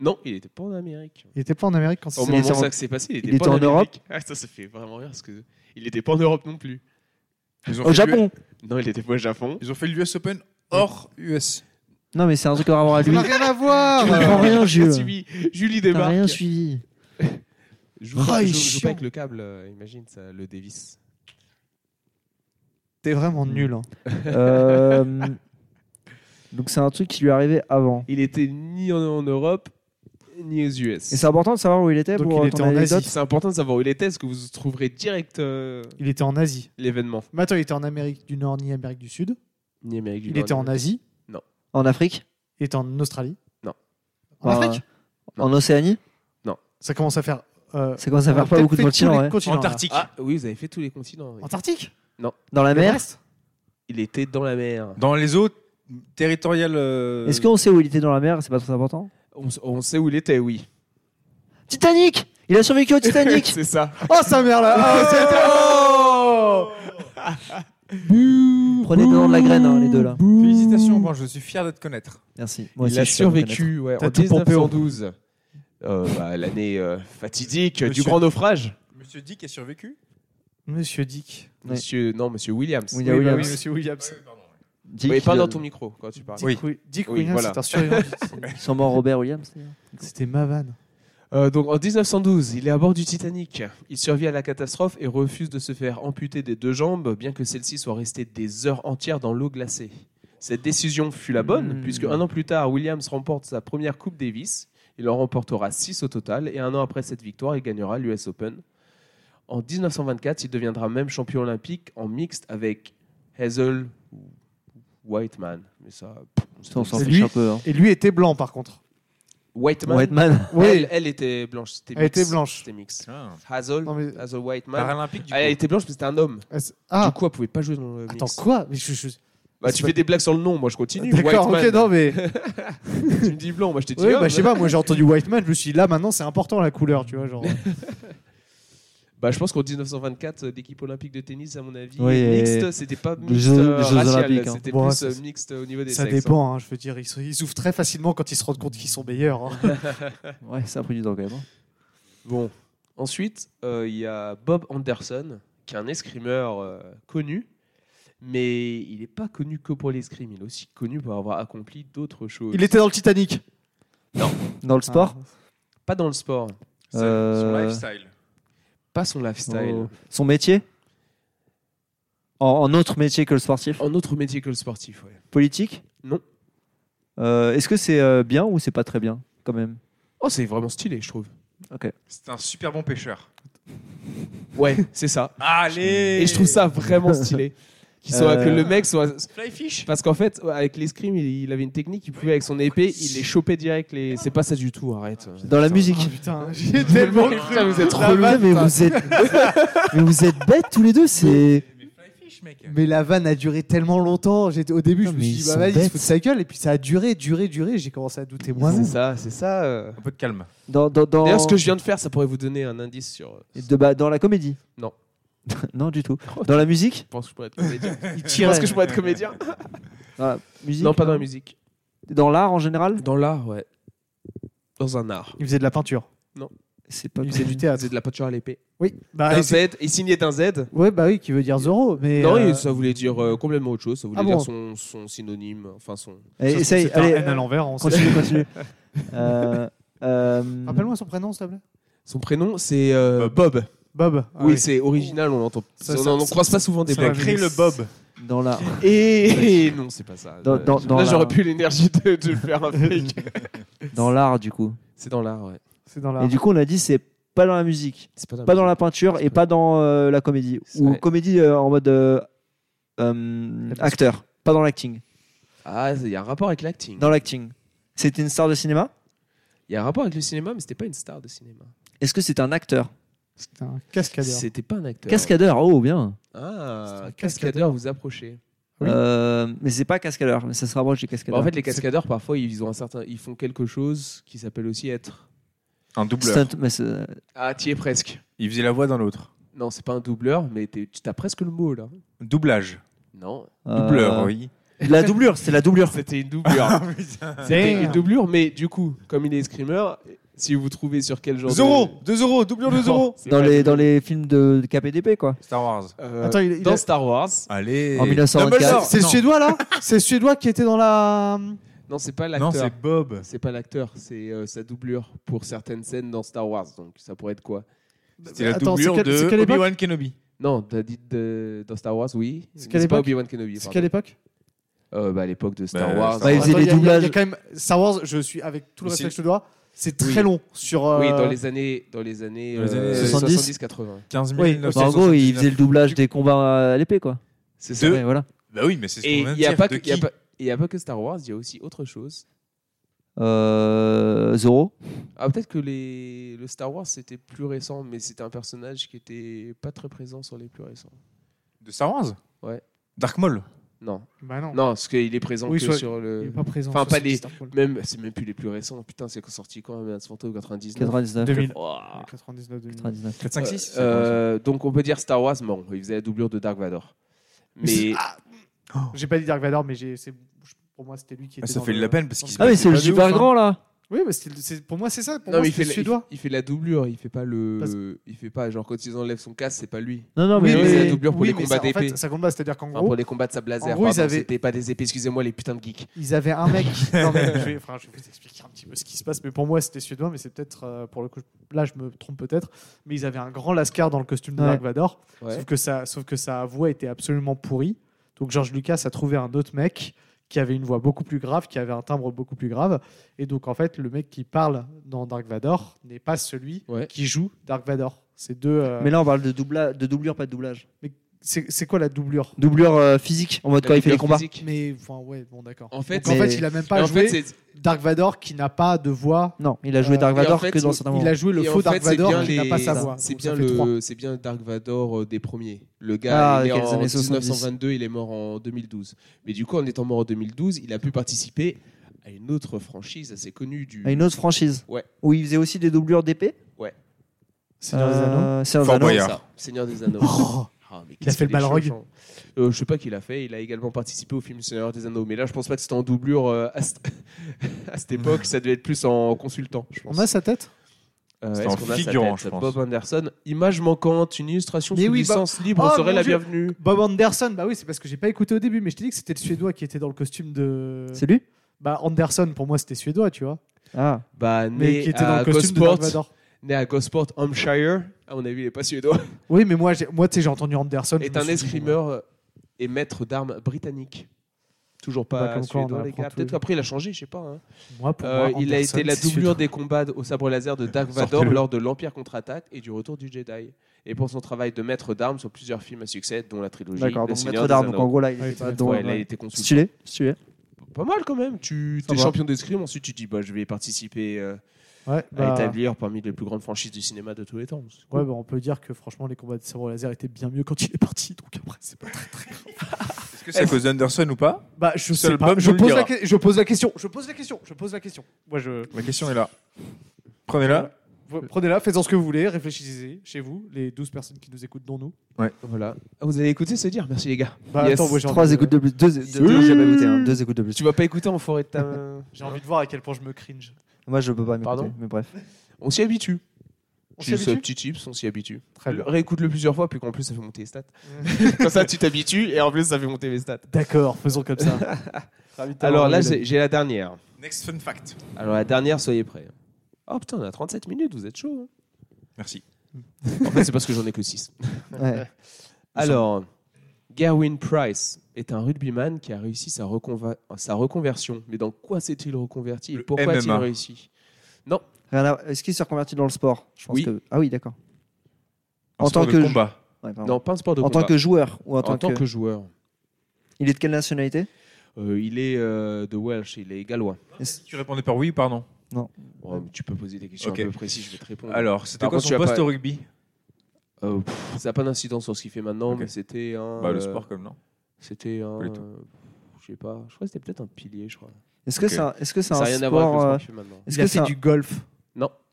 Speaker 1: Non, il était pas en Amérique.
Speaker 3: Il était pas en Amérique quand
Speaker 1: Au
Speaker 3: c'est
Speaker 1: moment
Speaker 2: était en-
Speaker 1: où ça que c'est passé, il était
Speaker 2: il
Speaker 1: pas
Speaker 2: était en Europe
Speaker 1: Amérique. Ah, ça, ça fait vraiment rire parce que il était pas en Europe non plus.
Speaker 4: Ils ont
Speaker 2: Au
Speaker 4: fait
Speaker 2: Japon.
Speaker 1: Non, il était pas au Japon.
Speaker 4: Ils ont fait l'US Open hors US.
Speaker 2: Non mais c'est un truc à voir à
Speaker 3: Ça
Speaker 2: lui.
Speaker 3: n'a rien à voir
Speaker 1: Tu
Speaker 2: Ah,
Speaker 1: comprends
Speaker 2: ouais. rien, Jules.
Speaker 1: Suivi. Julie
Speaker 2: T'as
Speaker 1: débarque.
Speaker 2: rien suivi.
Speaker 1: Joue
Speaker 3: Ah,
Speaker 1: pas,
Speaker 3: il est
Speaker 1: joue- joue
Speaker 3: chiant.
Speaker 1: pas avec le câble, euh, imagine, ça le dévisse.
Speaker 3: T'es vraiment nul. hein.
Speaker 2: Euh, Donc c'est un truc qui lui est arrivé avant.
Speaker 1: Il était ni en, en Europe, ni aux US.
Speaker 2: Et c'est important de savoir où il était
Speaker 3: Donc,
Speaker 2: pour
Speaker 3: il
Speaker 2: euh,
Speaker 3: était
Speaker 2: ton
Speaker 3: en Asie.
Speaker 2: anecdote.
Speaker 1: C'est important de savoir où il était, parce que vous trouverez direct euh,
Speaker 3: Il était en Asie.
Speaker 1: l'événement.
Speaker 3: Mais attends, il était en Amérique du Nord ni Amérique du Sud.
Speaker 1: Ni Amérique du
Speaker 3: Il
Speaker 1: Nord,
Speaker 3: était
Speaker 1: ni
Speaker 3: en Asie.
Speaker 2: En Afrique
Speaker 3: Il était en Australie.
Speaker 1: Non.
Speaker 3: En
Speaker 2: Enfin,
Speaker 3: Afrique
Speaker 2: En Océanie
Speaker 3: Ça commence à faire. euh,
Speaker 2: Ça commence à
Speaker 3: on a
Speaker 2: faire pas
Speaker 3: peut-être
Speaker 2: beaucoup de
Speaker 3: fait tous
Speaker 2: continents.
Speaker 3: les
Speaker 2: ouais.
Speaker 3: continents, là.
Speaker 5: Antarctique.
Speaker 1: Ah oui, vous avez fait tous les continents. oui.
Speaker 3: Antarctique
Speaker 2: Dans la
Speaker 3: Le
Speaker 2: mer.
Speaker 3: reste
Speaker 1: Il était dans la mer.
Speaker 4: Dans les eaux territoriales. euh,
Speaker 2: Est-ce qu'on sait où il était dans la mer C'est pas très important.
Speaker 1: On, s- on sait où il était, oui.
Speaker 2: Titanic Il a survécu au Titanic
Speaker 1: C'est ça.
Speaker 3: Oh, sa mère là Oh, Ah, c'était-
Speaker 2: Prenez dedans de la graine, hein, les deux là.
Speaker 4: Félicitations, moi, je suis fier de te connaître.
Speaker 2: Merci. Moi
Speaker 1: il
Speaker 2: aussi,
Speaker 1: a
Speaker 2: je suis fier de
Speaker 1: survécu ouais, en
Speaker 3: T'as tout pompé au-
Speaker 1: 1912. Euh, bah, L'année euh, fatidique
Speaker 4: Monsieur-
Speaker 1: du grand naufrage.
Speaker 4: Monsieur Dick a survécu
Speaker 3: Monsieur Dick.
Speaker 2: Ouais.
Speaker 1: Monsieur, non, monsieur Williams.
Speaker 2: William
Speaker 3: Oui, bah oui,
Speaker 2: Williams.
Speaker 3: monsieur Williams.
Speaker 2: me
Speaker 1: Oui,
Speaker 2: dire qu'il euh,
Speaker 1: pas dans
Speaker 2: a-
Speaker 1: ton micro quand tu parles.
Speaker 3: Dick, Wi- Dick
Speaker 1: Oui,
Speaker 3: Williams,
Speaker 1: voilà.
Speaker 3: c'est un survivant.
Speaker 2: Ils sont morts Robert Williams. d'ailleurs.
Speaker 3: C'était ma vanne.
Speaker 1: Euh, donc en 1912, il est à bord du Titanic. Il survit à la catastrophe et refuse de se faire amputer des deux jambes, bien que celle-ci soit restée des heures entières dans l'eau glacée. Cette décision fut la bonne,
Speaker 2: Mmh.
Speaker 1: puisque un an plus tard, Williams remporte sa première Coupe Davis. Il en remportera six au total, et un an après cette victoire, il gagnera l'US Open. En 1924, il deviendra même champion olympique en mixte avec Hazel Whiteman. Mais ça, pff,
Speaker 2: Ça, on s'en
Speaker 3: C'est
Speaker 2: fiche
Speaker 3: lui.
Speaker 2: un peu. Hein.
Speaker 3: Et lui était blanc, par contre.
Speaker 1: Whiteman.
Speaker 2: Whiteman.
Speaker 3: Oui.
Speaker 1: Elle, elle était blanche. C'était
Speaker 3: Elle
Speaker 1: mixte.
Speaker 3: était blanche.
Speaker 1: C'était mixte.
Speaker 4: Ah.
Speaker 1: Hazel,
Speaker 3: Non, mais-
Speaker 1: Hazel Whiteman.
Speaker 4: Paralympique, du
Speaker 1: Ah, elle
Speaker 4: coup.
Speaker 1: était blanche, mais c'était un homme.
Speaker 3: Est-ce-
Speaker 1: Du
Speaker 3: Ah,
Speaker 1: coup, elle pouvait pas jouer dans le
Speaker 3: attends,
Speaker 1: mix.
Speaker 3: quoi Mais je- je-
Speaker 1: bah,
Speaker 3: c'est
Speaker 1: tu
Speaker 3: pas- Ah,
Speaker 1: fais des blagues sur le nom, moi je continue.
Speaker 3: D'accord,
Speaker 1: White
Speaker 3: ok,
Speaker 1: man.
Speaker 3: non, mais.
Speaker 1: tu me dis oh, blanc, moi je t'ai dit.
Speaker 3: Oui,
Speaker 1: homme.
Speaker 3: bah, je sais pas, moi j'ai entendu White Man, je me suis dit là maintenant c'est important la couleur, tu vois. Genre,
Speaker 1: Bah, je pense qu'en 1924, euh, l'équipe olympique de tennis, à mon avis,
Speaker 2: Oui, et-
Speaker 1: mixte, c'était pas
Speaker 2: Les
Speaker 1: mixte
Speaker 2: Jeux-
Speaker 1: euh,
Speaker 2: les Jeux
Speaker 1: racial,
Speaker 2: olympiques, hein.
Speaker 1: c'était
Speaker 3: Bon,
Speaker 1: plus
Speaker 3: ça-
Speaker 1: euh, mixte au niveau des
Speaker 3: ça
Speaker 1: sexes.
Speaker 3: dépend, hein, je veux dire, ils, sont- ils ouvrent très facilement quand ils se rendent compte qu'ils sont meilleurs. hein.
Speaker 2: Ouais, c'est un peu du temps quand même. hein.
Speaker 1: hein. Bon, ensuite, euh, il y a Bob Anderson, qui est un escrimeur euh, connu, mais il n'est pas connu que pour l'escrime, il est aussi connu pour avoir accompli d'autres choses.
Speaker 3: Il était dans le Titanic.
Speaker 2: Dans
Speaker 3: Ah,
Speaker 2: le sport
Speaker 1: Pas dans le sport,
Speaker 4: C'est Son
Speaker 2: Euh,
Speaker 4: lifestyle.
Speaker 1: pas son lifestyle.
Speaker 2: Oh. Son métier en, en autre métier que le sportif
Speaker 1: En autre métier que le sportif, ouais.
Speaker 2: Politique
Speaker 1: Non.
Speaker 2: Euh, Est-ce que c'est euh, bien ou c'est pas très bien quand même
Speaker 1: Oh, c'est vraiment stylé, je trouve.
Speaker 4: C'est un super bon pêcheur.
Speaker 1: Ouais, c'est ça.
Speaker 4: Allez
Speaker 1: Et je trouve ça vraiment stylé. Qu'il soit-
Speaker 2: Euh.
Speaker 1: Que le mec soit.
Speaker 4: Flyfish
Speaker 1: Parce qu'en fait, avec l'escrime, il, il avait une technique, il pouvait, avec son épée, il les chopait direct. Les... C'est pas ça du tout, arrête.
Speaker 2: Dans la musique
Speaker 3: Ah, Putain, j'ai tellement
Speaker 1: Mais
Speaker 3: cru.
Speaker 1: putain, vous êtes
Speaker 3: La
Speaker 1: relou.
Speaker 3: vanne-
Speaker 2: mais vous êtes mais vous êtes bêtes tous les deux c'est
Speaker 4: Mais Flyfish, mec
Speaker 3: Mais la vanne a duré tellement longtemps. J'étais- Au début, je
Speaker 2: Non,
Speaker 3: me
Speaker 2: mais
Speaker 3: suis
Speaker 2: ils
Speaker 3: dit, bah
Speaker 2: sont
Speaker 3: vas-y, il se
Speaker 2: bêtes.
Speaker 3: fout de sa gueule. Et puis ça a duré, duré, duré. J'ai commencé à douter
Speaker 1: C'est
Speaker 3: moi-même.
Speaker 1: ça, c'est ça. euh.
Speaker 4: Un peu de calme.
Speaker 2: dans dans dans,
Speaker 1: D'ailleurs, ce que je viens de faire, ça pourrait vous donner un indice sur. euh,
Speaker 2: de- bah, dans la comédie
Speaker 1: Non.
Speaker 2: non du tout dans la musique
Speaker 1: Je pense que je pourrais être comédien.
Speaker 3: Il
Speaker 1: Je pense
Speaker 3: tirait.
Speaker 1: que je pourrais être comédien.
Speaker 2: dans la musique
Speaker 1: Non, pas dans la musique.
Speaker 2: dans l'art en général
Speaker 1: Dans l'art, ouais. Dans un art.
Speaker 3: Il faisait de la peinture.
Speaker 2: c'est pas
Speaker 3: Il faisait du
Speaker 1: Il
Speaker 3: théâtre.
Speaker 1: faisait de la peinture à l'épée.
Speaker 3: Oui. Bah,
Speaker 1: Un
Speaker 3: et c'est-
Speaker 1: Z, il signait d'un Z.
Speaker 3: ouais, bah oui, qui veut dire Zorro. Mais
Speaker 1: Non,
Speaker 3: euh,
Speaker 1: et ça voulait dire euh, complètement autre chose. Ça voulait
Speaker 3: Ah
Speaker 1: dire
Speaker 3: bon
Speaker 1: son, son synonyme, enfin son.
Speaker 2: Eh,
Speaker 3: ça,
Speaker 2: essaye
Speaker 3: c'est un
Speaker 2: allez
Speaker 3: N à l'envers. on sait.
Speaker 2: continue continue Euh, euh,
Speaker 3: Rappelle-moi son prénom, s'il te plaît.
Speaker 1: Son prénom, c'est euh, Bob.
Speaker 3: Bob. Ah
Speaker 1: oui, c'est original, on l'entend.
Speaker 3: Ça,
Speaker 1: on
Speaker 3: ça,
Speaker 1: n'en
Speaker 3: ça,
Speaker 1: croise pas souvent des
Speaker 4: Il a
Speaker 1: blagues.
Speaker 4: créé le Bob.
Speaker 2: dans l'art
Speaker 1: Et, et non, c'est pas ça.
Speaker 2: Dans- dans-
Speaker 1: Là,
Speaker 2: dans
Speaker 1: j'aurais
Speaker 2: la-
Speaker 1: pu l'énergie de, de faire un fake.
Speaker 2: dans l'art du coup
Speaker 1: c'est dans l'art, ouais.
Speaker 3: C'est dans la.
Speaker 2: et du coup on a dit c'est pas dans la musique
Speaker 1: C'est pas dans,
Speaker 2: pas dans la peinture et pas dans euh, la comédie ou
Speaker 1: Ouais.
Speaker 2: comédie euh, en mode euh, euh, acteur pas dans l'acting
Speaker 1: Ah, il y a un rapport avec l'acting.
Speaker 2: dans l'acting c'était une star de cinéma
Speaker 1: Il y a un rapport avec le cinéma, mais c'était pas une star de cinéma.
Speaker 2: est-ce que c'est un acteur
Speaker 3: C'est un cascadeur.
Speaker 1: C'était pas un acteur.
Speaker 2: cascadeur oh bien
Speaker 1: Ah,
Speaker 3: C'est un
Speaker 1: cascadeur,
Speaker 3: cascadeur.
Speaker 1: vous approchez.
Speaker 3: Oui.
Speaker 2: Euh, mais c'est pas cascadeur mais ça se rapproche du
Speaker 1: Bah,
Speaker 2: cascadeur
Speaker 1: en fait, les cascadeurs, parfois, ils ont un certain, ils font quelque chose qui s'appelle aussi être.
Speaker 4: Un doubleur.
Speaker 2: Stunt- mais c'est- euh,
Speaker 1: Ah, t'y es presque.
Speaker 4: Il faisait la voix dans l'autre.
Speaker 1: Non, c'est pas un doubleur, mais t'es- tu as presque le mot là.
Speaker 4: Doublage.
Speaker 1: Non,
Speaker 4: Doubleur,
Speaker 2: euh,
Speaker 4: oui.
Speaker 2: la doublure c'est la doublure
Speaker 1: c'était une doublure.
Speaker 4: Ah,
Speaker 1: C'était une doublure, mais du coup, comme il est screamer, si vous trouvez sur quel genre
Speaker 4: Zoro 2 euros, doublure de Zoro
Speaker 2: dans les, dans les films de, de KPDP quoi
Speaker 4: Star Wars.
Speaker 1: Euh,
Speaker 3: Attends, il, il
Speaker 1: dans
Speaker 3: a-
Speaker 1: Star Wars.
Speaker 4: Allez
Speaker 2: en 1924
Speaker 4: Dumbledore.
Speaker 3: C'est le
Speaker 4: Non.
Speaker 3: suédois là C'est le suédois qui était dans la.
Speaker 1: Non, c'est pas
Speaker 4: Non,
Speaker 1: l'acteur.
Speaker 4: c'est Bob.
Speaker 1: C'est pas l'acteur, c'est euh, sa doublure pour certaines scènes dans Star Wars. Donc ça pourrait être quoi
Speaker 4: C'était la
Speaker 3: Attends, c'est
Speaker 4: doublure
Speaker 3: quelle- c'est quelle
Speaker 4: de
Speaker 3: époque
Speaker 4: Obi-Wan Kenobi.
Speaker 1: Non, t'as dit de- dans Star Wars, oui. mais
Speaker 3: C'est quelle
Speaker 1: C'est pas
Speaker 3: époque
Speaker 1: Obi-Wan Kenobi.
Speaker 3: C'est
Speaker 1: pardon.
Speaker 3: quelle époque
Speaker 1: Euh, bah, à l'époque de Star
Speaker 4: Bah,
Speaker 1: Wars.
Speaker 4: Star
Speaker 2: Bah, il
Speaker 3: Attends,
Speaker 2: faisait des
Speaker 3: y a- y a-
Speaker 2: doublages.
Speaker 3: y a quand même Star Wars, je suis avec tout le
Speaker 1: Mais
Speaker 3: respect
Speaker 1: c'est-
Speaker 3: que je te dois, c'est
Speaker 1: Oui.
Speaker 3: très long sur. euh,
Speaker 1: Oui, dans les années, dans les années, euh,
Speaker 4: Dans les années
Speaker 1: 70,
Speaker 2: 70.
Speaker 1: 80.
Speaker 4: 15
Speaker 3: Oui,
Speaker 4: 979.
Speaker 2: Bah, en gros il faisait le doublage des combats à l'épée quoi
Speaker 1: C'est
Speaker 4: Deux.
Speaker 2: Ouais, voilà
Speaker 4: Bah oui, mais c'est ce
Speaker 1: Et
Speaker 4: qu'on
Speaker 1: il
Speaker 4: vient de
Speaker 1: n'y a
Speaker 4: dire.
Speaker 1: pas
Speaker 4: de
Speaker 1: que, il y a
Speaker 4: qui
Speaker 1: pas- il y a pas que Star Wars, il y a aussi autre chose.
Speaker 2: euh, Zoro.
Speaker 1: Ah, peut-être que les... le Star Wars, c'était plus récent, mais c'était un personnage qui était pas très présent sur les plus récents.
Speaker 4: De Star Wars
Speaker 1: Ouais.
Speaker 4: Dark Maul
Speaker 1: Non.
Speaker 3: Bah non,
Speaker 1: Non, parce qu'il est présent
Speaker 3: Oui,
Speaker 1: que
Speaker 3: soit-
Speaker 1: sur
Speaker 3: il est
Speaker 1: le.
Speaker 3: pas présent.
Speaker 1: Enfin,
Speaker 3: sur
Speaker 1: pas
Speaker 3: cette
Speaker 1: les-
Speaker 3: Starfall.
Speaker 1: Même, c'est même plus les plus récents. Putain, c'est sorti quand même, Ace Phantom 99.
Speaker 2: 99.
Speaker 3: 2000.
Speaker 1: Ouah.
Speaker 3: 99, 2000.
Speaker 2: 99.
Speaker 4: 4, 5, 6
Speaker 1: Euh, donc on peut dire Star Wars, mais bon, il faisait la doublure de Dark Vador. Mais
Speaker 3: ah, J'ai pas dit Dark Vador, mais j'ai- c'est- pour moi, c'était lui qui était.
Speaker 4: Ah, ça
Speaker 3: dans
Speaker 4: fait de
Speaker 3: le-
Speaker 4: la peine parce
Speaker 3: dans
Speaker 4: qu'il
Speaker 3: le-
Speaker 2: Ah, mais c'est le
Speaker 4: pas de
Speaker 2: super
Speaker 4: ouf, hein.
Speaker 2: grand là
Speaker 3: Oui, mais c'était- c'est- pour moi, c'est ça. Pour
Speaker 1: non,
Speaker 3: moi,
Speaker 1: mais il
Speaker 3: c'était
Speaker 1: fait, la, il,
Speaker 3: suédois.
Speaker 1: il fait la doublure, il fait pas le,
Speaker 3: Parce-
Speaker 1: il fait pas genre quand ils enlèvent son casque, c'est pas lui.
Speaker 2: Non, non,
Speaker 1: Oui,
Speaker 2: mais.
Speaker 1: mais
Speaker 2: ouais.
Speaker 1: la doublure pour les
Speaker 3: mais
Speaker 1: combats
Speaker 3: ça- en fait,
Speaker 1: d'épée.
Speaker 3: ça combat, c'est-à-dire qu'en
Speaker 1: Enfin,
Speaker 3: gros,
Speaker 1: pour les combats de sable laser,
Speaker 3: en gros, ils
Speaker 1: pardon,
Speaker 3: avaient-
Speaker 1: c'était pas des épées, excusez-moi les putains de geeks.
Speaker 3: ils avaient un mec. non, mais je, vais, enfin, je vais vous expliquer un petit peu ce qui se passe. Mais pour moi, c'était suédois, mais c'est peut-être euh, pour le coup. Là, je me trompe peut-être. Mais ils avaient un grand lascar dans le costume de
Speaker 2: Ouais.
Speaker 3: Dark Vador.
Speaker 1: Ouais.
Speaker 3: Sauf, que sa, sauf que sa voix était absolument pourrie. Donc George Lucas a trouvé un autre mec qui avait une voix beaucoup plus grave, qui avait un timbre beaucoup plus grave. Et donc en fait, le mec qui parle dans Dark Vador n'est pas celui
Speaker 1: Ouais.
Speaker 3: qui joue Dark Vador. C'est deux. euh,
Speaker 2: Mais là, on parle de, doubla... de doublure, pas de doublage.
Speaker 3: c'est c'est quoi la doublure
Speaker 2: Doublure euh, physique, en mode
Speaker 1: La
Speaker 2: quand il fait les
Speaker 1: doublure
Speaker 2: combats.
Speaker 1: physique.
Speaker 3: Mais enfin ouais, bon d'accord.
Speaker 1: En fait,
Speaker 3: Donc, en
Speaker 2: mais-
Speaker 3: fait, il a même
Speaker 1: Et
Speaker 3: pas
Speaker 1: en
Speaker 3: joué
Speaker 1: fait, c'est-
Speaker 3: Dark Vador qui n'a pas de voix.
Speaker 2: Non, il a joué
Speaker 3: Euh,
Speaker 2: Dark
Speaker 1: et en
Speaker 2: Vador
Speaker 1: fait,
Speaker 2: que dans
Speaker 1: il-
Speaker 2: certains
Speaker 3: Il
Speaker 2: moments.
Speaker 3: a joué le
Speaker 1: et en
Speaker 3: faux
Speaker 1: fait,
Speaker 3: Dark
Speaker 1: c'est bien
Speaker 3: Vador qui n'a
Speaker 1: les-
Speaker 3: pas sa voix.
Speaker 1: C'est
Speaker 3: Donc, ça
Speaker 1: bien
Speaker 3: fait trois.
Speaker 1: le, c'est bien Dark Vador euh, des premiers. Le gars,
Speaker 2: Ah,
Speaker 1: il est
Speaker 2: ok, les
Speaker 1: en
Speaker 2: années 70.
Speaker 1: 1922, il est mort en 2012. Mais du coup, en étant mort en 2012, il a pu participer à une autre franchise assez connue du.
Speaker 2: À une autre franchise.
Speaker 1: Ouais.
Speaker 2: Où il faisait aussi des doublures d'épée.
Speaker 3: Seigneur des Anneaux.
Speaker 2: Euh, Seigneur des
Speaker 4: Fort
Speaker 2: Anneaux.
Speaker 4: Boyard.
Speaker 1: Ça, Seigneur des Anneaux.
Speaker 3: Oh,
Speaker 1: Ah, mais
Speaker 3: Il a fait
Speaker 1: qu'est-ce qu'il
Speaker 3: le
Speaker 1: est
Speaker 3: Balrog.
Speaker 1: chaud, Jean. Euh, Je sais pas qu'il a fait. Il a également participé au film Seigneur des Anneaux. Mais là, je pense pas que c'était en doublure euh, à, cette... à cette époque. Ça devait être plus en consultant. Je pense.
Speaker 3: on a sa tête
Speaker 1: Euh,
Speaker 4: C'était
Speaker 1: est-ce
Speaker 4: en
Speaker 1: qu'on a sa
Speaker 4: figurant,
Speaker 1: tête
Speaker 4: je pense.
Speaker 1: Bob Anderson, image manquante, une illustration
Speaker 3: Mais
Speaker 1: sous
Speaker 3: oui,
Speaker 1: licence libre
Speaker 3: Oh,
Speaker 1: serait
Speaker 3: mon
Speaker 1: la
Speaker 3: Dieu.
Speaker 1: bienvenue.
Speaker 3: Bob Anderson, bah oui, c'est parce que j'ai pas écouté au début, mais je t'ai dit que c'était le Suédois qui était dans le costume de.
Speaker 2: C'est lui
Speaker 3: Bah Anderson, pour moi, c'était Suédois, tu vois.
Speaker 2: Ah.
Speaker 1: Bah,
Speaker 3: Mais
Speaker 1: né
Speaker 3: qui était dans
Speaker 1: à
Speaker 3: le costume de
Speaker 1: Gosport,
Speaker 3: Dark Vador.
Speaker 1: né à Gosport, Hampshire. À mon avis, il est pas suédois.
Speaker 3: Oui, mais moi, j'ai- moi, tu sais, j'ai entendu Anderson. je
Speaker 1: Est
Speaker 3: me
Speaker 1: un
Speaker 3: suis dit, bon,
Speaker 1: escrimeur euh, et maître d'armes britannique. Toujours pas
Speaker 3: Bah, comme quoi, on
Speaker 1: suédois, les
Speaker 3: apprend
Speaker 1: gars.
Speaker 3: tout.
Speaker 1: Peut-être qu'après, il a changé. Je sais pas. hein.
Speaker 3: Moi, pour
Speaker 1: Euh,
Speaker 3: moi,
Speaker 1: il a
Speaker 3: Anderson,
Speaker 1: été la
Speaker 3: c'est
Speaker 1: doublure
Speaker 3: Suédois.
Speaker 1: des combats au sabre laser de Dark Vador
Speaker 4: Sortez-le.
Speaker 1: lors de l'Empire contre-attaque et du retour du Jedi. Et pour son travail de maître d'armes sur plusieurs films à succès, dont la trilogie.
Speaker 2: D'accord,
Speaker 1: Le
Speaker 2: donc
Speaker 1: Seigneur
Speaker 2: maître
Speaker 1: des
Speaker 2: d'armes. Donc
Speaker 1: Anneaux.
Speaker 2: en gros, là, il
Speaker 3: Ouais,
Speaker 2: était pas
Speaker 3: c'est-
Speaker 2: dans.
Speaker 1: Ouais, là, il était consultant.
Speaker 2: Stylé, stylé.
Speaker 1: Pas mal quand même. Tu
Speaker 2: Ça
Speaker 1: es
Speaker 2: va.
Speaker 1: champion d'escrime, ensuite tu dis bah, je vais participer euh,
Speaker 3: Ouais,
Speaker 1: à
Speaker 3: bah,
Speaker 1: établir parmi les plus grandes franchises du cinéma de tous les temps. C'est cool.
Speaker 3: ouais, bah, on peut dire que franchement, les combats de sabre laser étaient bien mieux quand il est parti. Donc après, c'est pas très très.
Speaker 4: Est-ce que c'est à cause d'Anderson ou pas
Speaker 3: Bah, je
Speaker 4: Seul
Speaker 3: sais pas.
Speaker 4: Bob
Speaker 3: Je
Speaker 4: nous le
Speaker 3: pose, la
Speaker 4: dira.
Speaker 3: que- je pose la question. Je pose la question. Je pose la question. Moi, je.
Speaker 4: La question est là. Prenez-la.
Speaker 3: Prenez-la, faites-en ce que vous voulez, réfléchissez chez vous, les 12 personnes qui nous écoutent, dont nous.
Speaker 1: Voilà. Ah, vous avez écouté se dire Merci les gars.
Speaker 3: Bah,
Speaker 1: Yes.
Speaker 3: attends, moi, j'ai
Speaker 2: Trois
Speaker 3: envie de-
Speaker 2: écoutes de plus. Deux, deux, deux, j'ai pas écouté. hein. Deux écoutes de plus.
Speaker 1: Tu vas pas écouter en forêt de ta.
Speaker 3: J'ai envie de voir à quel point je me cringe.
Speaker 2: Moi, je peux pas m'écouter.
Speaker 1: Pardon
Speaker 2: Mais bref.
Speaker 1: on s'y habitue.
Speaker 3: On
Speaker 1: Tu
Speaker 3: s'y
Speaker 1: ce
Speaker 3: habitue
Speaker 1: petit chips, on s'y habitue.
Speaker 3: Très bien.
Speaker 1: Réécoute-le plusieurs fois, puis qu'en plus ça fait monter les stats. Comme ça, tu t'habitues et en plus ça fait monter mes stats.
Speaker 3: D'accord, faisons comme ça.
Speaker 1: Alors là, j'ai j'ai la dernière.
Speaker 4: Next fun fact.
Speaker 1: Alors la dernière, soyez prêts. Oh putain, on a 37 minutes, vous êtes chaud. hein.
Speaker 4: Merci.
Speaker 1: En fait, c'est parce que j'en ai que 6.
Speaker 2: Ouais.
Speaker 1: Alors, Gerwin Price est un rugbyman qui a réussi sa, reconva- sa reconversion. Mais dans quoi s'est-il reconverti et
Speaker 4: Le
Speaker 1: pourquoi a-t-il
Speaker 4: MMA.
Speaker 1: réussi
Speaker 2: Rien à- Est-ce qu'il s'est reconverti dans le sport Je pense
Speaker 1: Oui.
Speaker 2: que- Ah oui, d'accord. En
Speaker 4: Un sport
Speaker 2: tant
Speaker 4: de
Speaker 2: que-
Speaker 4: combat.
Speaker 2: Ouais, pardon.
Speaker 1: Non, pas un sport de
Speaker 2: En tant
Speaker 1: combat.
Speaker 2: que joueur ou en,
Speaker 1: en tant que joueur.
Speaker 2: Il est de quelle nationalité
Speaker 1: Euh, il est euh, de Welsh, il est gallois.
Speaker 2: Est-ce-
Speaker 4: Tu répondais par oui ou par non
Speaker 1: Ouais, mais tu peux poser des questions
Speaker 4: Ok.
Speaker 1: un peu précises, je vais te répondre.
Speaker 4: Alors, c'était
Speaker 1: Par
Speaker 4: quoi
Speaker 1: contre,
Speaker 4: son
Speaker 1: tu as
Speaker 4: poste
Speaker 1: pas-
Speaker 4: au rugby
Speaker 1: Euh, pff, ça n'a pas d'incidence sur ce qu'il fait maintenant,
Speaker 4: Ok.
Speaker 1: mais c'était un.
Speaker 4: Bah, le
Speaker 1: euh,
Speaker 4: sport comme non.
Speaker 1: C'était un.
Speaker 4: Pas du tout.
Speaker 1: euh, Je sais pas, je crois que c'était peut-être un pilier, je crois.
Speaker 2: Est-ce que
Speaker 4: Ok.
Speaker 2: c'est un, est-ce que c'est
Speaker 1: Ça n'a
Speaker 2: un
Speaker 1: rien à voir avec le
Speaker 2: sport
Speaker 1: sport
Speaker 2: euh,
Speaker 1: qu'il fait maintenant.
Speaker 2: Est-ce
Speaker 3: Il a
Speaker 2: que
Speaker 3: fait
Speaker 2: c'est un-
Speaker 3: du golf.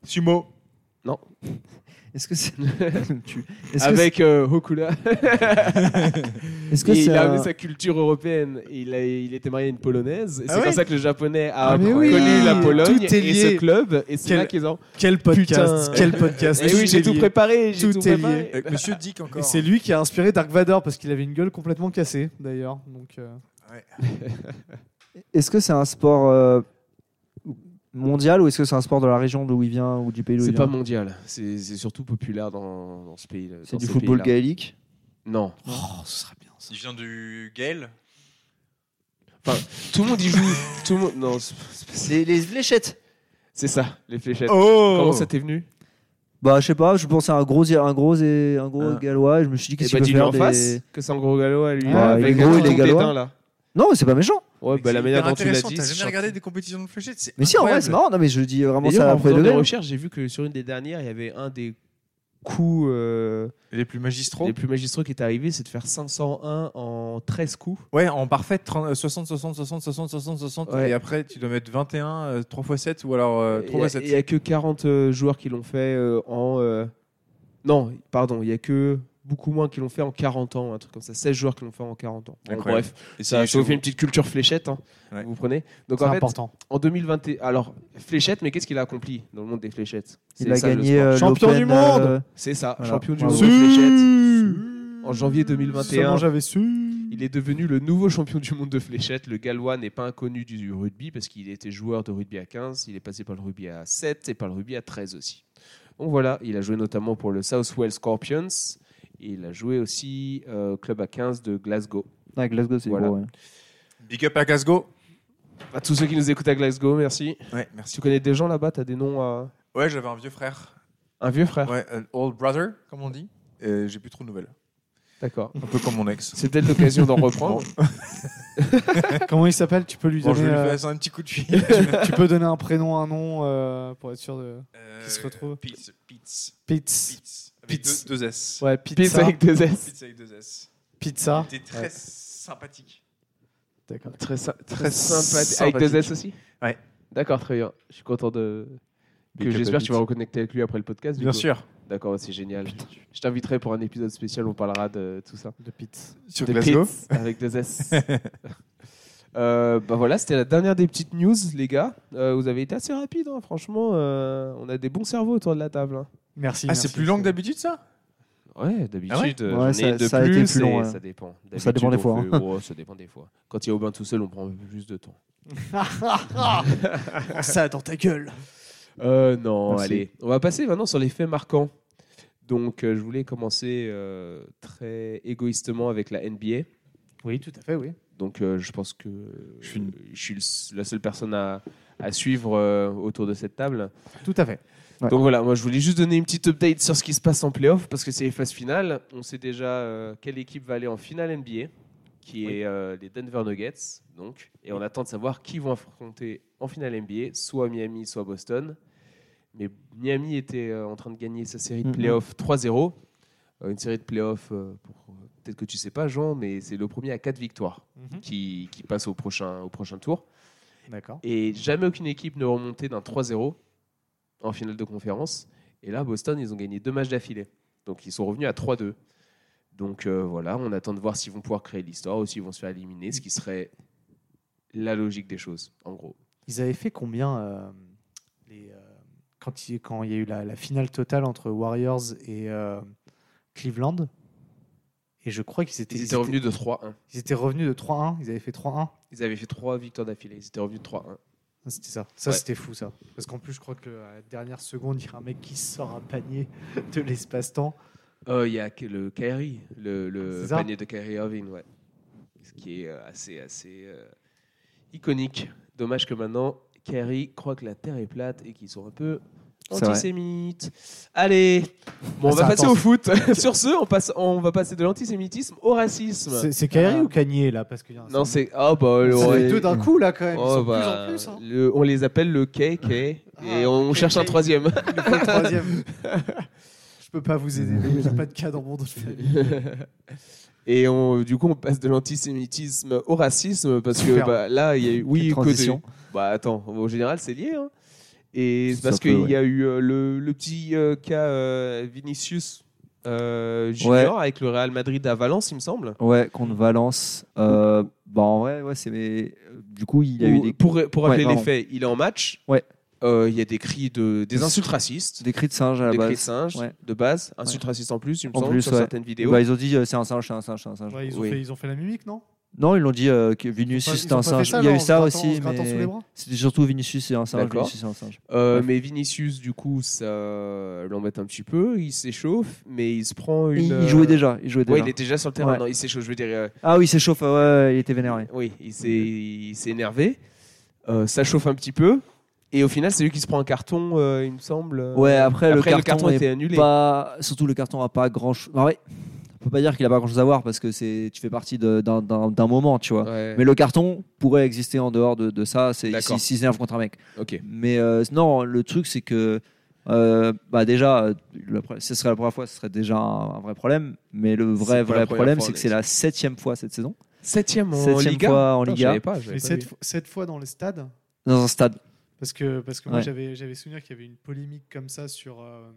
Speaker 4: Sumo.
Speaker 2: est-ce que c'est Tu- est-ce que
Speaker 1: Avec euh, Hokula.
Speaker 2: c'est- est-ce que
Speaker 1: Et il
Speaker 2: c'est
Speaker 1: a
Speaker 2: un-
Speaker 1: amené sa culture européenne. Et Il, a- il était marié à une Polonaise. Et
Speaker 3: Ah
Speaker 1: c'est
Speaker 3: ouais
Speaker 1: comme ça que le Japonais a
Speaker 3: Ah, mais
Speaker 1: connu
Speaker 3: oui,
Speaker 1: la
Speaker 3: tout
Speaker 1: Pologne
Speaker 3: est
Speaker 1: et ce
Speaker 3: lié.
Speaker 1: club. Et c'est
Speaker 3: Quel-
Speaker 1: là qu'ils ont.
Speaker 3: Quel
Speaker 1: podcast,
Speaker 3: podcast
Speaker 1: quel
Speaker 3: Quel podcast
Speaker 1: Et Eh oui, j'ai tout préparé. j'ai
Speaker 3: Tout est
Speaker 1: préparé.
Speaker 3: lié.
Speaker 4: Avec bah, Monsieur Dick encore.
Speaker 3: C'est lui qui a inspiré Dark Vador parce qu'il avait une gueule complètement cassée d'ailleurs. Donc euh,
Speaker 2: est-ce que c'est un sport euh, mondial ou est-ce que c'est un sport de la région d'où il vient ou du pays d'où il
Speaker 1: C'est pas
Speaker 2: vient
Speaker 1: mondial. C'est c'est surtout populaire dans, dans ce pays. dans
Speaker 2: C'est du
Speaker 1: ces
Speaker 2: football
Speaker 1: pays-là.
Speaker 2: gaélique.
Speaker 1: Non.
Speaker 4: Il vient du Gaël.
Speaker 1: Tout le monde y joue. tout le monde. Non, c'est-
Speaker 2: Les, les fléchettes.
Speaker 1: c'est ça, les fléchettes.
Speaker 4: Oh
Speaker 1: Comment ça t'est venu
Speaker 2: Bah je sais pas, je pensais à un gros un gros et un gros
Speaker 1: Ah.
Speaker 2: gallois et je me suis dit
Speaker 1: Et
Speaker 2: qu'est-ce
Speaker 1: bah
Speaker 2: qu'il
Speaker 1: dis-lui
Speaker 2: peut faire
Speaker 1: en
Speaker 2: des-
Speaker 1: face que c'est un gros gallois lui.
Speaker 2: Ah, il est
Speaker 1: avec
Speaker 2: gros,
Speaker 1: un
Speaker 2: il est
Speaker 1: ton
Speaker 2: gallois.
Speaker 1: dédain, là.
Speaker 2: Non, mais c'est pas méchant.
Speaker 1: Ouais, bah,
Speaker 4: C'est
Speaker 1: la manière
Speaker 4: hyper
Speaker 1: dont tu l'as
Speaker 4: intéressant,
Speaker 1: dit.
Speaker 4: T'as
Speaker 1: c'est
Speaker 4: jamais
Speaker 1: choquant.
Speaker 4: regardé des compétitions de fléchettes c'est
Speaker 2: Mais si, en vrai,
Speaker 4: incroyable.
Speaker 2: c'est marrant. Non, mais je dis vraiment
Speaker 1: D'ailleurs,
Speaker 2: ça
Speaker 1: en
Speaker 2: après
Speaker 1: faisant des
Speaker 2: le
Speaker 1: recherches, j'ai vu que sur une des dernières, il y avait un des coups euh,
Speaker 4: Les plus magistraux.
Speaker 1: les plus magistraux qui est arrivé, c'est de faire 501 en 13 coups.
Speaker 4: Ouais, en euh, parfaite, 30, 60, 60, 60, 60, 60, 60.
Speaker 1: Ouais.
Speaker 4: Et après, tu dois mettre 21, euh, 3 x 7 ou alors euh, 3 x
Speaker 1: il n'y a,
Speaker 4: 7.
Speaker 1: que 40 euh, joueurs qui l'ont fait euh, en. euh, Non, pardon, il n'y a que beaucoup moins qui l'ont fait en 40 ans, un truc comme ça. 16 joueurs qui l'ont fait en 40 ans. Bon,
Speaker 4: Incroyable.
Speaker 1: bref, ça, ça vous fait une petite culture fléchette, hein,
Speaker 4: Ouais.
Speaker 1: vous prenez. Donc
Speaker 3: C'est
Speaker 1: en fait,
Speaker 3: important.
Speaker 1: en 2021. Alors, fléchette, mais qu'est-ce qu'il a accompli dans le monde des fléchettes
Speaker 2: Il
Speaker 1: C'est
Speaker 2: a
Speaker 1: ça, le
Speaker 2: gagné
Speaker 1: sport.
Speaker 2: euh,
Speaker 3: Champion
Speaker 2: l'Open,
Speaker 3: du monde.
Speaker 2: euh,
Speaker 1: C'est ça,
Speaker 2: Voilà.
Speaker 1: champion du monde
Speaker 2: Bravo.
Speaker 1: des fléchettes.
Speaker 3: Su-
Speaker 1: En janvier 2021.
Speaker 3: Seulement j'avais su.
Speaker 1: Il est devenu le nouveau champion du monde de fléchettes. Le Gallois n'est pas inconnu du rugby parce qu'il était joueur de rugby à 15, il est passé par le rugby à 7 et par le rugby à 13 aussi. Donc voilà, il a joué notamment pour le South Wales Scorpions et il a joué aussi euh, au club à 15 de Glasgow.
Speaker 2: Ah, Glasgow, c'est
Speaker 1: Voilà.
Speaker 2: gros, ouais.
Speaker 4: Big up à Glasgow.
Speaker 1: À tous ceux qui nous écoutent à Glasgow, merci.
Speaker 4: Ouais,
Speaker 1: Si
Speaker 4: merci.
Speaker 1: tu connais des gens là-bas, tu as des noms à
Speaker 4: Ouais, j'avais un vieux frère.
Speaker 1: un vieux frère.
Speaker 4: Ouais, un old brother, comme on dit. Euh, J'ai plus trop de nouvelles.
Speaker 1: D'accord.
Speaker 4: Un peu comme mon ex.
Speaker 1: C'est peut-être l'occasion d'en reprendre.
Speaker 3: Comment il s'appelle Tu peux lui
Speaker 4: Bon, je
Speaker 3: donner.
Speaker 4: vais lui
Speaker 3: euh,
Speaker 4: faire un petit coup de fil.
Speaker 3: tu peux donner un prénom, un nom euh, pour être sûr de.
Speaker 4: Euh,
Speaker 3: Qui se retrouve
Speaker 4: Pitts. Pitts.
Speaker 3: Pizza.
Speaker 4: Pitts. Avec
Speaker 3: Pitts.
Speaker 4: deux, deux S.
Speaker 3: Ouais,
Speaker 1: Pizza
Speaker 3: pizza.
Speaker 1: avec deux S.
Speaker 4: Pitts avec deux S.
Speaker 3: Pizza.
Speaker 4: Il était très
Speaker 3: Ouais.
Speaker 4: sympathique.
Speaker 3: D'accord.
Speaker 1: Très, sy-
Speaker 4: Très
Speaker 1: très sympathique. Avec deux S aussi
Speaker 4: Ouais.
Speaker 1: D'accord, très bien. Je suis content de. Que j'espère que tu vas reconnecter avec lui après le podcast. du
Speaker 4: Bien
Speaker 1: coup.
Speaker 4: sûr.
Speaker 1: D'accord, c'est génial. Je t'inviterai pour un épisode spécial, on parlera de tout ça.
Speaker 3: De pizza.
Speaker 4: Sur
Speaker 1: de
Speaker 4: Glasgow.
Speaker 1: Pits, avec deux S. Euh, bah voilà, c'était la dernière des petites news, les gars. Euh, vous avez été assez rapides, hein, franchement. euh, on a des bons cerveaux autour de la table. hein.
Speaker 3: Merci.
Speaker 4: Ah,
Speaker 3: merci.
Speaker 4: c'est plus long que d'habitude, ça
Speaker 1: Ouais, d'habitude,
Speaker 4: Ah ouais
Speaker 1: euh,
Speaker 2: Ouais,
Speaker 1: j'en ai
Speaker 2: ça-
Speaker 1: une de
Speaker 2: ça a été
Speaker 1: plus,
Speaker 2: plus long,
Speaker 1: et
Speaker 2: ouais.
Speaker 1: ça dépend.
Speaker 2: Ça dépend des
Speaker 1: D'habitude, on
Speaker 2: fois, hein.
Speaker 1: fait- oh, ça dépend des fois. Quand il y a au bain tout seul, on prend un peu plus de temps.
Speaker 3: Prends ça dans ta gueule.
Speaker 1: Euh, non,
Speaker 2: Merci.
Speaker 1: allez. On va passer maintenant sur les faits marquants. Donc, euh, je voulais commencer euh, très égoïstement avec la NBA.
Speaker 3: Oui, tout à fait, oui.
Speaker 1: Donc euh, je pense que
Speaker 4: Je suis une-
Speaker 1: je suis le s- la seule personne à, à suivre euh, autour de cette table.
Speaker 3: Tout à fait.
Speaker 2: Ouais.
Speaker 1: Donc voilà, moi je voulais juste donner une petite update sur ce qui se passe en playoff parce que c'est les phases finales. On sait déjà euh, quelle équipe va aller en finale NBA, qui est euh, les Denver Nuggets. Donc, et on attend de savoir qui vont affronter en finale NBA, soit Miami, soit Boston. Mais Miami était euh, en train de gagner sa série de
Speaker 2: Mhm.
Speaker 1: playoff 3-0. Euh, une série de playoff, euh, pour- peut-être que tu sais pas Jean, mais c'est le premier à 4 victoires qui, qui passe au prochain, au prochain tour.
Speaker 3: D'accord.
Speaker 1: Et jamais aucune équipe ne remontait d'un 3-0 en finale de conférence. Et là, Boston, ils ont gagné deux matchs d'affilée. Donc, ils sont revenus à 3-2. Donc, euh, voilà, on attend de voir s'ils vont pouvoir créer l'histoire ou s'ils vont se faire éliminer, ce qui serait la logique des choses, en gros.
Speaker 3: Ils avaient fait combien euh, les, euh, quand, il, quand il y a eu la, la finale totale entre Warriors et euh, Cleveland Et je crois qu'ils étaient,
Speaker 1: Ils étaient revenus de 3-1.
Speaker 3: ils étaient revenus de 3-1. Ils avaient fait 3-1.
Speaker 1: Ils avaient fait trois victoires d'affilée. Ils étaient revenus de 3-1.
Speaker 3: Ah, C'était ça. Ça,
Speaker 1: Ouais.
Speaker 3: c'était fou, ça. Parce qu'en plus, je crois que à la dernière seconde, il y a un mec qui sort un panier de l'espace-temps.
Speaker 1: Euh, Il y a que le Kyrie, le, le
Speaker 3: Ah, C'est ça
Speaker 1: panier de Kyrie Irving, ouais. Ce qui est euh, assez, assez euh, iconique. Dommage que maintenant, Kyrie croit que la Terre est plate et qu'ils sont un peu
Speaker 2: C'est vrai.
Speaker 1: antisémites. Allez, bon, on
Speaker 3: Ah,
Speaker 1: va
Speaker 3: ça,
Speaker 1: passer
Speaker 3: attends,
Speaker 1: au foot. Sur ce, on, passe, on va passer de l'antisémitisme au racisme.
Speaker 3: C'est c'est Kyrie
Speaker 1: Ah.
Speaker 3: ou Kanye, là Parce qu'il y a un
Speaker 1: Non, c'est... Ah bah,
Speaker 3: C'est
Speaker 1: ouais.
Speaker 3: les deux d'un coup, là, quand même. Ils
Speaker 1: Oh,
Speaker 3: sont de
Speaker 1: bah,
Speaker 3: plus en plus. hein.
Speaker 1: le- on les appelle le KK et
Speaker 3: Ah,
Speaker 1: on
Speaker 3: KK.
Speaker 1: cherche un troisième.
Speaker 3: Il faut le troisième. Je peux pas vous aider, mais j'ai pas de cas dans mon dos.
Speaker 1: Et on, du coup, on passe de l'antisémitisme au racisme parce que
Speaker 3: Super.
Speaker 1: bah, là, il y a eu. Oui,
Speaker 2: Quelle
Speaker 1: côté-
Speaker 2: transition.
Speaker 1: Bah attends, en général, c'est lié. hein. Et c'est
Speaker 2: Ça
Speaker 1: parce
Speaker 2: peut,
Speaker 1: qu'il
Speaker 2: ouais.
Speaker 1: y a eu euh, le, le petit euh, cas euh, Vinicius euh, Junior avec le Real Madrid à Valence, il me semble.
Speaker 2: Ouais, contre Valence. Euh, bah, en vrai, ouais, c'est mes. Du coup, il y a eu
Speaker 1: Où-
Speaker 2: des,
Speaker 1: Pour, pour rappeler les
Speaker 2: pardon.
Speaker 1: faits, il est en match.
Speaker 2: Ouais.
Speaker 1: Euh, il y a des cris de des insultes racistes,
Speaker 2: des cris de singe à la
Speaker 1: des cris de
Speaker 2: base.
Speaker 1: singe
Speaker 2: Ouais.
Speaker 1: de base, insultes racistes en plus, il me
Speaker 2: En
Speaker 1: semble,
Speaker 2: plus,
Speaker 1: sur
Speaker 2: ouais.
Speaker 1: certaines vidéos.
Speaker 2: Bah, ils ont dit euh, c'est un singe, c'est un singe, c'est un singe.
Speaker 3: ils,
Speaker 1: ont
Speaker 3: ont
Speaker 1: Oui. fait-
Speaker 3: fait, la mimique, non
Speaker 2: Non, ils l'ont dit euh, que
Speaker 3: pas-
Speaker 2: Vinicius
Speaker 3: ils
Speaker 2: c'était
Speaker 3: ont
Speaker 2: un
Speaker 3: pas fait
Speaker 2: singe.
Speaker 3: ça,
Speaker 2: Il y a eu
Speaker 3: là, en se
Speaker 2: ça
Speaker 3: grattant- en
Speaker 2: aussi,
Speaker 3: se grattant sous les
Speaker 2: mais
Speaker 3: bras
Speaker 2: c'était surtout Vinicius c'est un singe.
Speaker 1: D'accord.
Speaker 2: Vinicius c'est un singe.
Speaker 1: Euh,
Speaker 2: Bref.
Speaker 1: mais Vinicius, du coup, ça euh, l'embête un petit peu. Il s'échauffe, mais il se prend une.
Speaker 2: Il, il
Speaker 1: euh,
Speaker 2: jouait déjà, il jouait déjà.
Speaker 1: Ouais, il était déjà sur le terrain.
Speaker 2: Ouais.
Speaker 1: Non, il s'échauffe. Je veux dire, euh,
Speaker 2: Ah oui, il s'échauffe. ouais, ouais, il était vénéré.
Speaker 1: oui, il s'est, il s'est énervé. Euh, ça chauffe un petit peu. Et au final, c'est lui qui se prend un carton, euh, il me semble.
Speaker 2: Ouais, après, le carton
Speaker 1: était
Speaker 2: est
Speaker 1: annulé.
Speaker 2: Pas, surtout le carton a pas grand. ch- En vrai, on peut pas dire qu'il a pas grand chose à voir parce que c'est, tu fais partie de- d'un- d'un d'un moment, tu vois.
Speaker 1: Ouais.
Speaker 2: Mais le carton pourrait exister en dehors de, de ça, c'est
Speaker 1: D'accord.
Speaker 2: s'il s'il s'énerve contre un mec.
Speaker 1: Ok.
Speaker 2: Mais euh, non, le truc c'est que euh, bah déjà, euh, le pro- ce serait la première fois, ce serait déjà un, un vrai problème. Mais le vrai
Speaker 1: C'est pas la
Speaker 2: vrai
Speaker 1: première
Speaker 2: problème,
Speaker 1: fois,
Speaker 2: c'est que
Speaker 1: mais
Speaker 2: c'est la septième fois cette saison,
Speaker 1: Septième en
Speaker 2: septième
Speaker 1: Liga.
Speaker 2: fois en
Speaker 1: Putain,
Speaker 2: Liga,
Speaker 1: j'avais pas, j'avais
Speaker 3: Mais
Speaker 1: pas
Speaker 3: cette,
Speaker 1: vu.
Speaker 3: fo- cette fois dans le stade,
Speaker 2: dans un stade.
Speaker 3: parce que, parce que moi
Speaker 2: Ouais.
Speaker 3: j'avais j'avais souvenir qu'il y avait une polémique comme ça sur, euh,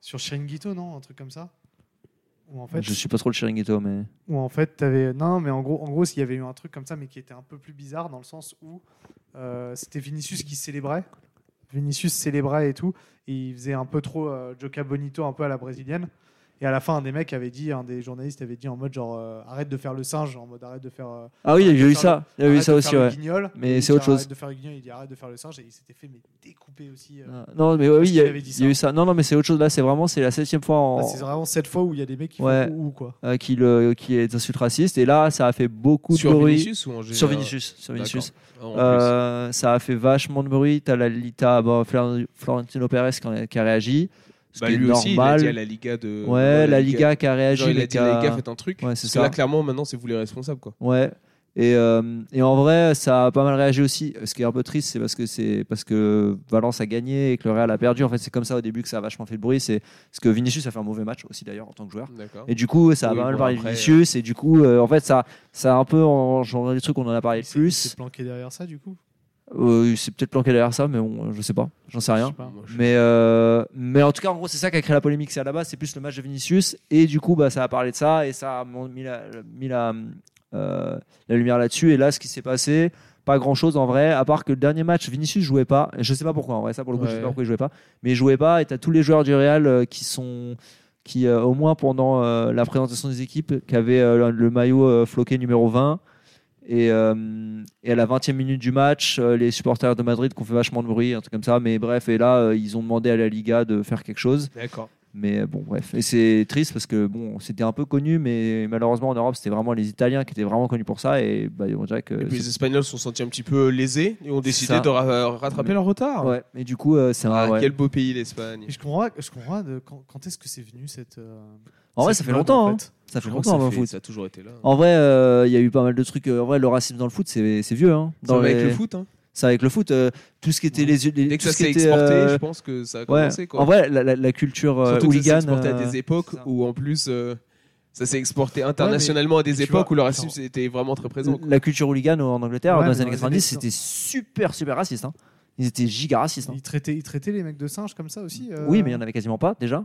Speaker 3: sur Shinguito, non Un truc comme ça Ou en fait,
Speaker 2: Je suis pas trop le Chiringuito, mais
Speaker 3: où en fait t'avais non mais en gros en gros s'il y avait eu un truc comme ça mais qui était un peu plus bizarre dans le sens où euh, c'était Vinicius qui célébrait Vinicius célébrait et tout et il faisait un peu trop euh, Joca Bonito un peu à la brésilienne et à la fin un des mecs avait dit un des journalistes avait dit en mode genre euh, arrête de faire le singe en mode arrête de faire euh,
Speaker 2: ah oui, il y a eu
Speaker 3: Arrête de faire
Speaker 2: ça, il y a eu
Speaker 3: arrête
Speaker 2: ça
Speaker 3: de
Speaker 2: aussi,
Speaker 3: faire le
Speaker 2: ouais.
Speaker 3: guignol.
Speaker 2: Mais
Speaker 3: Il
Speaker 2: c'est
Speaker 3: dit,
Speaker 2: autre chose.
Speaker 3: arrête de faire le guignol il dit arrête de faire le singe et il s'était fait mais découper aussi euh.
Speaker 2: Ah, Non, mais ouais, oui, il y,
Speaker 3: qu'il
Speaker 2: a-
Speaker 3: avait dit
Speaker 2: il y a eu ça. Non, non, mais c'est autre chose. Là, c'est vraiment c'est la septième fois en-
Speaker 3: Là, c'est vraiment cette fois où il y a des mecs qui
Speaker 2: Ouais.
Speaker 3: font ou quoi
Speaker 2: euh, qu'il euh, qu'il est insulte raciste. Et là, ça a fait beaucoup
Speaker 1: sur
Speaker 2: de bruit.
Speaker 1: Vinicius ou en général
Speaker 3: euh,
Speaker 2: Sur Vinicius. Sur Vinicius.
Speaker 1: Ah, en plus.
Speaker 2: Euh, ça a fait vachement de bruit. T'as la Lita, bon, Flor- Florentino Pérez qui, en- qui a réagi. Ce
Speaker 1: Bah,
Speaker 2: qui est
Speaker 1: lui aussi, il a
Speaker 2: normal.
Speaker 1: dit à la euh, Liga de.
Speaker 2: Ouais, la Liga qui a réagi.
Speaker 1: Genre, il a
Speaker 2: mais
Speaker 1: dit
Speaker 2: qui a-
Speaker 1: les gars, faites un truc.
Speaker 2: Ouais,
Speaker 1: parce
Speaker 2: c'est
Speaker 1: que
Speaker 2: ça.
Speaker 1: là, clairement, maintenant, c'est vous les responsables, quoi.
Speaker 2: Ouais. Et, euh, et en vrai, ça a pas mal réagi aussi. Ce qui est un peu triste, c'est parce que c'est parce que Valence a gagné et que le Real a perdu. En fait, c'est comme ça au début que ça a vachement fait de bruit. C'est parce que Vinicius a fait un mauvais match aussi d'ailleurs en tant que joueur.
Speaker 1: D'accord.
Speaker 2: Et du coup, ça a
Speaker 1: Oui,
Speaker 2: pas mal
Speaker 1: bon,
Speaker 2: parlé de
Speaker 1: après,
Speaker 2: Vinicius. Et du coup, euh, en fait, ça, ça a un peu engendré des trucs on en a parlé
Speaker 3: il
Speaker 2: de
Speaker 3: s'est il
Speaker 2: Ah,
Speaker 3: s'est
Speaker 2: plus.
Speaker 3: planqué derrière ça du coup
Speaker 2: Euh, c'est peut-être planqué derrière ça, mais bon, je sais pas. J'en sais
Speaker 3: Je
Speaker 2: rien.
Speaker 3: sais pas.
Speaker 2: Mais, euh, mais en tout cas, en gros, c'est ça qui a créé la polémique. C'est à la base, c'est plus le match de Vinicius. Et du coup, bah, ça a parlé de ça et ça a mon- mis la, mis la, euh, la lumière là-dessus. Et là, ce qui s'est passé, pas grand-chose en vrai, à part que le dernier match, Vinicius jouait pas. Et je sais pas pourquoi, en vrai, ça pour le coup, je sais
Speaker 1: Ouais.
Speaker 2: pas pourquoi il jouait pas. Mais il jouait pas et t'as tous les joueurs du Real euh, qui sont. Qui, euh, au moins pendant euh, la présentation des équipes, qui avaient euh, le- le maillot euh, floqué numéro 20. Et, euh, et à la 20e minute du match, euh, les supporters de Madrid qui ont fait vachement de bruit, un truc comme ça. Mais bref, et là, euh, ils ont demandé à la Liga de faire quelque chose.
Speaker 1: D'accord.
Speaker 2: Mais euh, bon, bref. Et c'est triste parce que bon, c'était un peu connu, mais malheureusement en Europe, c'était vraiment les Italiens qui étaient vraiment connus pour ça. Et bah, on dirait que.
Speaker 1: Et puis les Espagnols se sont sentis un petit peu lésés et ont décidé
Speaker 2: ça.
Speaker 1: de ra- euh, rattraper leur retard.
Speaker 2: ouais. Et du coup, euh, c'est un.
Speaker 1: hein. Ah,
Speaker 2: ouais.
Speaker 1: quel beau pays, l'Espagne.
Speaker 3: Et je comprends, je comprends de- quand, quand est-ce que c'est venu cette. euh,
Speaker 2: En vrai,
Speaker 3: cette
Speaker 2: ça fait
Speaker 3: mode,
Speaker 2: longtemps.
Speaker 3: en
Speaker 2: hein.
Speaker 3: fait
Speaker 2: Ça fait
Speaker 1: Je crois que
Speaker 2: longtemps dans
Speaker 1: ça,
Speaker 2: le
Speaker 1: fait-
Speaker 2: foot.
Speaker 1: ça a toujours été là.
Speaker 2: En vrai, euh, il y a eu pas mal de trucs. En vrai, le racisme dans le foot, c'est c'est vieux. Hein.
Speaker 1: Ça
Speaker 2: Dans
Speaker 1: va avec
Speaker 2: les-
Speaker 1: le foot. hein.
Speaker 2: C'est avec le foot. euh, tout ce qui était
Speaker 1: Ouais.
Speaker 2: les. les-
Speaker 1: Dès que
Speaker 2: tout
Speaker 1: ça
Speaker 2: ce qui
Speaker 1: s'est
Speaker 2: était,
Speaker 1: exporté,
Speaker 2: euh,
Speaker 1: je pense que ça a
Speaker 2: ouais.
Speaker 1: commencé. Quoi.
Speaker 2: En vrai, la, la- la culture euh,
Speaker 1: Surtout que ça s'est
Speaker 2: hooligan,
Speaker 1: exporté à des
Speaker 2: euh,
Speaker 1: époques
Speaker 2: c'est ça.
Speaker 1: où, en plus, euh, ça s'est exporté internationalement à des
Speaker 3: tu
Speaker 1: époques
Speaker 3: vois,
Speaker 1: où le
Speaker 3: attends.
Speaker 1: racisme était vraiment très présent. quoi.
Speaker 2: la culture hooligan euh, en Angleterre
Speaker 3: Ouais,
Speaker 2: dans
Speaker 3: mais
Speaker 2: les années
Speaker 3: dans les
Speaker 2: 90 c'était
Speaker 3: années-
Speaker 2: super super raciste hein. ils étaient giga racistes hein.
Speaker 3: Ils traitaient, ils traitaient les mecs de singes comme ça aussi. euh,
Speaker 2: oui mais il y en avait quasiment pas déjà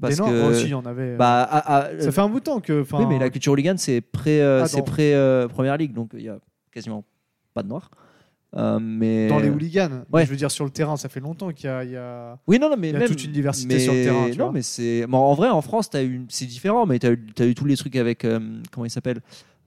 Speaker 2: parce
Speaker 3: des Noirs
Speaker 2: que
Speaker 3: aussi, il y en avait. euh,
Speaker 2: bah, à- à-
Speaker 3: ça fait un bout de temps que. enfin,
Speaker 2: oui mais la culture hooligan c'est pré euh,
Speaker 3: Ah,
Speaker 2: c'est
Speaker 3: dans-
Speaker 2: pré euh, première ligue donc il y a quasiment pas de noirs Euh, mais
Speaker 3: Dans les hooligans.
Speaker 2: Ouais.
Speaker 3: Je veux dire, sur le terrain, ça fait longtemps qu'il y a. il y a-
Speaker 2: oui non non mais
Speaker 3: il y a
Speaker 2: même-
Speaker 3: toute une diversité
Speaker 2: mais-
Speaker 3: sur le terrain, tu
Speaker 2: non
Speaker 3: vois.
Speaker 2: mais c'est bon, en vrai en France t'as eu c'est différent mais t'as eu t'as eu tous les trucs avec euh, comment il s'appelle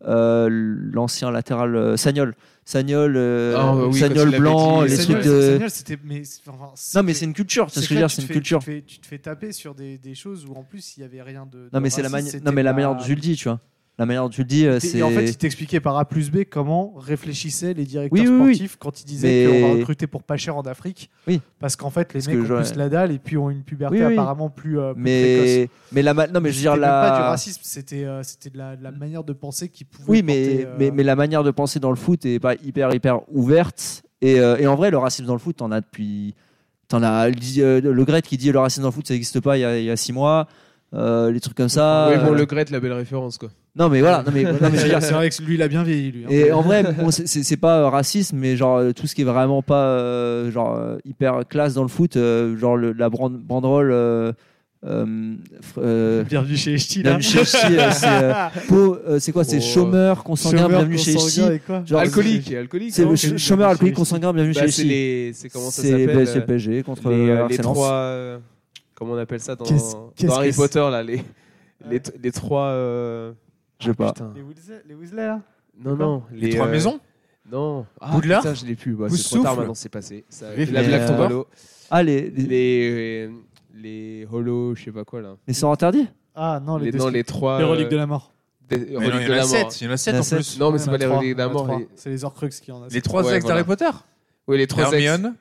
Speaker 2: Euh, l'ancien latéral euh, Sagnol Sagnol euh,
Speaker 1: Ah, bah oui, quand
Speaker 2: Sagnol
Speaker 1: il l'avait
Speaker 2: blanc
Speaker 1: dit,
Speaker 2: Oh, les
Speaker 1: Sagnol,
Speaker 2: trucs de
Speaker 3: Samuel, c'était. mais c'est- enfin,
Speaker 2: Non, mais
Speaker 3: c'était-
Speaker 2: c'est une culture, c'est ce que je
Speaker 3: clair
Speaker 2: veux dire,
Speaker 3: tu
Speaker 2: c'est
Speaker 3: te
Speaker 2: une
Speaker 3: fais-
Speaker 2: culture.
Speaker 3: Tu te, fais, tu te fais taper sur des, des choses où en plus il n'y avait rien de.
Speaker 2: Non, mais c'est la, mani- non, mais la manière dont
Speaker 3: de
Speaker 2: tu le dis, tu vois. La manière dont tu le dis, euh, c'est.
Speaker 3: Et en fait, il t'expliquait par A plus B comment réfléchissaient les directeurs
Speaker 2: Oui, oui, oui.
Speaker 3: sportifs quand ils disaient
Speaker 2: Mais-
Speaker 3: qu'on va recruter pour pas cher en Afrique.
Speaker 2: Oui.
Speaker 3: Parce qu'en fait, les
Speaker 2: Parce
Speaker 3: mecs
Speaker 2: que
Speaker 3: ont
Speaker 2: je-
Speaker 3: plus la dalle et puis ont une puberté
Speaker 2: Oui, oui.
Speaker 3: apparemment plus, euh, plus précoce.
Speaker 2: mais, mais la ma- non, mais je veux
Speaker 3: C'était
Speaker 2: dire,
Speaker 3: même pas du
Speaker 2: la.
Speaker 3: racisme, c'était euh, c'était de la, de la manière de penser qui pouvait.
Speaker 2: Oui, mais,
Speaker 3: porter, euh,
Speaker 2: mais, mais la manière de penser dans le foot est pas hyper, hyper ouverte. Et, euh, et en vrai, le racisme dans le foot, t'en as depuis. T'en as dit, euh, le Gret qui dit le racisme dans le foot, ça n'existe pas il y, a, il y a six mois. Euh, les trucs comme ça.
Speaker 1: Oui, bon,
Speaker 2: Euh,
Speaker 1: le Gret, la belle référence. quoi.
Speaker 2: Non, mais voilà. Non, mais, non, mais je veux dire,
Speaker 3: c'est vrai que lui, il a bien vieilli, lui. hein.
Speaker 2: Et en vrai, bon, c'est- c'est c'est pas euh, racisme, mais genre euh, tout ce qui est vraiment pas euh, genre euh, hyper classe dans le foot, euh, genre le- la brand- banderole. Euh, euh, fr- euh,
Speaker 3: Bienvenue chez Echti, là.
Speaker 2: bienvenue chez Ch'ti, euh, c'est euh, pauvre, euh, c'est quoi C'est
Speaker 1: Oh.
Speaker 2: chômeur, consanguin,
Speaker 3: Chômeur,
Speaker 2: bienvenue chez Ch'ti.
Speaker 3: consanguin et quoi
Speaker 2: Genre,
Speaker 1: alcoolique. alcoolique
Speaker 2: C'est
Speaker 1: non,
Speaker 2: le
Speaker 1: c'est-
Speaker 2: ch- chômeur, alcoolique,
Speaker 3: Bienvenue chez
Speaker 2: consanguin, bienvenue
Speaker 1: Bah,
Speaker 2: chez
Speaker 1: c'est
Speaker 2: Ch'ti.
Speaker 1: les. C'est comment ça
Speaker 2: C'est les
Speaker 1: s'appelle euh,
Speaker 2: c'est le PSG contre
Speaker 1: les,
Speaker 2: euh,
Speaker 1: euh, les
Speaker 2: Arsenal.
Speaker 1: trois. euh, comment on appelle ça dans,
Speaker 3: Qu'est-ce-
Speaker 1: dans
Speaker 3: qu'est-ce
Speaker 1: Harry
Speaker 3: que
Speaker 1: Potter là les, les, les trois. euh,
Speaker 2: Je sais pas.
Speaker 1: putain.
Speaker 3: Les Weasley, les Weasley, là
Speaker 1: Non non.
Speaker 4: Les trois
Speaker 1: euh,
Speaker 4: maisons
Speaker 1: Non. Ah,
Speaker 4: Poudlard
Speaker 1: putain, je l'ai plus. Bah,
Speaker 4: Vous
Speaker 1: c'est trop tard
Speaker 4: souffle
Speaker 1: maintenant. C'est passé. Ça,
Speaker 4: Riff-
Speaker 1: la
Speaker 2: Mais,
Speaker 1: blague tombe
Speaker 2: euh,
Speaker 1: à l'eau.
Speaker 2: Ah, les, les,
Speaker 1: Les euh, les holos, je sais pas quoi là.
Speaker 2: les sorts interdits
Speaker 3: Ah non, les,
Speaker 1: Les,
Speaker 3: deux-
Speaker 1: non les trois.
Speaker 3: les reliques de
Speaker 1: euh,
Speaker 3: la mort.
Speaker 1: des-
Speaker 4: Mais non,
Speaker 1: reliques
Speaker 4: Il y
Speaker 1: de
Speaker 4: en
Speaker 1: la
Speaker 4: a
Speaker 1: mort.
Speaker 4: 7, il y en a 7
Speaker 2: Il y en
Speaker 4: en
Speaker 2: a sept.
Speaker 4: plus.
Speaker 3: Non,
Speaker 1: Non mais
Speaker 3: il y
Speaker 1: c'est
Speaker 3: en
Speaker 1: pas
Speaker 3: a
Speaker 1: les
Speaker 3: trois,
Speaker 1: reliques de la
Speaker 3: il y en a
Speaker 1: mort.
Speaker 3: trois.
Speaker 1: les-
Speaker 3: C'est les Horcruxes qui en a.
Speaker 4: Les 3
Speaker 1: Ouais,
Speaker 4: ex
Speaker 1: voilà.
Speaker 4: d'Harry Potter
Speaker 1: Oui, les trois ex.
Speaker 4: Hermione,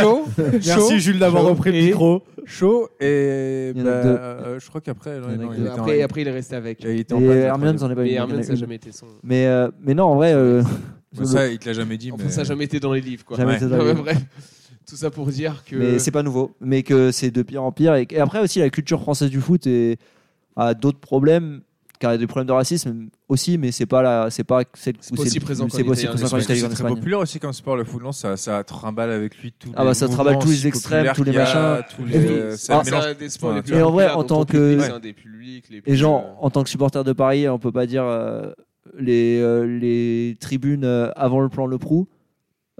Speaker 4: Cho,
Speaker 3: Merci Jules d'avoir
Speaker 4: chaud
Speaker 3: repris le
Speaker 4: et-
Speaker 3: micro.
Speaker 4: Cho et
Speaker 2: Il y en a
Speaker 4: bah,
Speaker 2: deux.
Speaker 4: euh, je crois qu'après non,
Speaker 2: Il y en a
Speaker 4: non,
Speaker 2: que
Speaker 4: il
Speaker 2: deux.
Speaker 4: était en-
Speaker 1: Après, après, il est resté avec.
Speaker 4: il était en
Speaker 2: Et
Speaker 4: phase,
Speaker 2: Hermione, j'en ai pas
Speaker 1: Mais
Speaker 2: eu.
Speaker 1: Hermione, ça n'a jamais été son.
Speaker 2: Mais, euh, mais non, en vrai, euh,
Speaker 4: Bah, ça, il te l'a jamais dit.
Speaker 1: Enfin,
Speaker 4: mais-
Speaker 1: ça n'a jamais été dans les livres, quoi.
Speaker 2: jamais
Speaker 4: Ouais.
Speaker 2: été
Speaker 1: Ouais,
Speaker 2: dingue.
Speaker 1: bref, tout ça pour dire que.
Speaker 2: Mais c'est pas nouveau. Mais que c'est de pire en pire. Et, et après aussi, la culture française du foot est- a d'autres problèmes, car il y a des problèmes de racisme aussi, mais c'est pas la, c'est pas celle
Speaker 1: C'est
Speaker 2: où
Speaker 1: pas
Speaker 2: le-
Speaker 1: aussi présent
Speaker 2: C'est
Speaker 1: qu'en
Speaker 2: pas aussi
Speaker 1: Italie,
Speaker 2: présent
Speaker 1: en
Speaker 2: qu'en
Speaker 4: Parce que
Speaker 2: Italie,
Speaker 4: C'est
Speaker 2: qu'en
Speaker 4: très
Speaker 2: Espagne.
Speaker 4: populaire aussi comme sport, le foot, non, ça, ça trimballe avec lui tous
Speaker 2: Ah
Speaker 4: les
Speaker 2: bah, ça trimballe tous
Speaker 4: mouvements
Speaker 2: les extrêmes,
Speaker 4: populaires
Speaker 2: tous les
Speaker 4: qu'il y a,
Speaker 2: machins.
Speaker 4: tous
Speaker 1: Oui,
Speaker 4: les-
Speaker 1: oui,
Speaker 4: ça
Speaker 1: c'est
Speaker 4: mélange-
Speaker 1: un des sports les
Speaker 4: Ouais.
Speaker 1: plus
Speaker 2: Et en vrai,
Speaker 1: populaires
Speaker 2: en
Speaker 1: dont
Speaker 2: tant
Speaker 1: on
Speaker 2: que-
Speaker 1: publie, c'est un des publics les plus-
Speaker 2: Et genre,
Speaker 1: Euh.
Speaker 2: en tant que supporter de Paris, on peut pas dire euh, les, euh, les tribunes euh, avant le plan Le Prou.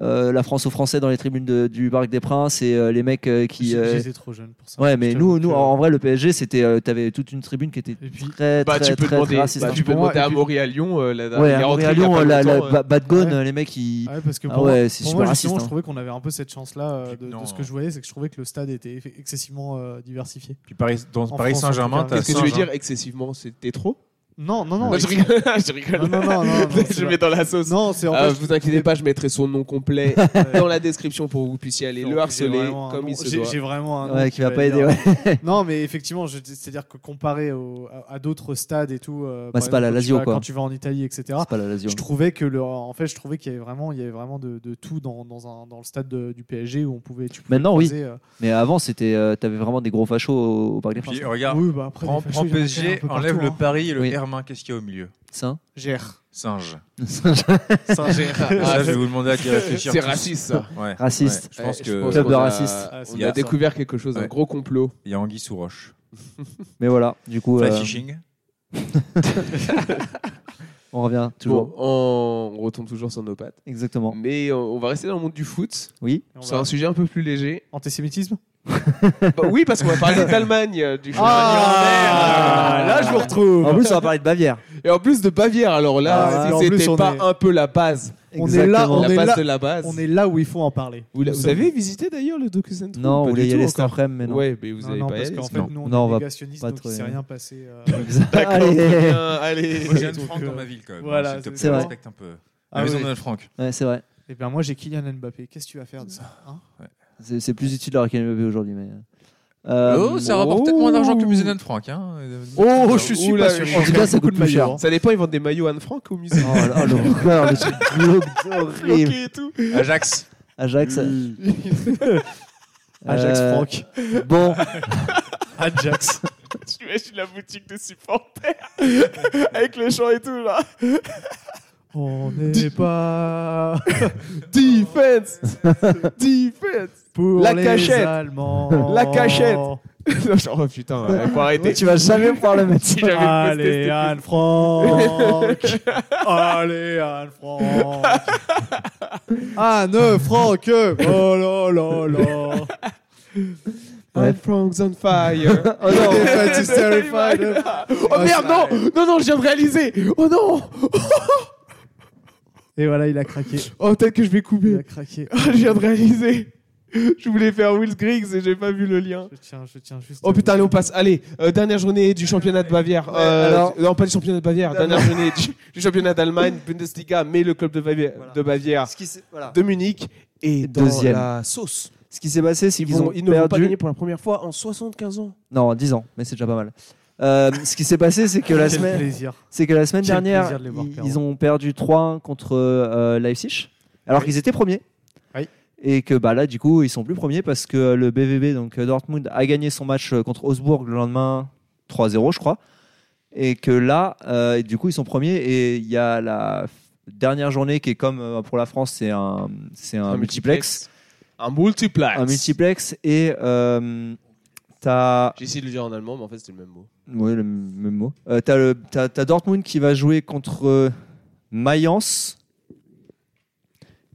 Speaker 2: euh, la France aux Français dans les tribunes de- du Parc des Princes et euh, les mecs euh, qui. euh,
Speaker 3: J'étais trop jeune pour ça.
Speaker 2: Ouais, mais
Speaker 3: Je
Speaker 2: nous,
Speaker 3: t'avoue
Speaker 2: nous
Speaker 3: que-
Speaker 2: en vrai, le PSG, c'était, euh, t'avais toute une tribune qui était
Speaker 3: Et puis-
Speaker 2: très,
Speaker 1: Bah, tu
Speaker 2: très,
Speaker 1: peux
Speaker 2: très,
Speaker 1: demander,
Speaker 2: très raciste.
Speaker 1: bah,
Speaker 2: hein.
Speaker 1: tu peux
Speaker 3: Pour moi,
Speaker 1: demander
Speaker 3: et
Speaker 1: à
Speaker 3: puis-
Speaker 1: Maury à Lyon, euh, la
Speaker 2: ouais,
Speaker 1: il est rentré
Speaker 2: à
Speaker 1: il y a
Speaker 2: Lyon,
Speaker 1: pas
Speaker 2: la, la
Speaker 1: longtemps, euh.
Speaker 2: Ba- Badgone,
Speaker 3: Ouais.
Speaker 2: euh, les mecs, ils.
Speaker 3: Ouais, parce que
Speaker 2: Ah
Speaker 3: pour-
Speaker 2: ouais, c'est
Speaker 3: pour
Speaker 2: super
Speaker 3: moi, justement,
Speaker 2: raciste, hein.
Speaker 3: je trouvais qu'on avait un peu cette chance-là euh, de, de ce que je voyais, c'est que je trouvais que le stade était eff- excessivement euh, diversifié.
Speaker 4: Puis Paris, dans
Speaker 3: En
Speaker 4: Paris
Speaker 3: France, en
Speaker 4: Saint-Germain,
Speaker 3: tout cas.
Speaker 4: t'as
Speaker 1: Qu'est-ce que je veux
Speaker 4: Saint-Germain.
Speaker 1: dire excessivement C'était trop
Speaker 3: Non, non, non.
Speaker 1: Non, je rigole. je rigole.
Speaker 3: Non, non, non, non, non, c'est
Speaker 1: je
Speaker 3: pas-
Speaker 1: mets dans la sauce.
Speaker 3: Non, c'est en
Speaker 1: Euh,
Speaker 3: fait,
Speaker 1: vous inquiétez pas, je mettrai son nom complet dans la description pour que vous puissiez aller
Speaker 3: j'ai
Speaker 1: le harceler
Speaker 3: vraiment un
Speaker 1: comme
Speaker 3: nom-
Speaker 1: il se
Speaker 3: j'ai-
Speaker 1: doit.
Speaker 3: J'ai vraiment un nom
Speaker 2: Ouais, qui va pas
Speaker 3: être
Speaker 2: aider. ouais.
Speaker 3: Non, mais effectivement, je- c'est-à-dire que comparé au- à, à d'autres stades et tout, euh,
Speaker 2: Bah,
Speaker 3: par
Speaker 2: c'est pas la
Speaker 3: exemple, quand tu
Speaker 2: Lazio,
Speaker 3: vas-
Speaker 2: quoi.
Speaker 3: Quand tu vas en Italie, etc.
Speaker 2: C'est pas la Lazio.
Speaker 3: Je trouvais que le, en fait, je trouvais qu'il y avait vraiment, il y avait vraiment de, de tout dans, dans, un, dans le stade de- du PSG où on pouvait. Tu pouvais
Speaker 2: Maintenant, oui.
Speaker 3: croiser, euh,
Speaker 2: Mais avant, c'était, euh, t'avais vraiment des gros fachos au, au Parc des Princes.
Speaker 4: Puis regarde,
Speaker 3: oui, bah, après,
Speaker 4: prends,
Speaker 3: les fachos,
Speaker 4: prends
Speaker 3: il y en a quand même
Speaker 4: PSG,
Speaker 3: un peu
Speaker 4: enlève
Speaker 3: partout,
Speaker 4: le Paris et le
Speaker 2: Oui.
Speaker 4: Hermin, qu'est-ce qu'il y a au milieu
Speaker 2: Sain.
Speaker 3: hein. Gère.
Speaker 4: Singe.
Speaker 1: Ah,
Speaker 4: ça, je vais vous demander à qui réfléchir.
Speaker 1: C'est
Speaker 4: tous.
Speaker 1: raciste ça.
Speaker 4: Ouais.
Speaker 2: Raciste.
Speaker 4: Ouais, Je pense
Speaker 1: Ouais,
Speaker 4: que
Speaker 2: Club de
Speaker 1: qu'on a-
Speaker 2: racistes.
Speaker 3: Ah, c'est
Speaker 1: On
Speaker 4: ça.
Speaker 1: a découvert quelque chose, un
Speaker 4: Ouais.
Speaker 1: gros complot.
Speaker 4: il y a Anguille sous roche.
Speaker 2: Mais voilà, du coup,
Speaker 4: Fly
Speaker 2: euh,
Speaker 4: fishing.
Speaker 2: on revient toujours.
Speaker 1: Bon, on on retombe toujours sur nos pattes.
Speaker 2: Exactement.
Speaker 1: Mais on on va rester dans le monde du foot.
Speaker 2: Oui.
Speaker 3: Et on
Speaker 1: C'est
Speaker 3: va-
Speaker 1: un sujet un peu plus léger.
Speaker 3: Antisémitisme
Speaker 1: Bah oui, parce qu'on va parler d'Allemagne, euh, du
Speaker 2: Ah,
Speaker 1: championnat.
Speaker 3: Là, je vous retrouve.
Speaker 2: En plus, on va parler de Bavière.
Speaker 1: Et en plus de Bavière, alors
Speaker 3: Ah,
Speaker 1: là,
Speaker 3: et en
Speaker 1: si c'était
Speaker 3: plus, on
Speaker 1: pas
Speaker 3: est-
Speaker 1: un peu la base,
Speaker 3: On est là,
Speaker 2: Exactement.
Speaker 3: on
Speaker 1: la
Speaker 3: est
Speaker 1: base
Speaker 3: là-
Speaker 1: de la base.
Speaker 3: on est là où il faut en parler.
Speaker 1: Vous, la-
Speaker 3: Nous
Speaker 1: vous
Speaker 3: sommes-
Speaker 1: avez visité d'ailleurs le docu-centre
Speaker 2: Non, on
Speaker 1: ou pas
Speaker 2: voulait
Speaker 1: du
Speaker 2: y
Speaker 1: tout
Speaker 2: aller cet
Speaker 1: encore
Speaker 2: après-midi, mais non.
Speaker 1: Ouais, mais vous
Speaker 3: Non,
Speaker 1: n'avez
Speaker 3: non,
Speaker 1: pas y
Speaker 3: parce
Speaker 1: allé.
Speaker 3: qu'en
Speaker 1: c'est
Speaker 3: fait,
Speaker 4: non.
Speaker 3: nous, on
Speaker 2: Non, on
Speaker 3: est
Speaker 2: va
Speaker 3: négationnistes,
Speaker 2: pas
Speaker 3: donc
Speaker 2: trop
Speaker 3: il s'est
Speaker 2: y aller.
Speaker 3: rien passé. euh,
Speaker 1: D'accord,
Speaker 2: Allez.
Speaker 1: bien, Ah, allez.
Speaker 4: Moi, j'ai Anne
Speaker 3: Donc,
Speaker 4: Franck dans
Speaker 3: euh,
Speaker 4: ma ville quand même. hein,
Speaker 3: voilà,
Speaker 4: S'il te
Speaker 3: c'est
Speaker 4: plaît,
Speaker 2: vrai.
Speaker 4: respecte un peu. La
Speaker 3: Ah
Speaker 4: maison
Speaker 3: oui.
Speaker 4: d'Anne Franck.
Speaker 2: Ouais, c'est vrai.
Speaker 3: Eh bien, moi, j'ai Kylian Mbappé. Qu'est-ce que tu vas faire de ça hein
Speaker 2: C'est c'est plus utile d'avoir Kylian Mbappé aujourd'hui, mais. euh,
Speaker 4: oh, ça rapporte peut-être moins d'argent que le musée d'Anne Franck. Hein.
Speaker 1: Oh, je suis
Speaker 3: Oula,
Speaker 1: pas sûr.
Speaker 2: En tout cas, ça
Speaker 3: Beaucoup
Speaker 2: coûte
Speaker 3: de
Speaker 2: plus cher.
Speaker 3: maillots,
Speaker 1: Ça dépend, ils vendent des maillots Anne Frank au musée.
Speaker 2: Oh là, oh, l'horreur, le truc glauque,
Speaker 1: Ok
Speaker 2: horrible.
Speaker 1: et tout.
Speaker 4: Ajax.
Speaker 2: Ajax.
Speaker 1: Ah,
Speaker 3: Ajax
Speaker 2: Ah, euh,
Speaker 3: Franck.
Speaker 2: Bon,
Speaker 3: Ajax.
Speaker 1: J'imagine la boutique de supporters avec le chant et tout là.
Speaker 3: On n'est pas
Speaker 1: Defense, defense.
Speaker 3: pour
Speaker 1: La
Speaker 3: les
Speaker 1: cachette.
Speaker 3: Allemands.
Speaker 1: La cachette. oh putain, ouais, faut arrêter. hein.
Speaker 2: tu vas jamais pouvoir le mettre.
Speaker 1: Si j'avais posté cette
Speaker 3: Allez,
Speaker 1: épisode.
Speaker 3: Anne Franck. Allez, Anne Franck. Anne Franck. Oh là là là.
Speaker 2: Ouais.
Speaker 1: Anne Frank's on fire.
Speaker 2: Oh non.
Speaker 3: Defense is terrified.
Speaker 1: Oh merde, non, non, non, je viens de réaliser. Oh non,
Speaker 3: Et voilà, il a craqué.
Speaker 1: oh peut-être que je vais
Speaker 3: Il
Speaker 1: couper.
Speaker 3: a craqué.
Speaker 1: Oh, je viens de réaliser. Je voulais faire Will Griggs et j'ai pas vu le lien.
Speaker 3: Je tiens, je tiens juste.
Speaker 1: Oh putain, allez, on passe. Allez, euh, dernière journée du championnat de Bavière. Euh,
Speaker 2: alors-
Speaker 1: Non, pas du championnat de Bavière. Dernière journée du, du championnat d'Allemagne, Bundesliga, mais le club de Bavière,
Speaker 2: Voilà.
Speaker 1: de, Bavière
Speaker 2: Ce qui s'est voilà.
Speaker 1: de Munich est dans
Speaker 2: Deuxième.
Speaker 1: la sauce.
Speaker 2: Ce qui s'est passé, c'est
Speaker 1: Ils,
Speaker 2: qu'ils
Speaker 1: vont-
Speaker 2: ont
Speaker 1: ils ne vont pas
Speaker 2: perdu.
Speaker 1: gagner pour la première fois en 75 ans.
Speaker 2: Non, 10 ans, mais c'est déjà pas mal. Euh, ce qui s'est passé, c'est que la
Speaker 3: Quel
Speaker 2: semaine,
Speaker 3: plaisir.
Speaker 2: c'est que la semaine
Speaker 3: Quel
Speaker 2: dernière,
Speaker 3: plaisir de les voir
Speaker 2: ils-
Speaker 3: perdre.
Speaker 2: ils ont perdu 3 contre euh, Leipzig, alors
Speaker 3: Oui.
Speaker 2: qu'ils étaient premiers.
Speaker 3: Oui.
Speaker 2: Et que bah là, du coup, ils sont plus premiers parce que le BVB, donc euh, Dortmund, a gagné son match euh, contre Augsbourg le lendemain 3-0, je crois. Et que là, euh, du coup, ils sont premiers. Et il y a la f- dernière journée qui est comme euh, pour la France, c'est un, c'est un, multiplex.
Speaker 1: Un multiplex.
Speaker 2: Un multiplex. Et euh, t'as.
Speaker 1: J'ai essayé de le dire en allemand, mais en fait, c'était le même mot.
Speaker 2: Oui, le m- même mot. Euh, t'as, le- t'as- t'as Dortmund qui va jouer contre euh, Mayence.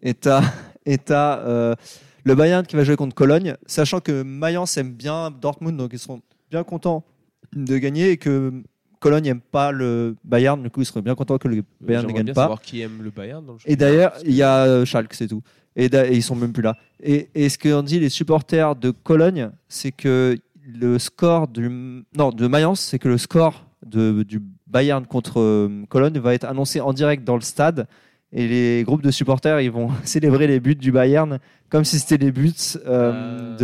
Speaker 2: Et t'as, et t'as, euh, le Bayern qui va jouer contre Cologne. Sachant que Mayence aime bien Dortmund, donc ils seront bien contents de gagner. Et que Cologne n'aime pas le Bayern, du coup ils seraient bien contents que le Bayern
Speaker 1: Euh,
Speaker 2: ne
Speaker 1: J'aimerais
Speaker 2: gagne
Speaker 1: bien
Speaker 2: pas.
Speaker 1: savoir qui aime le Bayern dans le
Speaker 2: Et d'ailleurs, il y a euh, Schalke, c'est tout. Et, d'a- et ils sont même plus là. Et, et ce qu'ont dit les supporters de Cologne, c'est que le score du non de Mayence, c'est que le score de, du Bayern contre euh, Cologne va être annoncé en direct dans le stade. Et les groupes de supporters, ils vont célébrer les buts du Bayern comme si c'était les buts euh,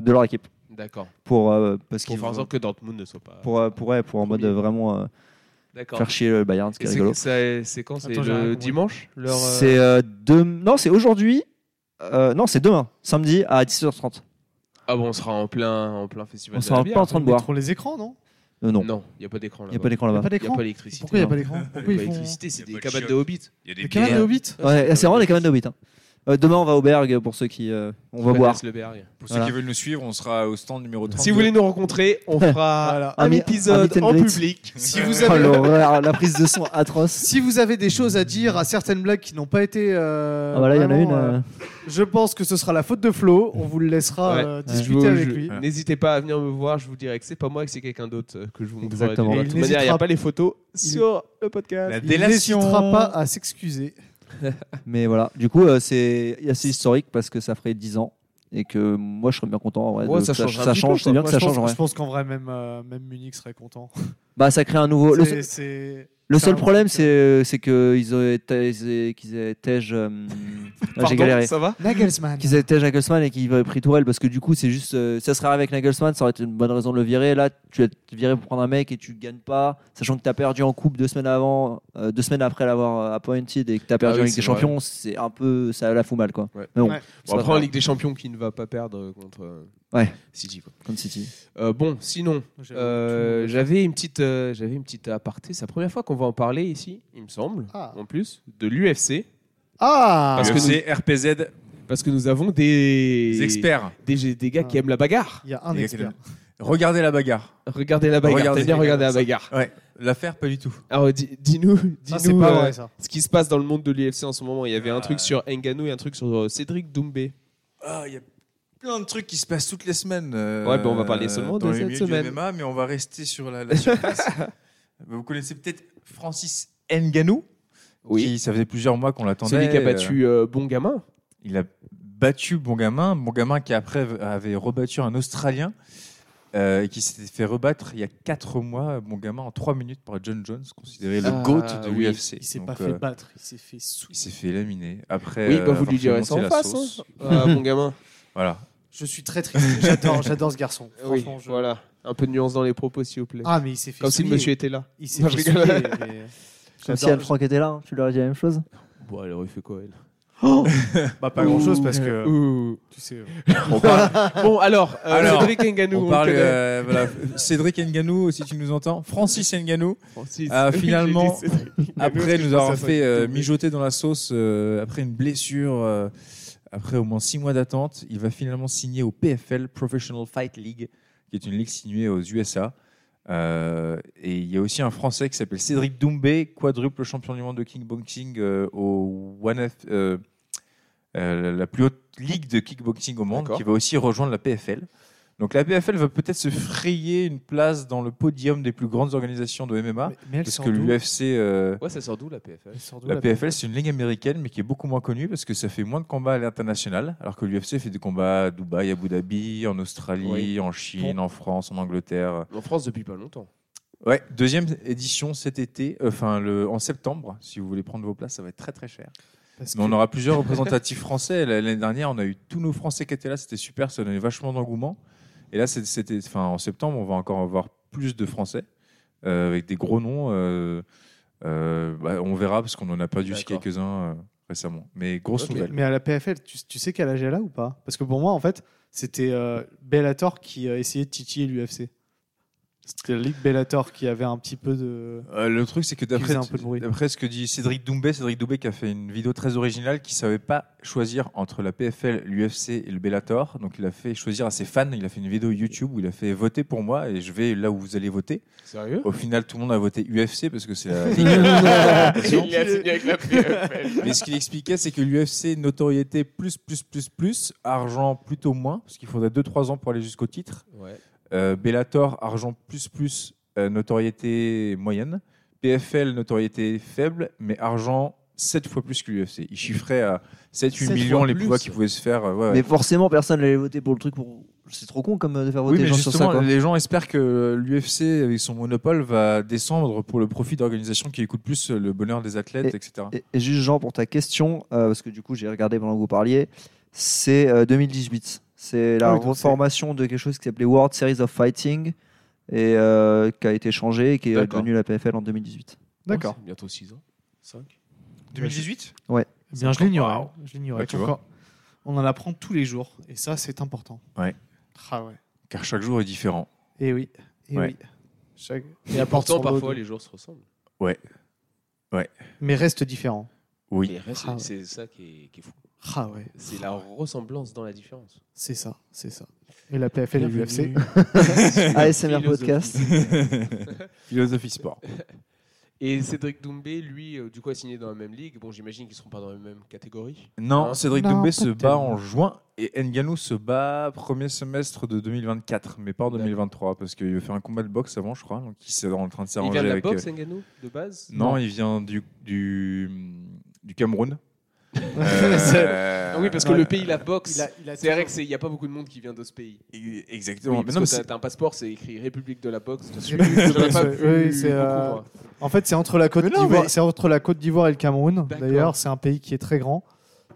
Speaker 2: de, de leur équipe.
Speaker 1: D'accord.
Speaker 2: Pour, euh, parce
Speaker 1: Pour
Speaker 2: qu'ils
Speaker 1: faire en
Speaker 2: vont-
Speaker 1: sorte que Dortmund ne soit pas.
Speaker 2: pour, euh, pour, ouais, pour en mode
Speaker 1: Premier.
Speaker 2: euh, vraiment euh,
Speaker 1: D'accord.
Speaker 2: faire chier le Bayern, ce qui
Speaker 1: Et
Speaker 2: est
Speaker 1: c'est-
Speaker 2: rigolo.
Speaker 1: C'est c'est quand C'est
Speaker 3: Attends, j'ai rien
Speaker 1: le
Speaker 3: compris.
Speaker 1: dimanche leur, euh,
Speaker 2: C'est euh, dem- Non, c'est aujourd'hui. Euh, non, c'est demain, samedi à 17h30.
Speaker 1: Ah bon, on sera en plein, en plein festival.
Speaker 2: On
Speaker 1: de
Speaker 2: sera
Speaker 1: la
Speaker 2: pas
Speaker 1: bière.
Speaker 2: en train de
Speaker 3: Ils
Speaker 2: boire.
Speaker 3: mettront les écrans, non
Speaker 2: Euh, non,
Speaker 1: Non, il n'y a pas d'écran
Speaker 2: il
Speaker 1: là.
Speaker 2: n'y a pas d'écran
Speaker 3: Il n'y a
Speaker 2: là-bas.
Speaker 1: Il n'y
Speaker 3: pas
Speaker 1: a
Speaker 3: d'écran
Speaker 1: pas d'électricité.
Speaker 3: Pourquoi il n'y a pas d'écran
Speaker 1: Il
Speaker 3: Pourquoi
Speaker 1: y a pas
Speaker 3: ils font
Speaker 1: d'électricité,
Speaker 5: Il y
Speaker 1: c'est
Speaker 5: a
Speaker 1: des
Speaker 5: pas de
Speaker 1: cabanes
Speaker 5: choc.
Speaker 1: de hobbit.
Speaker 5: Il y a des
Speaker 3: Des
Speaker 5: bières.
Speaker 3: canards de Hobbit
Speaker 2: Ouais, c'est vraiment les cabanes de Hobbit, hein. Euh, demain, on va au Berg pour ceux qui. euh, on va boire.
Speaker 1: Le Berg.
Speaker 4: Pour
Speaker 2: Voilà.
Speaker 4: ceux qui veulent nous suivre, on sera au stand numéro 30.
Speaker 1: Si vous voulez nous rencontrer, on fera
Speaker 3: Ah, Voilà.
Speaker 1: un
Speaker 2: Un mi- un
Speaker 1: épisode
Speaker 2: meet and
Speaker 1: en
Speaker 2: greet.
Speaker 1: public. Si vous
Speaker 2: Oh,
Speaker 1: avez.
Speaker 2: l'horreur, la prise de son atroce.
Speaker 3: Si vous avez des choses à dire à certaines blagues qui n'ont pas été. euh,
Speaker 2: Ah, bah là, il y en a
Speaker 3: vraiment,
Speaker 2: une.
Speaker 3: euh,
Speaker 2: euh,
Speaker 3: Je pense que ce sera la faute de Flo. On vous le laissera
Speaker 1: Ouais.
Speaker 3: euh,
Speaker 1: Je
Speaker 3: discuter
Speaker 1: vous-
Speaker 3: avec
Speaker 1: je-
Speaker 3: lui.
Speaker 1: N'hésitez pas à venir me voir, je vous dirai que c'est pas moi, que c'est quelqu'un d'autre euh, que je vous montrerai.
Speaker 2: Exactement.
Speaker 1: De
Speaker 2: Et
Speaker 3: il
Speaker 1: toute manière, il n'y
Speaker 3: n'hésitera-
Speaker 1: a pas les photos
Speaker 3: il-
Speaker 1: sur le podcast.
Speaker 4: La
Speaker 3: Il
Speaker 4: délation.
Speaker 3: n'hésitera pas à s'excuser.
Speaker 2: Mais voilà, du coup, euh, c'est assez historique parce que ça ferait 10 ans et que moi, je serais bien content. en vrai,
Speaker 1: Ouais,
Speaker 2: de-
Speaker 1: ça
Speaker 2: que
Speaker 1: change un
Speaker 2: Ça
Speaker 1: petit
Speaker 2: change,
Speaker 1: peu,
Speaker 2: c'est bien que
Speaker 3: Moi,
Speaker 2: ça
Speaker 3: je pense-
Speaker 2: change. ouais.
Speaker 3: Je pense qu'en vrai, même, euh, même Munich serait content.
Speaker 2: Bah, ça crée un nouveau. le
Speaker 3: C'est-
Speaker 2: seul-
Speaker 3: c'est-
Speaker 2: Le
Speaker 3: C'est
Speaker 2: seul
Speaker 3: un
Speaker 2: problème,
Speaker 3: truc,
Speaker 2: c'est c'est qu'ils ont été- qu'ils étaient euh, ah, j'ai
Speaker 1: Pardon,
Speaker 2: galéré.
Speaker 1: ça va
Speaker 3: Nagelsmann.
Speaker 2: Qu'ils étaient Nagelsmann et qu'ils avaient pris Tourelle parce que du coup, c'est juste euh, ça serait avec Nagelsmann, ça aurait été une bonne raison de le virer. Là, tu vas te virer pour prendre un mec et tu gagnes pas, sachant que tu as perdu en coupe deux semaines avant, euh, deux semaines après l'avoir euh, appointed et que tu as perdu
Speaker 1: oui,
Speaker 2: en Ligue
Speaker 1: c'est
Speaker 2: des
Speaker 1: vrai.
Speaker 2: Champions, c'est un peu ça la fout mal quoi.
Speaker 1: Ouais.
Speaker 2: Mais bon,
Speaker 3: Ouais.
Speaker 1: Bon,
Speaker 2: c'est pas
Speaker 1: après, en
Speaker 2: grave,
Speaker 1: Ligue des Champions, qui ne va pas perdre contre euh,
Speaker 2: Ouais.
Speaker 1: City. quoi.
Speaker 2: comme City.
Speaker 1: Euh, bon, sinon,
Speaker 3: J'ai-
Speaker 1: euh, j'avais une petite, euh, j'avais une petite aparté. C'est la première fois qu'on va en parler ici, il me semble.
Speaker 3: Ah.
Speaker 1: En plus de l'UFC,
Speaker 3: Ah
Speaker 4: Parce que
Speaker 1: nous-
Speaker 4: c'est RPZ,
Speaker 1: parce que nous avons des
Speaker 4: les experts.
Speaker 1: des, des gars qui aiment la bagarre.
Speaker 3: Il y a un
Speaker 4: Les gars
Speaker 3: expert.
Speaker 4: Regardez la bagarre.
Speaker 1: Regardez la bagarre.
Speaker 4: Regardez.
Speaker 1: Regardez, bien regarder la bagarre.
Speaker 4: Ouais. L'affaire, pas du tout.
Speaker 1: Alors, euh, di- dis-nous,
Speaker 3: Ça,
Speaker 1: dis-nous
Speaker 3: c'est pas
Speaker 1: euh,
Speaker 3: vrai, ça.
Speaker 1: ce qui se passe dans le monde de l'UFC en ce moment. Il y avait un
Speaker 4: Ah.
Speaker 1: truc sur Ngannou et un truc sur euh, Cédric Doumbé.
Speaker 4: Ah, il y a plein de trucs qui se passent toutes les semaines. euh,
Speaker 1: Ouais, ben, on va parler seulement
Speaker 4: dans
Speaker 1: de
Speaker 4: le
Speaker 1: cette
Speaker 4: milieu du
Speaker 1: semaine.
Speaker 4: MMA, mais on va rester sur la, la surface. Vous connaissez peut-être Francis Ngannou, qui ça faisait plusieurs mois qu'on l'attendait.
Speaker 1: Celui qui a
Speaker 4: euh,
Speaker 1: battu euh, Bon Gamin.
Speaker 4: il a battu Bon Gamin, Bon Gamin qui après avait rebattu un Australien euh, et qui s'était fait rebattre il y a 4 mois, Bon Gamin, en 3 minutes par John Jones, considéré le
Speaker 1: Ah,
Speaker 4: GOAT de
Speaker 1: oui.
Speaker 4: l'UFC.
Speaker 3: Il s'est
Speaker 4: Donc,
Speaker 3: pas
Speaker 4: euh,
Speaker 3: fait battre, il s'est fait sous.
Speaker 4: il s'est fait laminer. Après,
Speaker 1: oui,
Speaker 4: euh,
Speaker 1: bah, vous
Speaker 4: avoir
Speaker 1: lui
Speaker 4: fait
Speaker 1: direz
Speaker 4: monter
Speaker 1: ça en
Speaker 4: la
Speaker 1: face,
Speaker 4: sauce.
Speaker 1: hein, à Bon Gamin.
Speaker 4: Voilà.
Speaker 3: Je suis très triste. J'adore, j'adore ce garçon.
Speaker 1: Oui,
Speaker 3: Franchement, je-
Speaker 1: voilà. Un peu de nuance dans les propos, s'il vous plaît.
Speaker 3: Ah, mais il s'est fait
Speaker 1: Comme si le
Speaker 3: souiller.
Speaker 1: monsieur était là.
Speaker 3: Il s'est
Speaker 1: Non,
Speaker 3: fait
Speaker 1: je rigole.
Speaker 3: souiller, mais-
Speaker 2: Comme si
Speaker 3: J'adore-
Speaker 2: Anne Franck était là, hein, tu lui aurais dit la même chose.
Speaker 1: Bon, elle aurait fait quoi, elle
Speaker 3: Bah, pas grand chose parce que.
Speaker 1: Ouh.
Speaker 3: Tu sais, euh,
Speaker 4: On parle,
Speaker 1: Bon, alors, euh,
Speaker 4: Alors,
Speaker 1: Cédric Nganou,
Speaker 4: on
Speaker 1: on,
Speaker 4: parle,
Speaker 1: le connaît.
Speaker 4: euh, voilà, Cédric Nganou, si tu nous entends. Francis Nganou,
Speaker 1: Francis.
Speaker 4: ah,
Speaker 1: Oui,
Speaker 4: finalement,
Speaker 1: j'ai dit Cédric Nganou, parce
Speaker 4: après
Speaker 1: que
Speaker 4: nous
Speaker 1: je
Speaker 4: avoir
Speaker 1: pense à
Speaker 4: fait
Speaker 1: ça.
Speaker 4: euh, mijoter dans la sauce, euh, après une blessure, euh, après au moins six mois d'attente, il va finalement signer au PFL, Professional Fight League, qui est une ligue sinuée aux USA. Euh, et il y a aussi un Français qui s'appelle Cédric Doumbé, quadruple champion du monde de kickboxing euh, au One F- euh, euh, la plus haute ligue de kickboxing au monde,
Speaker 1: D'accord.
Speaker 4: qui va aussi rejoindre la PFL. Donc la PFL va peut-être se frayer une place dans le podium des plus grandes organisations de MMA,
Speaker 3: mais- Mais elle
Speaker 4: parce
Speaker 3: sort
Speaker 4: que
Speaker 3: d'où
Speaker 4: l'UFC euh,
Speaker 1: Ouais, ça sort d'où la PFL
Speaker 3: Elle sort d'où,
Speaker 4: la
Speaker 3: la
Speaker 4: PFL, c'est une ligue américaine, mais qui est beaucoup moins connue parce que ça fait moins de combats à l'international, alors que l'UFC fait des combats à Dubaï, à Abu Dhabi, en Australie,
Speaker 1: Oui.
Speaker 4: en Chine, en France, en Angleterre.
Speaker 1: En France, depuis pas longtemps.
Speaker 4: Ouais, deuxième édition cet été, euh, enfin le, en septembre, si vous voulez prendre vos places, ça va être très très cher.
Speaker 3: Parce
Speaker 4: Mais on aura plusieurs représentatifs français. L'année dernière, on a eu tous nos Français qui étaient là, c'était super, ça donnait vachement d'engouement. Et là, c'est- c'était, enfin, en septembre, on va encore avoir plus de Français euh, avec des gros noms. euh, euh, bah, on verra parce qu'on en a perdu
Speaker 1: D'accord.
Speaker 4: quelques-uns euh, récemment. Mais grosse
Speaker 1: Ok.
Speaker 3: Mais,
Speaker 4: nouvelle.
Speaker 3: mais à la PFL, tu, tu sais quel âge elle a ou pas Parce que pour moi, en fait, c'était euh, Bellator qui euh, essayait de titiller l'UFC. C'était la Ligue Bellator qui avait un petit peu de.
Speaker 4: Euh, le truc, c'est que d'après,
Speaker 3: faisait un peu de bruit.
Speaker 4: d'après ce que dit Cédric Doumbé, Cédric Doumbé qui a fait une vidéo très originale qui savait pas choisir entre la PFL, l'UFC et le Bellator. Donc il a fait choisir à ses fans, il a fait une vidéo YouTube où il a fait voter pour moi et je vais là où vous allez voter.
Speaker 1: Sérieux
Speaker 4: Au final, tout le monde a voté UFC parce que c'est la
Speaker 1: Il a fini avec la PFL.
Speaker 4: Mais ce qu'il expliquait, c'est que l'UFC, notoriété plus, plus, plus, plus, argent plutôt moins, parce qu'il faudrait 2-3 ans pour aller jusqu'au titre.
Speaker 1: Ouais.
Speaker 4: Euh, Bellator, argent plus, plus, euh, notoriété moyenne. PFL, notoriété faible, mais argent 7 fois plus que l'UFC. Il chiffrait à 7-8
Speaker 1: Sept
Speaker 4: millions
Speaker 1: fois
Speaker 4: les
Speaker 1: plus.
Speaker 4: pouvoirs qui pouvaient se faire. euh, ouais, ouais.
Speaker 2: Mais forcément, personne n'allait voter pour le truc pour c'est trop con comme euh, de faire voter
Speaker 4: Oui,
Speaker 2: les
Speaker 4: mais
Speaker 2: gens sur ça.
Speaker 4: justement,
Speaker 2: quoi.
Speaker 4: les gens espèrent que l'UFC, avec son monopole, va descendre pour le profit d'organisations qui écoutent plus le bonheur des athlètes,
Speaker 2: Et-
Speaker 4: etc.
Speaker 2: Et, et juste Jean pour ta question, euh, parce que du coup j'ai regardé pendant que vous parliez, c'est euh, 2018. C'est la
Speaker 3: Ah oui, donc c'est-
Speaker 2: reformation de quelque chose qui s'appelait World Series of Fighting et euh, qui a été changé et qui est
Speaker 1: D'accord.
Speaker 2: devenu la PFL en 2018.
Speaker 3: D'accord.
Speaker 1: Oh, c'est bientôt 6 ans. 5
Speaker 3: 2018
Speaker 2: Ouais.
Speaker 3: Eh bien, je l'ignorais. Je l'ignorais.
Speaker 4: Bah, tu
Speaker 3: Comme
Speaker 4: vois.
Speaker 3: quoi, On en apprend tous les jours. Et ça, c'est important.
Speaker 4: Ouais.
Speaker 3: Ah ouais.
Speaker 4: Car chaque jour est différent.
Speaker 3: Et oui. Et
Speaker 4: Ouais.
Speaker 3: oui. Chaque-
Speaker 1: Et
Speaker 3: apporte
Speaker 1: pourtant,
Speaker 3: son lot
Speaker 1: parfois,
Speaker 3: de-
Speaker 1: les jours se ressemblent.
Speaker 3: Mais reste différent.
Speaker 4: Oui.
Speaker 1: Et reste,
Speaker 3: Ah ouais.
Speaker 1: c'est ça qui est, qui est fou.
Speaker 3: Ah ouais.
Speaker 1: C'est la ressemblance dans la différence.
Speaker 3: C'est ça. C'est ça. Et la PFL et l'UFC.
Speaker 1: Bienvenue.
Speaker 2: ASMR
Speaker 1: Philosophie.
Speaker 2: podcast.
Speaker 4: Philosophie sport.
Speaker 1: Et Cédric Doumbé, lui, euh, du coup, a signé dans la même ligue. Bon, j'imagine qu'ils ne seront pas dans la même catégorie.
Speaker 4: Non,
Speaker 1: Non,
Speaker 4: Cédric
Speaker 3: non,
Speaker 4: Doumbé
Speaker 3: pas
Speaker 4: se bat
Speaker 3: tellement.
Speaker 4: en juin et Nganou se bat premier semestre de 2024, mais pas en 2023 parce qu'il veut faire un combat de boxe avant, je crois. Donc il est en train de
Speaker 1: Il
Speaker 4: s'arranger
Speaker 1: vient de la
Speaker 4: avec.
Speaker 1: boxe,
Speaker 4: euh,
Speaker 1: Ngannou, de base
Speaker 4: Non, il vient du du, du Cameroun. Euh,
Speaker 1: Ah oui, parce que
Speaker 3: Ouais.
Speaker 1: le pays, la boxe.
Speaker 3: Il a- il a-
Speaker 1: C'est vrai qu'il n'y a pas beaucoup de monde qui vient de ce pays.
Speaker 4: que
Speaker 1: Oui,
Speaker 4: exactement. mais
Speaker 1: parce
Speaker 4: non, mais
Speaker 1: que t'as-
Speaker 4: c'est-
Speaker 1: t'as un passeport, c'est écrit République de la boxe. dessus.
Speaker 3: République de
Speaker 1: J'aurais
Speaker 3: boxe,
Speaker 1: pas
Speaker 3: ouais.
Speaker 1: vu
Speaker 3: Oui, c'est,
Speaker 1: beaucoup,
Speaker 3: euh,
Speaker 1: moi.
Speaker 3: En fait, c'est entre la Côte
Speaker 4: Mais non,
Speaker 3: d'Ivoire,
Speaker 4: mais-
Speaker 3: c'est entre la Côte d'Ivoire et le Cameroun.
Speaker 1: D'accord.
Speaker 3: D'ailleurs, c'est un pays qui est très grand.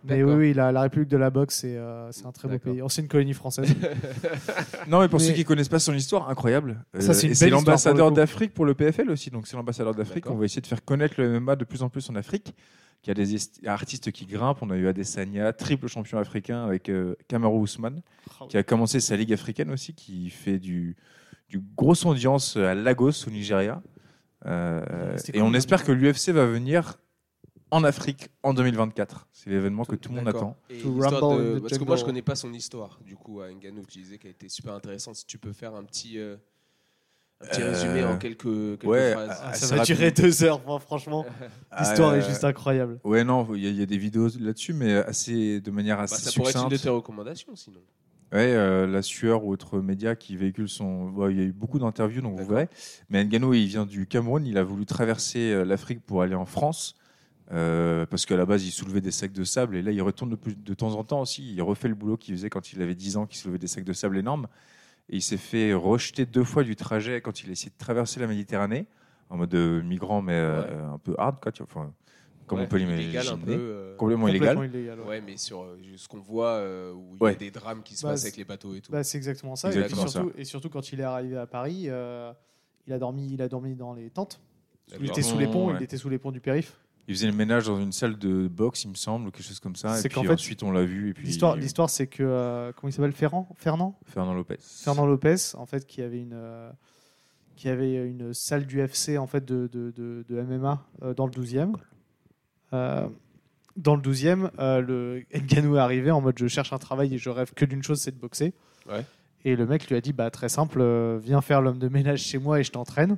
Speaker 3: Mais oui,
Speaker 1: D'accord.
Speaker 3: oui, la, la République de la boxe, c'est euh, c'est un très beau
Speaker 1: D'accord.
Speaker 3: pays. Ancienne colonie française.
Speaker 4: non, mais pour
Speaker 3: Mais-
Speaker 4: ceux qui connaissent pas son histoire, incroyable.
Speaker 3: Ça, c'est
Speaker 4: Euh,
Speaker 3: une
Speaker 4: et
Speaker 3: belle histoire,
Speaker 4: l'ambassadeur
Speaker 3: pour le coup.
Speaker 4: d'Afrique pour le PFL aussi. Donc c'est l'ambassadeur d'Afrique.
Speaker 1: D'accord.
Speaker 4: On va essayer de faire connaître le MMA de plus en plus en Afrique. Il y a des est- artistes qui grimpent. On a eu Adesanya, triple champion africain avec euh, Kamaru Ousmane. qui a commencé sa ligue africaine aussi, qui fait du, du grosse audience à Lagos au Nigeria. Euh,
Speaker 3: C'était
Speaker 4: et
Speaker 3: quand
Speaker 4: on
Speaker 3: même
Speaker 4: espère que l'UFC va venir en Afrique en 2024. C'est l'événement que tout le monde
Speaker 1: D'accord.
Speaker 4: attend.
Speaker 1: Et
Speaker 3: To
Speaker 1: l'histoire
Speaker 3: Rumble
Speaker 1: de-
Speaker 3: in the
Speaker 1: Parce que moi, je
Speaker 3: Jungle.
Speaker 1: connais pas son histoire, du coup, à Ngannou, qui disait qu'elle était super intéressante. Si tu peux faire un petit, euh, un petit
Speaker 4: Euh,
Speaker 1: résumé en quelques, quelques
Speaker 4: ouais,
Speaker 1: phrases. Bah,
Speaker 4: ah,
Speaker 3: ça
Speaker 4: assez
Speaker 3: va durer
Speaker 4: rapide.
Speaker 3: deux heures, moi, franchement. L'histoire
Speaker 4: Euh,
Speaker 3: est juste incroyable.
Speaker 4: Ouais, non, il y, a- il y a des vidéos là-dessus, mais assez, de manière assez
Speaker 1: Bah, ça pourrait être une
Speaker 4: succincte.
Speaker 1: de tes recommandations, sinon.
Speaker 4: Ouais, euh, la sueur ou autres médias qui véhiculent son. ouais, il y a eu beaucoup d'interviews, donc vous
Speaker 1: D'accord.
Speaker 4: verrez. Mais Nganou, il vient du Cameroun. Il a voulu traverser euh, l'Afrique pour aller en France. euh, parce qu'à la base, il soulevait des sacs de sable. Et là, il retourne de, plus- de temps en temps aussi. Il refait le boulot qu'il faisait quand il avait 10 ans, qu'il soulevait des sacs de sable énormes. Et il s'est fait rejeter deux fois du trajet quand il a essayé de traverser la Méditerranée. En mode euh, migrant, mais euh,
Speaker 1: Ouais.
Speaker 4: un peu hard, quoi. tu vois, Enfin, comme
Speaker 1: Ouais,
Speaker 4: on peut
Speaker 1: illégal un peu,
Speaker 4: l'imaginer.
Speaker 1: euh,
Speaker 4: Complètement illégal.
Speaker 3: Complètement illégal, ouais.
Speaker 1: Ouais, mais sur euh, ce qu'on voit, euh, où il y
Speaker 4: Ouais.
Speaker 1: a des drames qui se
Speaker 3: Bah,
Speaker 1: passent
Speaker 3: c'est-
Speaker 1: avec les bateaux et tout.
Speaker 3: Bah, c'est exactement ça.
Speaker 4: Exactement
Speaker 3: et, puis surtout, et surtout quand il est arrivé à Paris, euh, il, a dormi, il a dormi dans les tentes. Il
Speaker 1: D'accord.
Speaker 3: était sous les ponts,
Speaker 4: Ouais.
Speaker 3: il était sous les ponts du périph.
Speaker 4: Il faisait le ménage dans une salle de boxe, il me semble, ou quelque chose comme ça. Et
Speaker 3: C'est
Speaker 4: puis
Speaker 3: qu'en fait,
Speaker 4: ensuite, on l'a vu. Et puis
Speaker 3: L'histoire, l'histoire, c'est que euh, comment il s'appelle Ferrand, Fernand,
Speaker 4: Fernand Lopez.
Speaker 3: Fernand Lopez, en fait, qui avait une, euh, qui avait une salle du FC en fait de, de, de, de MMA euh, dans le 12e. Euh, dans le 12e, euh, le Nganou est arrivé en mode je cherche un travail et je rêve que d'une chose, c'est de boxer.
Speaker 1: Ouais.
Speaker 3: Et le mec lui a dit bah très simple, euh, viens faire l'homme de ménage chez moi et je t'entraîne.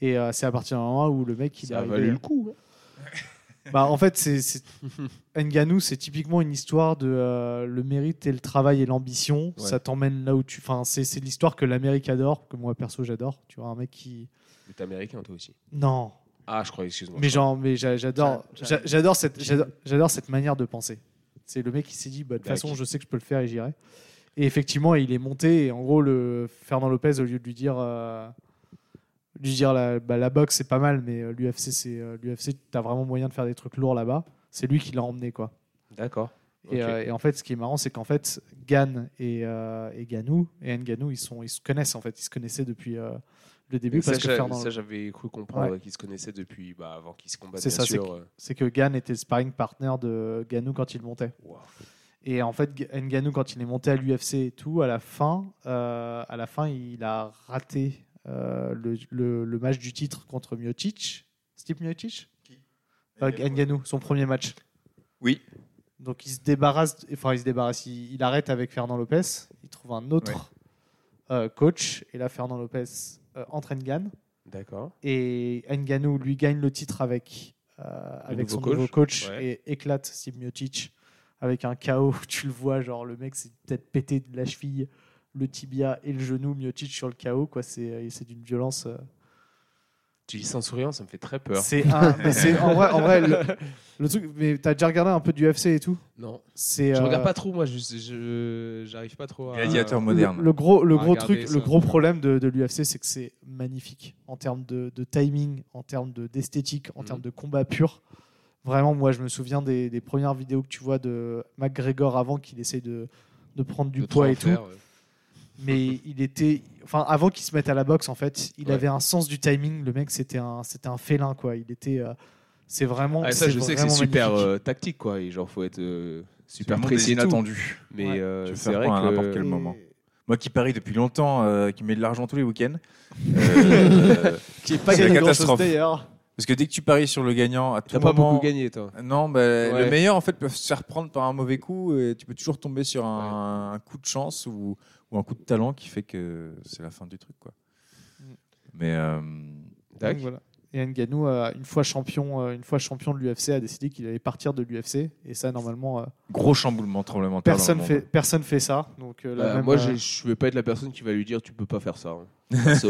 Speaker 3: Et euh, c'est à partir du moment où le mec il est
Speaker 1: Ça a
Speaker 3: arrivé-
Speaker 1: valu le coup.
Speaker 3: bah, en fait, c'est, c'est... Ngannou, c'est typiquement une histoire de euh, le mérite et le travail et l'ambition.
Speaker 4: Ouais.
Speaker 3: Ça t'emmène là où tu. Enfin, c'est, c'est l'histoire que l'Amérique adore, que moi perso j'adore. Tu vois, un mec qui.
Speaker 1: Mais T'es américain, toi aussi.
Speaker 3: Non,
Speaker 1: Ah, je crois, excuse-moi.
Speaker 3: mais genre, mais j'a- j'adore,
Speaker 2: J'a-
Speaker 3: j'a- j'adore cette, j'adore, j'adore cette manière de penser. C'est le mec qui s'est dit, bah, de toute
Speaker 1: Bah,
Speaker 3: façon,
Speaker 1: qui-
Speaker 3: je sais que je peux le faire et j'irai. Et effectivement, il est monté. Et en gros, le Fernand Lopez, au lieu de lui dire, euh, lui dire la, bah, la boxe, c'est pas mal, mais euh, l'UFC, c'est euh, l'UFC, t'as vraiment moyen de faire des trucs lourds là-bas. C'est lui qui l'a emmené, quoi.
Speaker 1: D'accord.
Speaker 3: Et,
Speaker 1: Ok.
Speaker 3: euh, et en fait, ce qui est marrant, c'est qu'en fait, Gann et, euh, et Ganou et Nganou, ils sont, ils se connaissent en fait. Ils se connaissaient depuis euh, le début
Speaker 1: ça,
Speaker 3: parce que
Speaker 1: j'a-
Speaker 3: Fernand-
Speaker 1: ça, j'avais cru comprendre qu'ils se connaissaient depuis bah, avant qu'ils se combattent.
Speaker 3: C'est
Speaker 1: bien
Speaker 3: ça,
Speaker 1: sûr. euh.
Speaker 3: c'est que Gann était le sparring partner de Ganou quand il montait.
Speaker 1: Waouh.
Speaker 3: Et en fait, G- Ngannou, quand il est monté à l'UFC et tout, à la fin, euh, à la fin il a raté euh, le, le- le match du titre contre Miocic. Steve Miocic Euh, Ngannou, son premier match.
Speaker 4: Oui.
Speaker 3: Donc il se débarrasse, enfin il se débarrasse, il, il arrête avec Fernand Lopez, il trouve un autre euh, coach, et là Fernand Lopez euh, entre Ngannou,
Speaker 1: D'accord.
Speaker 3: et Ngannou lui gagne le titre avec, euh, avec
Speaker 1: nouveau
Speaker 3: son
Speaker 1: coach.
Speaker 3: nouveau coach
Speaker 1: Ouais.
Speaker 3: et éclate Steve Miocic avec un KO où tu le vois, genre le mec s'est peut-être pété de la cheville, le tibia et le genou, Miocic sur le KO, quoi, c'est euh, c'est d'une violence. euh,
Speaker 1: Tu dis ça en souriant, ça me fait très peur.
Speaker 3: C'est un. mais c'est- en vrai, en vrai, le, le truc. Mais t'as déjà regardé un peu du UFC et tout
Speaker 1: Non,
Speaker 3: C'est.
Speaker 1: je
Speaker 3: euh,
Speaker 1: regarde pas trop, moi. Je, je- j'arrive pas trop à.
Speaker 4: Gladiateur
Speaker 3: le-
Speaker 4: moderne.
Speaker 3: Le, gros, le
Speaker 1: Ah,
Speaker 3: gros
Speaker 1: regardez
Speaker 3: truc,
Speaker 1: ça.
Speaker 3: le gros problème de, de l'UFC, c'est que c'est magnifique en termes de, de timing, en termes de- d'esthétique, en
Speaker 1: Mhm.
Speaker 3: termes de combat pur. Vraiment, moi, je me souviens des, des premières vidéos que tu vois de McGregor avant qu'il essaye de, de prendre du
Speaker 1: de
Speaker 3: poids et tout.
Speaker 1: transfert, ouais.
Speaker 3: Mais il était, enfin, avant qu'il se mette à la boxe, en fait, il
Speaker 1: Ouais.
Speaker 3: avait un sens du timing. Le mec, c'était un, c'était un félin, quoi. Il était, euh, c'est vraiment.
Speaker 1: Ah, ça,
Speaker 3: c'est
Speaker 1: je sais que c'est
Speaker 3: vraiment
Speaker 1: super
Speaker 3: magnifique.
Speaker 1: euh, tactique, quoi. Et genre, faut être euh, super
Speaker 4: vraiment
Speaker 1: précis.
Speaker 4: des
Speaker 1: et tout.
Speaker 4: inattendus.
Speaker 1: Mais
Speaker 3: Ouais.
Speaker 1: euh,
Speaker 4: Tu veux
Speaker 1: c'est
Speaker 4: faire
Speaker 1: vrai
Speaker 4: quoi à
Speaker 1: que.
Speaker 4: n'importe quel
Speaker 1: Et-
Speaker 4: moment. Moi qui parie depuis longtemps, euh, qui met de l'argent tous les week-ends. euh,
Speaker 3: Qui est pas
Speaker 4: C'est
Speaker 3: gagné
Speaker 4: la
Speaker 3: grand chose
Speaker 4: catastrophe.
Speaker 3: d'ailleurs.
Speaker 4: parce que dès que tu paries sur le gagnant, à tout
Speaker 1: T'as pas
Speaker 4: moment-
Speaker 1: beaucoup gagné, toi.
Speaker 4: Non, bah,
Speaker 1: Ouais.
Speaker 4: le meilleur en fait peut se faire prendre par un mauvais coup et tu peux toujours tomber sur un, un coup de chance ou, ou un coup de talent qui fait que c'est la fin du truc quoi.
Speaker 3: Mm.
Speaker 4: Mais euh,
Speaker 1: Dac.
Speaker 3: Donc, voilà. Et Nganou, euh, une fois champion, euh, une fois champion de l'UFC, a décidé qu'il allait partir de l'UFC. Et ça, normalement, euh,
Speaker 4: gros chamboulement, tremblement de terre
Speaker 3: personne
Speaker 4: dans le
Speaker 3: fait,
Speaker 4: monde.
Speaker 3: personne fait ça. Donc, euh, la
Speaker 1: Bah,
Speaker 3: même,
Speaker 1: moi,
Speaker 3: euh,
Speaker 1: j'ai- je vais pas être la personne qui va lui dire tu peux pas faire ça. hein. Perso.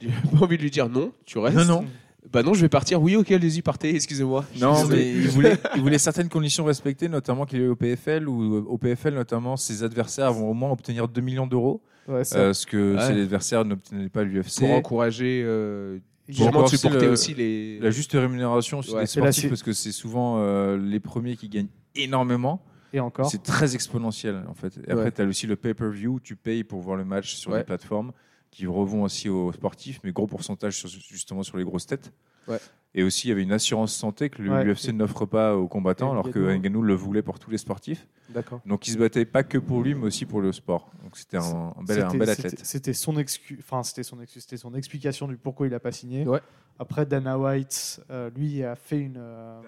Speaker 1: J'ai pas envie de lui dire non, tu restes.
Speaker 4: Non non
Speaker 1: Bah non, je vais partir. Oui, ok, allez-y, partez, excusez-moi. Je suis
Speaker 4: non
Speaker 1: désolé.
Speaker 4: mais il voulait, il voulait certaines conditions respectées, notamment qu'il est au PFL ou euh, au PFL notamment ses adversaires vont au moins obtenir 2 millions d'euros,
Speaker 3: ouais, ça-
Speaker 4: euh, ce que
Speaker 1: Ouais.
Speaker 4: ses adversaires n'obtenaient pas à l'UFC.
Speaker 1: Pour encourager, euh,
Speaker 3: il-
Speaker 4: Bon,
Speaker 1: sûrement de
Speaker 4: aussi
Speaker 1: supporter
Speaker 4: le-
Speaker 1: aussi les.
Speaker 4: la juste rémunération sur
Speaker 1: Ouais.
Speaker 4: les
Speaker 3: Et là,
Speaker 4: sportifs
Speaker 3: c'est-
Speaker 4: parce que c'est souvent euh, les premiers qui gagnent énormément.
Speaker 3: et encore.
Speaker 4: C'est très exponentiel en fait. Et
Speaker 1: Ouais.
Speaker 4: après, tu as aussi le pay-per-view où tu payes pour voir le match sur
Speaker 1: Ouais.
Speaker 4: les plateformes qui revont aussi aux sportifs, mais gros pourcentage sur- justement sur les grosses têtes.
Speaker 1: Ouais.
Speaker 4: Et aussi, il y avait une assurance santé que
Speaker 3: Ouais.
Speaker 4: l'UFC n'offre pas aux combattants,
Speaker 3: Et
Speaker 4: alors que
Speaker 3: Ngannou.
Speaker 4: Ngannou le voulait pour tous les sportifs.
Speaker 1: D'accord.
Speaker 4: Donc, il se battait pas que pour lui, mais aussi pour le sport. Donc, c'était un, un bel, un
Speaker 3: C'était-
Speaker 4: bel
Speaker 3: c'était-
Speaker 4: athlète.
Speaker 3: C'était son excuse, enfin c'était son excuse, c'était son explication du pourquoi il a pas signé.
Speaker 1: Ouais.
Speaker 3: Après Dana White, euh, lui a fait une euh,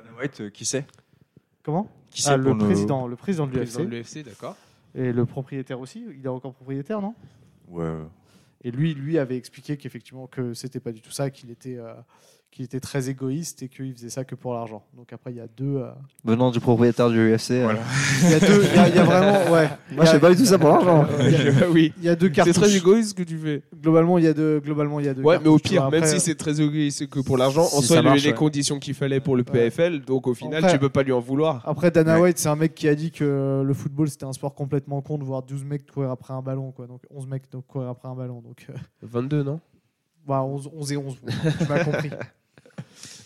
Speaker 4: qui c'est
Speaker 3: comment
Speaker 4: Qui
Speaker 3: Ah,
Speaker 4: c'est
Speaker 3: le
Speaker 4: pour nous
Speaker 3: président, le président de
Speaker 1: Président de
Speaker 3: l'UFC
Speaker 1: l'UFC, d'accord.
Speaker 3: et le propriétaire aussi. Il est encore propriétaire, non
Speaker 4: Ouais.
Speaker 3: Et lui, lui avait expliqué qu'effectivement que c'était pas du tout ça, qu'il était euh, qu'il était très égoïste et qu'il faisait ça que pour l'argent. Donc après il y a deux, euh,
Speaker 2: Venant du propriétaire du UFC. euh,
Speaker 4: Voilà.
Speaker 3: il y a deux, il y a- il y a vraiment ouais.
Speaker 2: Moi, je fais pas du tout ça pour l'argent.
Speaker 3: Il y a-
Speaker 1: oui.
Speaker 3: Il y a deux
Speaker 1: C'est
Speaker 3: cartouches.
Speaker 1: très égoïste ce que tu fais.
Speaker 3: Globalement, il y a deux. Globalement, il y a deux.
Speaker 1: Ouais, mais au
Speaker 3: cartouches, tu
Speaker 1: pire,
Speaker 3: vois.
Speaker 1: même
Speaker 3: Après, hein.
Speaker 1: si c'est très égoïste que pour l'argent, en
Speaker 2: Si
Speaker 1: soi, il
Speaker 2: ça
Speaker 1: y a eu
Speaker 2: marche,
Speaker 1: les
Speaker 2: ouais.
Speaker 1: conditions qu'il fallait pour le
Speaker 3: Ouais.
Speaker 1: PFL, donc au final,
Speaker 3: Après-
Speaker 1: tu peux pas lui en vouloir.
Speaker 3: euh, Après, Dana
Speaker 4: Ouais.
Speaker 3: White, c'est un mec qui a dit que le football, c'était un sport complètement con de voir 12 mecs courir après un ballon. Quoi. Donc, 11 mecs donc, courir après un ballon. Donc, euh,
Speaker 1: 22, non
Speaker 3: bah, 11, 11 et 11. tu m'as compris.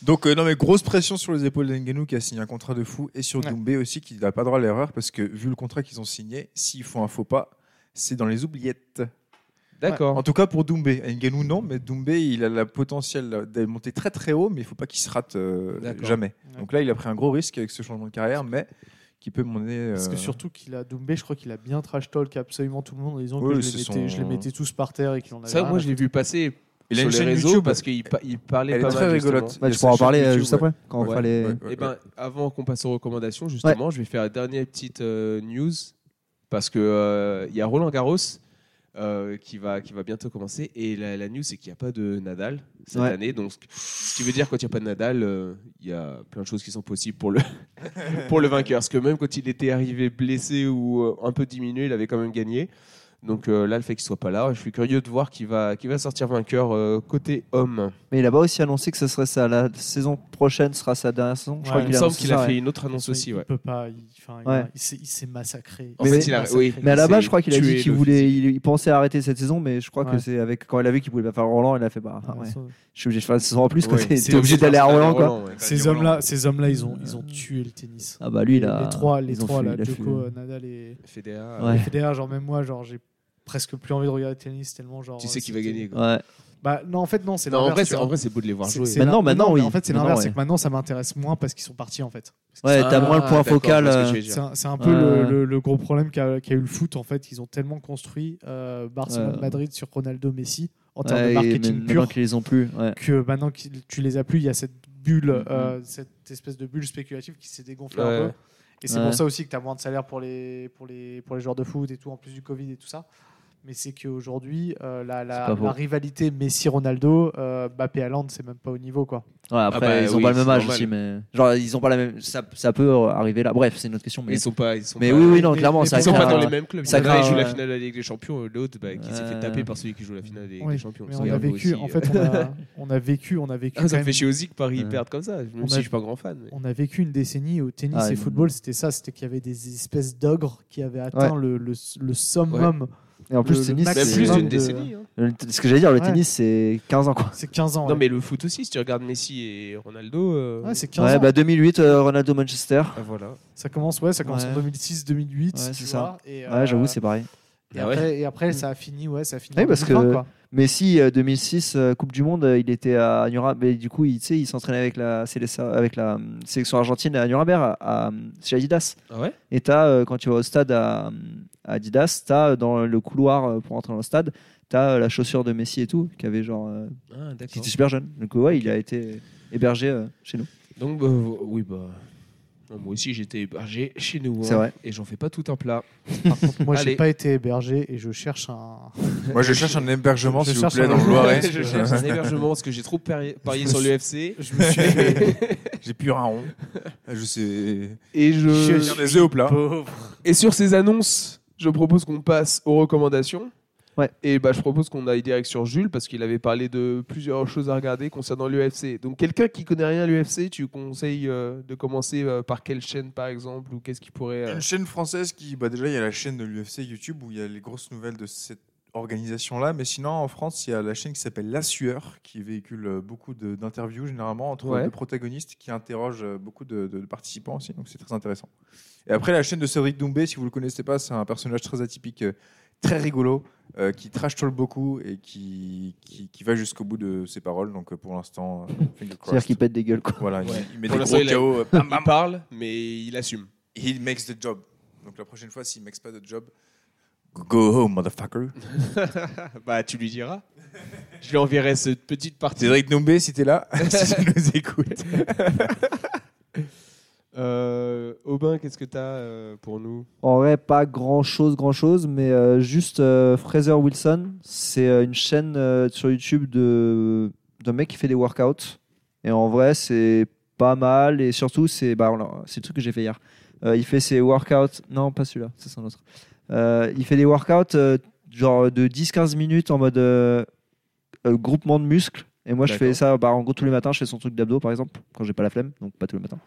Speaker 4: Donc, euh, non, mais grosse pression sur les épaules d'Engenou qui a signé un contrat de fou et sur
Speaker 3: Ouais.
Speaker 4: Doumbé aussi qui n'a pas droit à l'erreur parce que vu le contrat qu'ils ont signé, s'ils font un faux pas, c'est dans les oubliettes.
Speaker 1: D'accord.
Speaker 4: En tout cas pour Doumbé. Ngannou non, mais Doumbé il a le potentiel d'aller monter très très haut, mais il faut pas qu'il se rate euh,
Speaker 1: D'accord.
Speaker 4: jamais.
Speaker 3: Ouais.
Speaker 4: Donc là il a pris un gros risque avec ce changement de carrière, mais qui peut mener. euh,
Speaker 3: Parce que surtout qu'il a Doumbé, je crois qu'il a bien trash talk absolument tout le monde en disant
Speaker 4: Oui,
Speaker 3: que je les,
Speaker 4: c'est
Speaker 3: mettais,
Speaker 4: son-
Speaker 3: je les mettais tous par terre et qu'il en avait.
Speaker 1: Ça,
Speaker 3: rien
Speaker 1: moi,
Speaker 3: à
Speaker 1: je l'ai vu passer
Speaker 4: Il a
Speaker 1: sur
Speaker 4: une
Speaker 1: les
Speaker 4: chaîne
Speaker 1: réseaux
Speaker 4: YouTube.
Speaker 1: parce qu'il pa- il parlait
Speaker 4: Elle est
Speaker 1: pas
Speaker 4: très
Speaker 1: mal.
Speaker 4: rigolote.
Speaker 2: Bah,
Speaker 4: Il y
Speaker 2: tu
Speaker 4: a
Speaker 2: pourras en
Speaker 4: sa chaîne
Speaker 2: parler euh,
Speaker 4: YouTube,
Speaker 2: juste
Speaker 4: ouais.
Speaker 2: après, quand on euh, fera
Speaker 4: Ouais,
Speaker 2: les.
Speaker 4: ouais, ouais,
Speaker 1: Et
Speaker 4: ouais.
Speaker 1: ben, avant qu'on passe aux recommandations, justement, je vais faire la dernière petite euh, news parce que euh, il y a Roland Garros euh, qui va qui va bientôt commencer et la, la news c'est qu'il n'y a pas de Nadal cette
Speaker 2: Ouais.
Speaker 1: année, donc ce qui- ce qui veut dire quand il n'y a pas de Nadal, euh, il y a plein de choses qui sont possibles pour le pour le vainqueur, parce que même quand il était arrivé blessé ou euh, un peu diminué, il avait quand même gagné. Donc euh, là, le fait qu'il soit pas là, je suis curieux de voir qui va qui va sortir vainqueur euh, côté homme.
Speaker 2: Mais il a pas aussi annoncé que ce serait ça. La saison prochaine sera sa dernière saison.
Speaker 3: Ouais,
Speaker 2: je crois
Speaker 1: il
Speaker 2: qu'il
Speaker 1: me
Speaker 2: a
Speaker 1: semble
Speaker 2: annoncé
Speaker 1: qu'il
Speaker 2: ça,
Speaker 1: a
Speaker 2: ouais.
Speaker 1: fait une autre
Speaker 3: foutre.
Speaker 1: annonce aussi, ouais.
Speaker 3: Il peut pas. Il, enfin, il-
Speaker 2: Ouais. Oh,
Speaker 3: il s'est- il s'est massacré.
Speaker 1: En
Speaker 2: Mais-
Speaker 1: fait, il a- oui.
Speaker 2: Mais à la
Speaker 1: C'est
Speaker 2: base, je crois qu'il avait
Speaker 1: tuer
Speaker 2: dit qu'il
Speaker 1: le
Speaker 2: voulait, il, il pensait arrêter cette saison, mais je crois
Speaker 3: Ouais.
Speaker 2: que c'est avec quand il a vu qu'il pouvait pas faire Roland, il a fait bah ah ouais,
Speaker 3: Ça-
Speaker 2: je suis obligé de faire la saison en plus, quoi.
Speaker 1: Ouais.
Speaker 2: T'es-
Speaker 3: C'est
Speaker 2: t'es obligé
Speaker 3: obligé
Speaker 2: d'aller à Roland, quoi.
Speaker 1: ouais.
Speaker 3: Ces hommes-là, ces hommes-là, ils ont, ils ont tué le tennis.
Speaker 2: Ah bah lui, Euh, il a.
Speaker 3: les trois, les
Speaker 2: ils ont
Speaker 3: trois,
Speaker 2: fui-
Speaker 3: là, euh,
Speaker 2: il a fui.
Speaker 3: Djoko, Nadal et,
Speaker 1: Federer,
Speaker 2: Ouais.
Speaker 3: Et D'ailleurs, genre même moi, genre j'ai presque plus envie de regarder le tennis tellement genre.
Speaker 1: tu sais
Speaker 3: euh,
Speaker 1: qu'il va
Speaker 3: c'était-
Speaker 1: gagner. quoi.
Speaker 2: Ouais.
Speaker 3: Bah non, en fait non, c'est
Speaker 1: Non, en vrai,
Speaker 3: l'inverse.
Speaker 1: c'est-
Speaker 3: tu
Speaker 1: en
Speaker 3: vois.
Speaker 1: vrai, c'est beau de les voir
Speaker 3: C'est-
Speaker 1: jouer.
Speaker 3: c'est
Speaker 2: Maintenant,
Speaker 3: l'in-
Speaker 2: maintenant,
Speaker 3: non, mais
Speaker 2: oui.
Speaker 3: En fait, c'est
Speaker 2: Maintenant,
Speaker 3: l'inverse,
Speaker 2: ouais.
Speaker 3: c'est que maintenant ça m'intéresse moins parce qu'ils sont partis en fait.
Speaker 2: Ouais, t'as moins le point
Speaker 1: d'accord,
Speaker 2: focal.
Speaker 1: je vois ce que tu
Speaker 2: euh,
Speaker 1: veux dire.
Speaker 3: C'est un, c'est un peu
Speaker 2: Euh.
Speaker 3: le, le- le gros problème qu'a qu'a eu le foot en fait. Ils ont tellement construit euh, Barcelone
Speaker 2: Ouais.
Speaker 3: Madrid sur Ronaldo Messi en termes de
Speaker 2: ouais, et
Speaker 3: marketing
Speaker 2: maintenant
Speaker 3: pur
Speaker 2: qu'ils les ont plus. Ouais.
Speaker 3: que maintenant que tu les as plus, il y a cette bulle,
Speaker 2: Mhm.
Speaker 3: euh, cette espèce de bulle spéculative qui s'est dégonflée
Speaker 1: Ouais.
Speaker 3: un peu. Et c'est
Speaker 2: Ouais.
Speaker 3: pour ça aussi que tu as moins de salaire pour les, pour, les, pour les joueurs de foot et tout, en plus du Covid et tout ça. mais c'est qu'aujourd'hui, euh, la, la-
Speaker 5: C'est pas faux.
Speaker 3: la rivalité Messi-Ronaldo, euh, Mbappé-Haaland, c'est même pas au niveau. quoi.
Speaker 5: Ouais, après,
Speaker 1: bah,
Speaker 5: ils ont
Speaker 1: oui,
Speaker 5: pas le même
Speaker 1: c'est
Speaker 5: âge
Speaker 1: normal.
Speaker 5: aussi, mais. Genre, ils ont pas la même. Ça, ça peut euh, arriver là. Bref, c'est une autre question. Mais,
Speaker 1: Ils sont pas. Ils sont
Speaker 5: mais
Speaker 1: pas-
Speaker 5: oui, oui, non,
Speaker 3: mais-
Speaker 5: clairement,
Speaker 3: mais
Speaker 5: ça
Speaker 1: Ils sont
Speaker 5: crée
Speaker 1: pas
Speaker 5: un-
Speaker 1: dans les mêmes clubs.
Speaker 5: ça
Speaker 1: Il y en a qui
Speaker 5: crée,
Speaker 1: joue la
Speaker 5: ouais.
Speaker 1: finale de la Ligue des Champions, l'autre bah, qui s'est fait
Speaker 5: Euh.
Speaker 1: taper par celui qui joue la finale de la Ligue
Speaker 3: Oui,
Speaker 1: des Champions.
Speaker 3: Mais
Speaker 1: Ça,
Speaker 3: on
Speaker 1: il y
Speaker 3: a
Speaker 1: en aussi,
Speaker 3: vécu, en
Speaker 1: euh.
Speaker 3: fait, on a, on a vécu, on a vécu.
Speaker 1: Ah, ça
Speaker 3: quand
Speaker 1: me
Speaker 3: même-
Speaker 1: fait chier aussi que Paris
Speaker 5: Ouais.
Speaker 1: perde comme ça, même
Speaker 3: On
Speaker 1: si
Speaker 3: a-
Speaker 1: je suis pas grand fan. mais-
Speaker 3: on a vécu une décennie au tennis
Speaker 5: Ah,
Speaker 3: et
Speaker 5: non.
Speaker 3: football, c'était ça, c'était qu'il y avait des espèces d'ogres qui avaient atteint le, le, le summum.
Speaker 2: Et en plus,
Speaker 3: Le-
Speaker 2: le
Speaker 3: le
Speaker 2: tennis,
Speaker 1: Même
Speaker 3: maximum
Speaker 2: c'est-
Speaker 1: plus d'une
Speaker 3: de-
Speaker 1: décennie. hein.
Speaker 2: Le t- Ce que j'allais dire, le
Speaker 3: Ouais.
Speaker 2: tennis, c'est 15 ans, quoi.
Speaker 3: C'est 15 ans.
Speaker 1: Non,
Speaker 3: ouais.
Speaker 1: mais le foot aussi, si tu regardes Messi et Ronaldo. euh,
Speaker 3: Ouais, c'est 15
Speaker 2: Ouais,
Speaker 3: ans.
Speaker 2: bah 2008, euh, Ronaldo Manchester.
Speaker 1: ah, voilà.
Speaker 3: Ça commence, ouais, ça commence
Speaker 5: Ouais.
Speaker 3: en 2006, 2008.
Speaker 5: Ouais,
Speaker 3: tu
Speaker 5: c'est ça.
Speaker 3: vois, Et, euh,
Speaker 2: Ouais, j'avoue, c'est pareil.
Speaker 3: Et,
Speaker 1: Ah ouais.
Speaker 3: après, et après, ça a fini, ouais, ça a fini.
Speaker 2: Ouais,
Speaker 3: en
Speaker 2: parce
Speaker 3: 2020,
Speaker 2: que-
Speaker 3: quoi.
Speaker 2: Messi, euh, 2006, euh, Coupe du Monde, euh, il était à Nuremberg. Et du coup, il, tu sais, il s'entraînait avec la, séle- avec la hum, sélection argentine à Nuremberg, à, à, hum, chez Adidas.
Speaker 1: Ah ouais
Speaker 2: Et t'as, euh, quand tu vas au stade à, hum, à Adidas, t'as euh, dans le couloir euh, pour entrer dans le stade, t'as euh, la chaussure de Messi et tout, qui avait genre, euh,
Speaker 1: Ah,
Speaker 2: qui
Speaker 1: d'accord.
Speaker 2: était super jeune. Donc ouais, il a été hébergé euh, chez nous.
Speaker 1: Donc, bah, oui, bah. non, Moi aussi, j'étais hébergé chez nous.
Speaker 2: C'est
Speaker 1: hein,
Speaker 2: vrai.
Speaker 1: Et j'en fais pas tout un plat.
Speaker 3: Par contre, moi, j'ai
Speaker 1: Allez.
Speaker 3: pas été hébergé et je cherche un.
Speaker 4: Moi, je cherche un hébergement,
Speaker 3: Je
Speaker 4: s'il vous
Speaker 3: cherche
Speaker 4: plaît,
Speaker 3: un
Speaker 4: dans le
Speaker 3: hébergement.
Speaker 4: Loiret.
Speaker 1: je cherche un hébergement parce que j'ai trop pari- parié sur l'UFC.
Speaker 3: Je me suis.
Speaker 4: J'ai plus un rond. Je sais.
Speaker 1: Et je.
Speaker 4: Je tiens les œufs au plat.
Speaker 1: Et sur ces annonces, je propose qu'on passe aux recommandations.
Speaker 2: Ouais.
Speaker 1: Et bah, je propose qu'on aille direct sur Jules parce qu'il avait parlé de plusieurs choses à regarder concernant l'UFC. Donc, quelqu'un qui connaît rien à l'UFC, tu conseilles euh, de commencer euh, par quelle chaîne par exemple ou qu'est-ce qui pourrait. euh,
Speaker 4: Une chaîne française qui, bah déjà, il y a la chaîne de l'UFC YouTube où il y a les grosses nouvelles de cette organisation-là. Mais sinon, en France, il y a la chaîne qui s'appelle La Sueur, qui véhicule euh, beaucoup de- d'interviews généralement entre
Speaker 1: Ouais.
Speaker 4: des protagonistes qui interrogent euh, beaucoup de, de- de participants aussi. Donc, c'est très intéressant. Et après, la chaîne de Cédric Doumbé, si vous le connaissez pas, c'est un personnage très atypique, euh, très rigolo, euh, qui trash talk beaucoup et qui, qui, qui va jusqu'au bout de ses paroles. Donc, euh, pour l'instant, euh, finger
Speaker 2: C'est-à-dire qu'il
Speaker 4: crossed.
Speaker 2: pète des gueules, quoi.
Speaker 4: Voilà, il-
Speaker 1: Ouais.
Speaker 4: il met
Speaker 1: Pour
Speaker 4: des
Speaker 1: l'instant,
Speaker 4: gros
Speaker 1: il a-
Speaker 4: chaos. euh, bam, bam,
Speaker 1: Il parle, mais il assume.
Speaker 4: He makes the job. Donc la prochaine fois, s'il ne pas de job, go home, motherfucker.
Speaker 1: bah, tu lui diras. Je lui enverrai cette petite partie.
Speaker 4: Cédric Nombé, si t'es là, si tu nous écoutes.
Speaker 1: Euh, Aubin, qu'est-ce que t'as euh, pour nous
Speaker 2: En vrai, pas grand chose, grand chose, mais euh, juste euh, Fraser Wilson, c'est euh, une chaîne euh, sur YouTube de d'un mec qui fait des workouts. Et en vrai, c'est pas mal. Et surtout, c'est bah, on l'a- c'est le truc que j'ai fait hier. Euh, il fait ses workouts. Non, pas celui-là, ça, c'est un autre. Euh, il fait des workouts euh, genre de 10-15 minutes en mode euh, euh, groupement de muscles. Et moi, je
Speaker 1: D'accord.
Speaker 2: fais ça bah, en gros tous les matins. Je fais son truc d'abdos, par exemple, quand j'ai pas la flemme, donc pas tous les matins.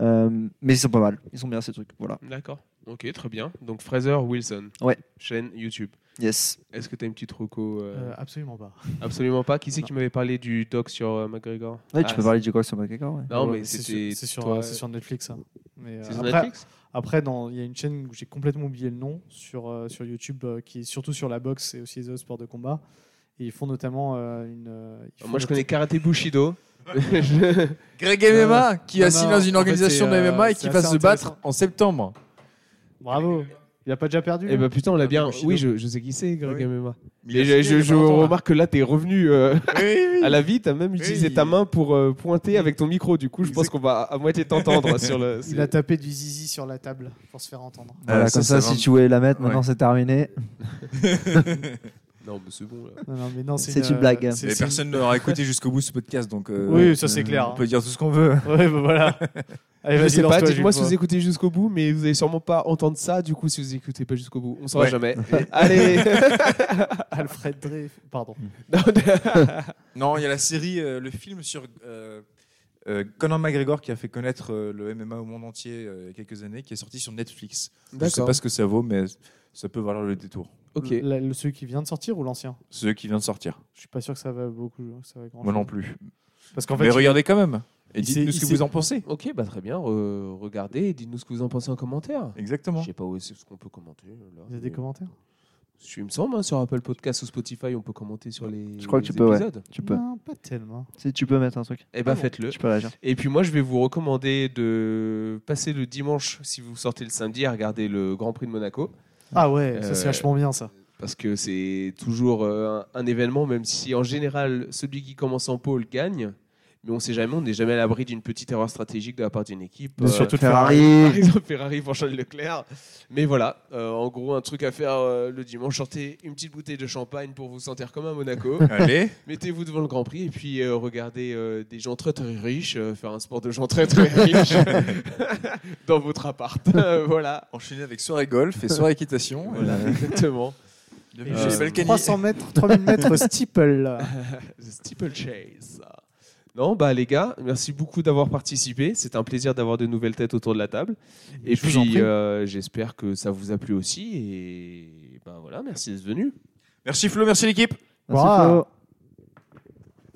Speaker 2: Euh, mais ils sont pas mal. Ils sont bien ces trucs. Voilà.
Speaker 1: D'accord. Ok, très bien. Donc, Fraser Wilson.
Speaker 2: Ouais.
Speaker 1: Chaîne YouTube.
Speaker 2: Yes.
Speaker 1: Est-ce que t'as une petite reco euh,
Speaker 3: Euh, absolument pas.
Speaker 1: Absolument pas. Qui c'est qui m'avait parlé du doc sur euh, McGregor
Speaker 2: Ouais,
Speaker 1: Ah,
Speaker 2: tu peux parler du Gol sur McGregor. Ouais.
Speaker 1: c'est- Non, mais
Speaker 3: Ouais, c'est
Speaker 1: c'était.
Speaker 3: sur- c'est sur,
Speaker 1: toi-
Speaker 3: c'est sur Netflix. hein. Mais, euh,
Speaker 1: C'est sur
Speaker 3: après-
Speaker 1: Netflix
Speaker 3: Après, dans- il y a une chaîne où j'ai complètement oublié le nom sur, euh, sur YouTube euh, qui est surtout sur la boxe et aussi les autres sports de combat. Et ils font notamment euh, une. euh, ils font
Speaker 1: Ah, Moi, je
Speaker 3: not-
Speaker 1: connais Karate Bushido. Je-
Speaker 4: Greg
Speaker 3: MMA,
Speaker 4: MMA, qui
Speaker 3: non,
Speaker 4: assigne
Speaker 3: non,
Speaker 4: dans une
Speaker 3: en fait,
Speaker 4: organisation
Speaker 3: c'est,
Speaker 4: de
Speaker 3: euh,
Speaker 4: MMA et
Speaker 3: c'est
Speaker 4: qui
Speaker 3: assez
Speaker 4: va se battre
Speaker 3: intéressant.
Speaker 4: en septembre.
Speaker 3: Bravo Il a pas déjà perdu hein
Speaker 1: Eh ben putain, on l'a
Speaker 3: Karate
Speaker 1: bien.
Speaker 3: Bushido.
Speaker 1: Oui, je, je sais qui c'est, Greg
Speaker 4: Oui.
Speaker 1: MMA.
Speaker 4: Il
Speaker 1: Mais je,
Speaker 4: a signé il y
Speaker 1: je,
Speaker 4: a
Speaker 1: je
Speaker 4: pas longtemps,
Speaker 1: remarque que là, t'es revenu euh,
Speaker 4: hein. Oui, oui,
Speaker 1: à
Speaker 4: oui.
Speaker 1: la vie. T'as même
Speaker 4: Oui.
Speaker 1: utilisé ta main pour euh, pointer avec ton micro. Du coup, je pense
Speaker 4: Exact.
Speaker 1: qu'on va à moitié t'entendre sur le.
Speaker 3: Il a tapé du zizi sur la table pour se faire entendre.
Speaker 2: Voilà,
Speaker 4: Euh,
Speaker 2: comme ça,
Speaker 4: c'est
Speaker 2: si tu voulais la mettre,
Speaker 4: Ouais.
Speaker 2: maintenant c'est terminé.
Speaker 1: Non, mais c'est bon. là.
Speaker 3: Non, non, mais non,
Speaker 2: C'est une blague.
Speaker 3: c'est-
Speaker 4: Mais
Speaker 3: c'est une-
Speaker 4: personne n'aura écouté jusqu'au bout ce podcast, donc euh,
Speaker 3: Oui, ça c'est clair. hein.
Speaker 4: on peut dire tout ce qu'on veut.
Speaker 3: Ouais, bah voilà. Allez,
Speaker 1: Je
Speaker 3: vas-y,
Speaker 1: sais pas,
Speaker 3: lance-toi,
Speaker 1: dites-moi si
Speaker 3: Jules,
Speaker 1: vous écoutez jusqu'au bout, mais vous allez sûrement pas entendre ça. Du coup, si vous écoutez pas jusqu'au bout, on saura
Speaker 4: Ouais.
Speaker 1: jamais. allez
Speaker 3: Alfred Drey. Pardon.
Speaker 1: Non,
Speaker 4: Non, il y a la série, euh, le film sur euh, euh, Conor McGregor qui a fait connaître euh, le MMA au monde entier euh, il y a quelques années, qui est sorti sur Netflix. Je sais
Speaker 1: D'accord.
Speaker 4: pas ce que ça vaut, mais ça peut valoir le détour.
Speaker 1: Ok.
Speaker 3: Le, le- celui qui vient de sortir ou l'ancien
Speaker 4: Ceux qui vient de sortir.
Speaker 3: Je suis pas sûr que ça va beaucoup. que Ça va grand
Speaker 4: Moi non plus.
Speaker 3: Parce qu'en
Speaker 4: mais
Speaker 3: fait,
Speaker 4: regardez quand même. Et
Speaker 3: il
Speaker 4: dites-nous
Speaker 3: s'est-
Speaker 4: ce
Speaker 3: il
Speaker 4: que
Speaker 3: s'est-
Speaker 4: vous en pensez.
Speaker 1: Ok, bah très bien. Re- regardez et dites-nous ce que vous en pensez en commentaire. Je
Speaker 4: Exactement.
Speaker 1: sais pas où est-ce qu'on peut commenter. Là,
Speaker 3: il y a
Speaker 1: mais-
Speaker 3: des commentaires
Speaker 1: Je- Il me semble, hein, sur Apple Podcast ou Spotify, on peut commenter sur les,
Speaker 2: Je crois que tu
Speaker 1: les
Speaker 2: peux, ouais.
Speaker 1: épisodes.
Speaker 2: Tu peux.
Speaker 3: Non, pas tellement.
Speaker 2: Si tu peux mettre un truc,
Speaker 3: Ah
Speaker 1: Eh ben, faites-le.
Speaker 2: tu peux réagir.
Speaker 1: Et puis moi, je vais vous recommander de passer le dimanche, si vous sortez le samedi, à regarder le Grand Prix de Monaco.
Speaker 3: Ah ouais, ça
Speaker 1: Euh,
Speaker 3: c'est vachement bien ça.
Speaker 1: Parce que c'est toujours euh, un, un événement, même si en général, celui qui commence en pôle gagne. mais on sait jamais, on n'est jamais à l'abri d'une petite erreur stratégique de la part d'une équipe. Euh,
Speaker 4: Surtout de
Speaker 1: par
Speaker 2: Ferrari.
Speaker 1: exemple Ferrari pour Charles Leclerc. Mais voilà, euh, en gros, un truc à faire euh, le dimanche, sortez une petite bouteille de champagne pour vous sentir comme à Monaco.
Speaker 4: Allez,
Speaker 1: Mettez-vous devant le Grand Prix et puis euh, regardez euh, des gens très très riches euh, faire un sport de gens très très riches dans votre appart. Euh, voilà.
Speaker 4: enchaîner avec soirée golf et euh, soirée équitation.
Speaker 1: Voilà, exactement.
Speaker 3: Et
Speaker 1: Euh,
Speaker 3: j'ai
Speaker 4: Balkany.
Speaker 3: 300 mètres, 3000 mètres steeple.
Speaker 1: The Steeplechase. Non, bah les gars, merci beaucoup d'avoir participé. C'est un plaisir d'avoir de nouvelles têtes autour de la table. Et
Speaker 3: Je vous en
Speaker 1: puis,
Speaker 3: prie.
Speaker 1: euh, j'espère que ça vous a plu aussi. Et ben voilà, merci d'être venu.
Speaker 4: Merci Flo, merci l'équipe.
Speaker 2: Merci,
Speaker 3: Wow.
Speaker 2: Flo.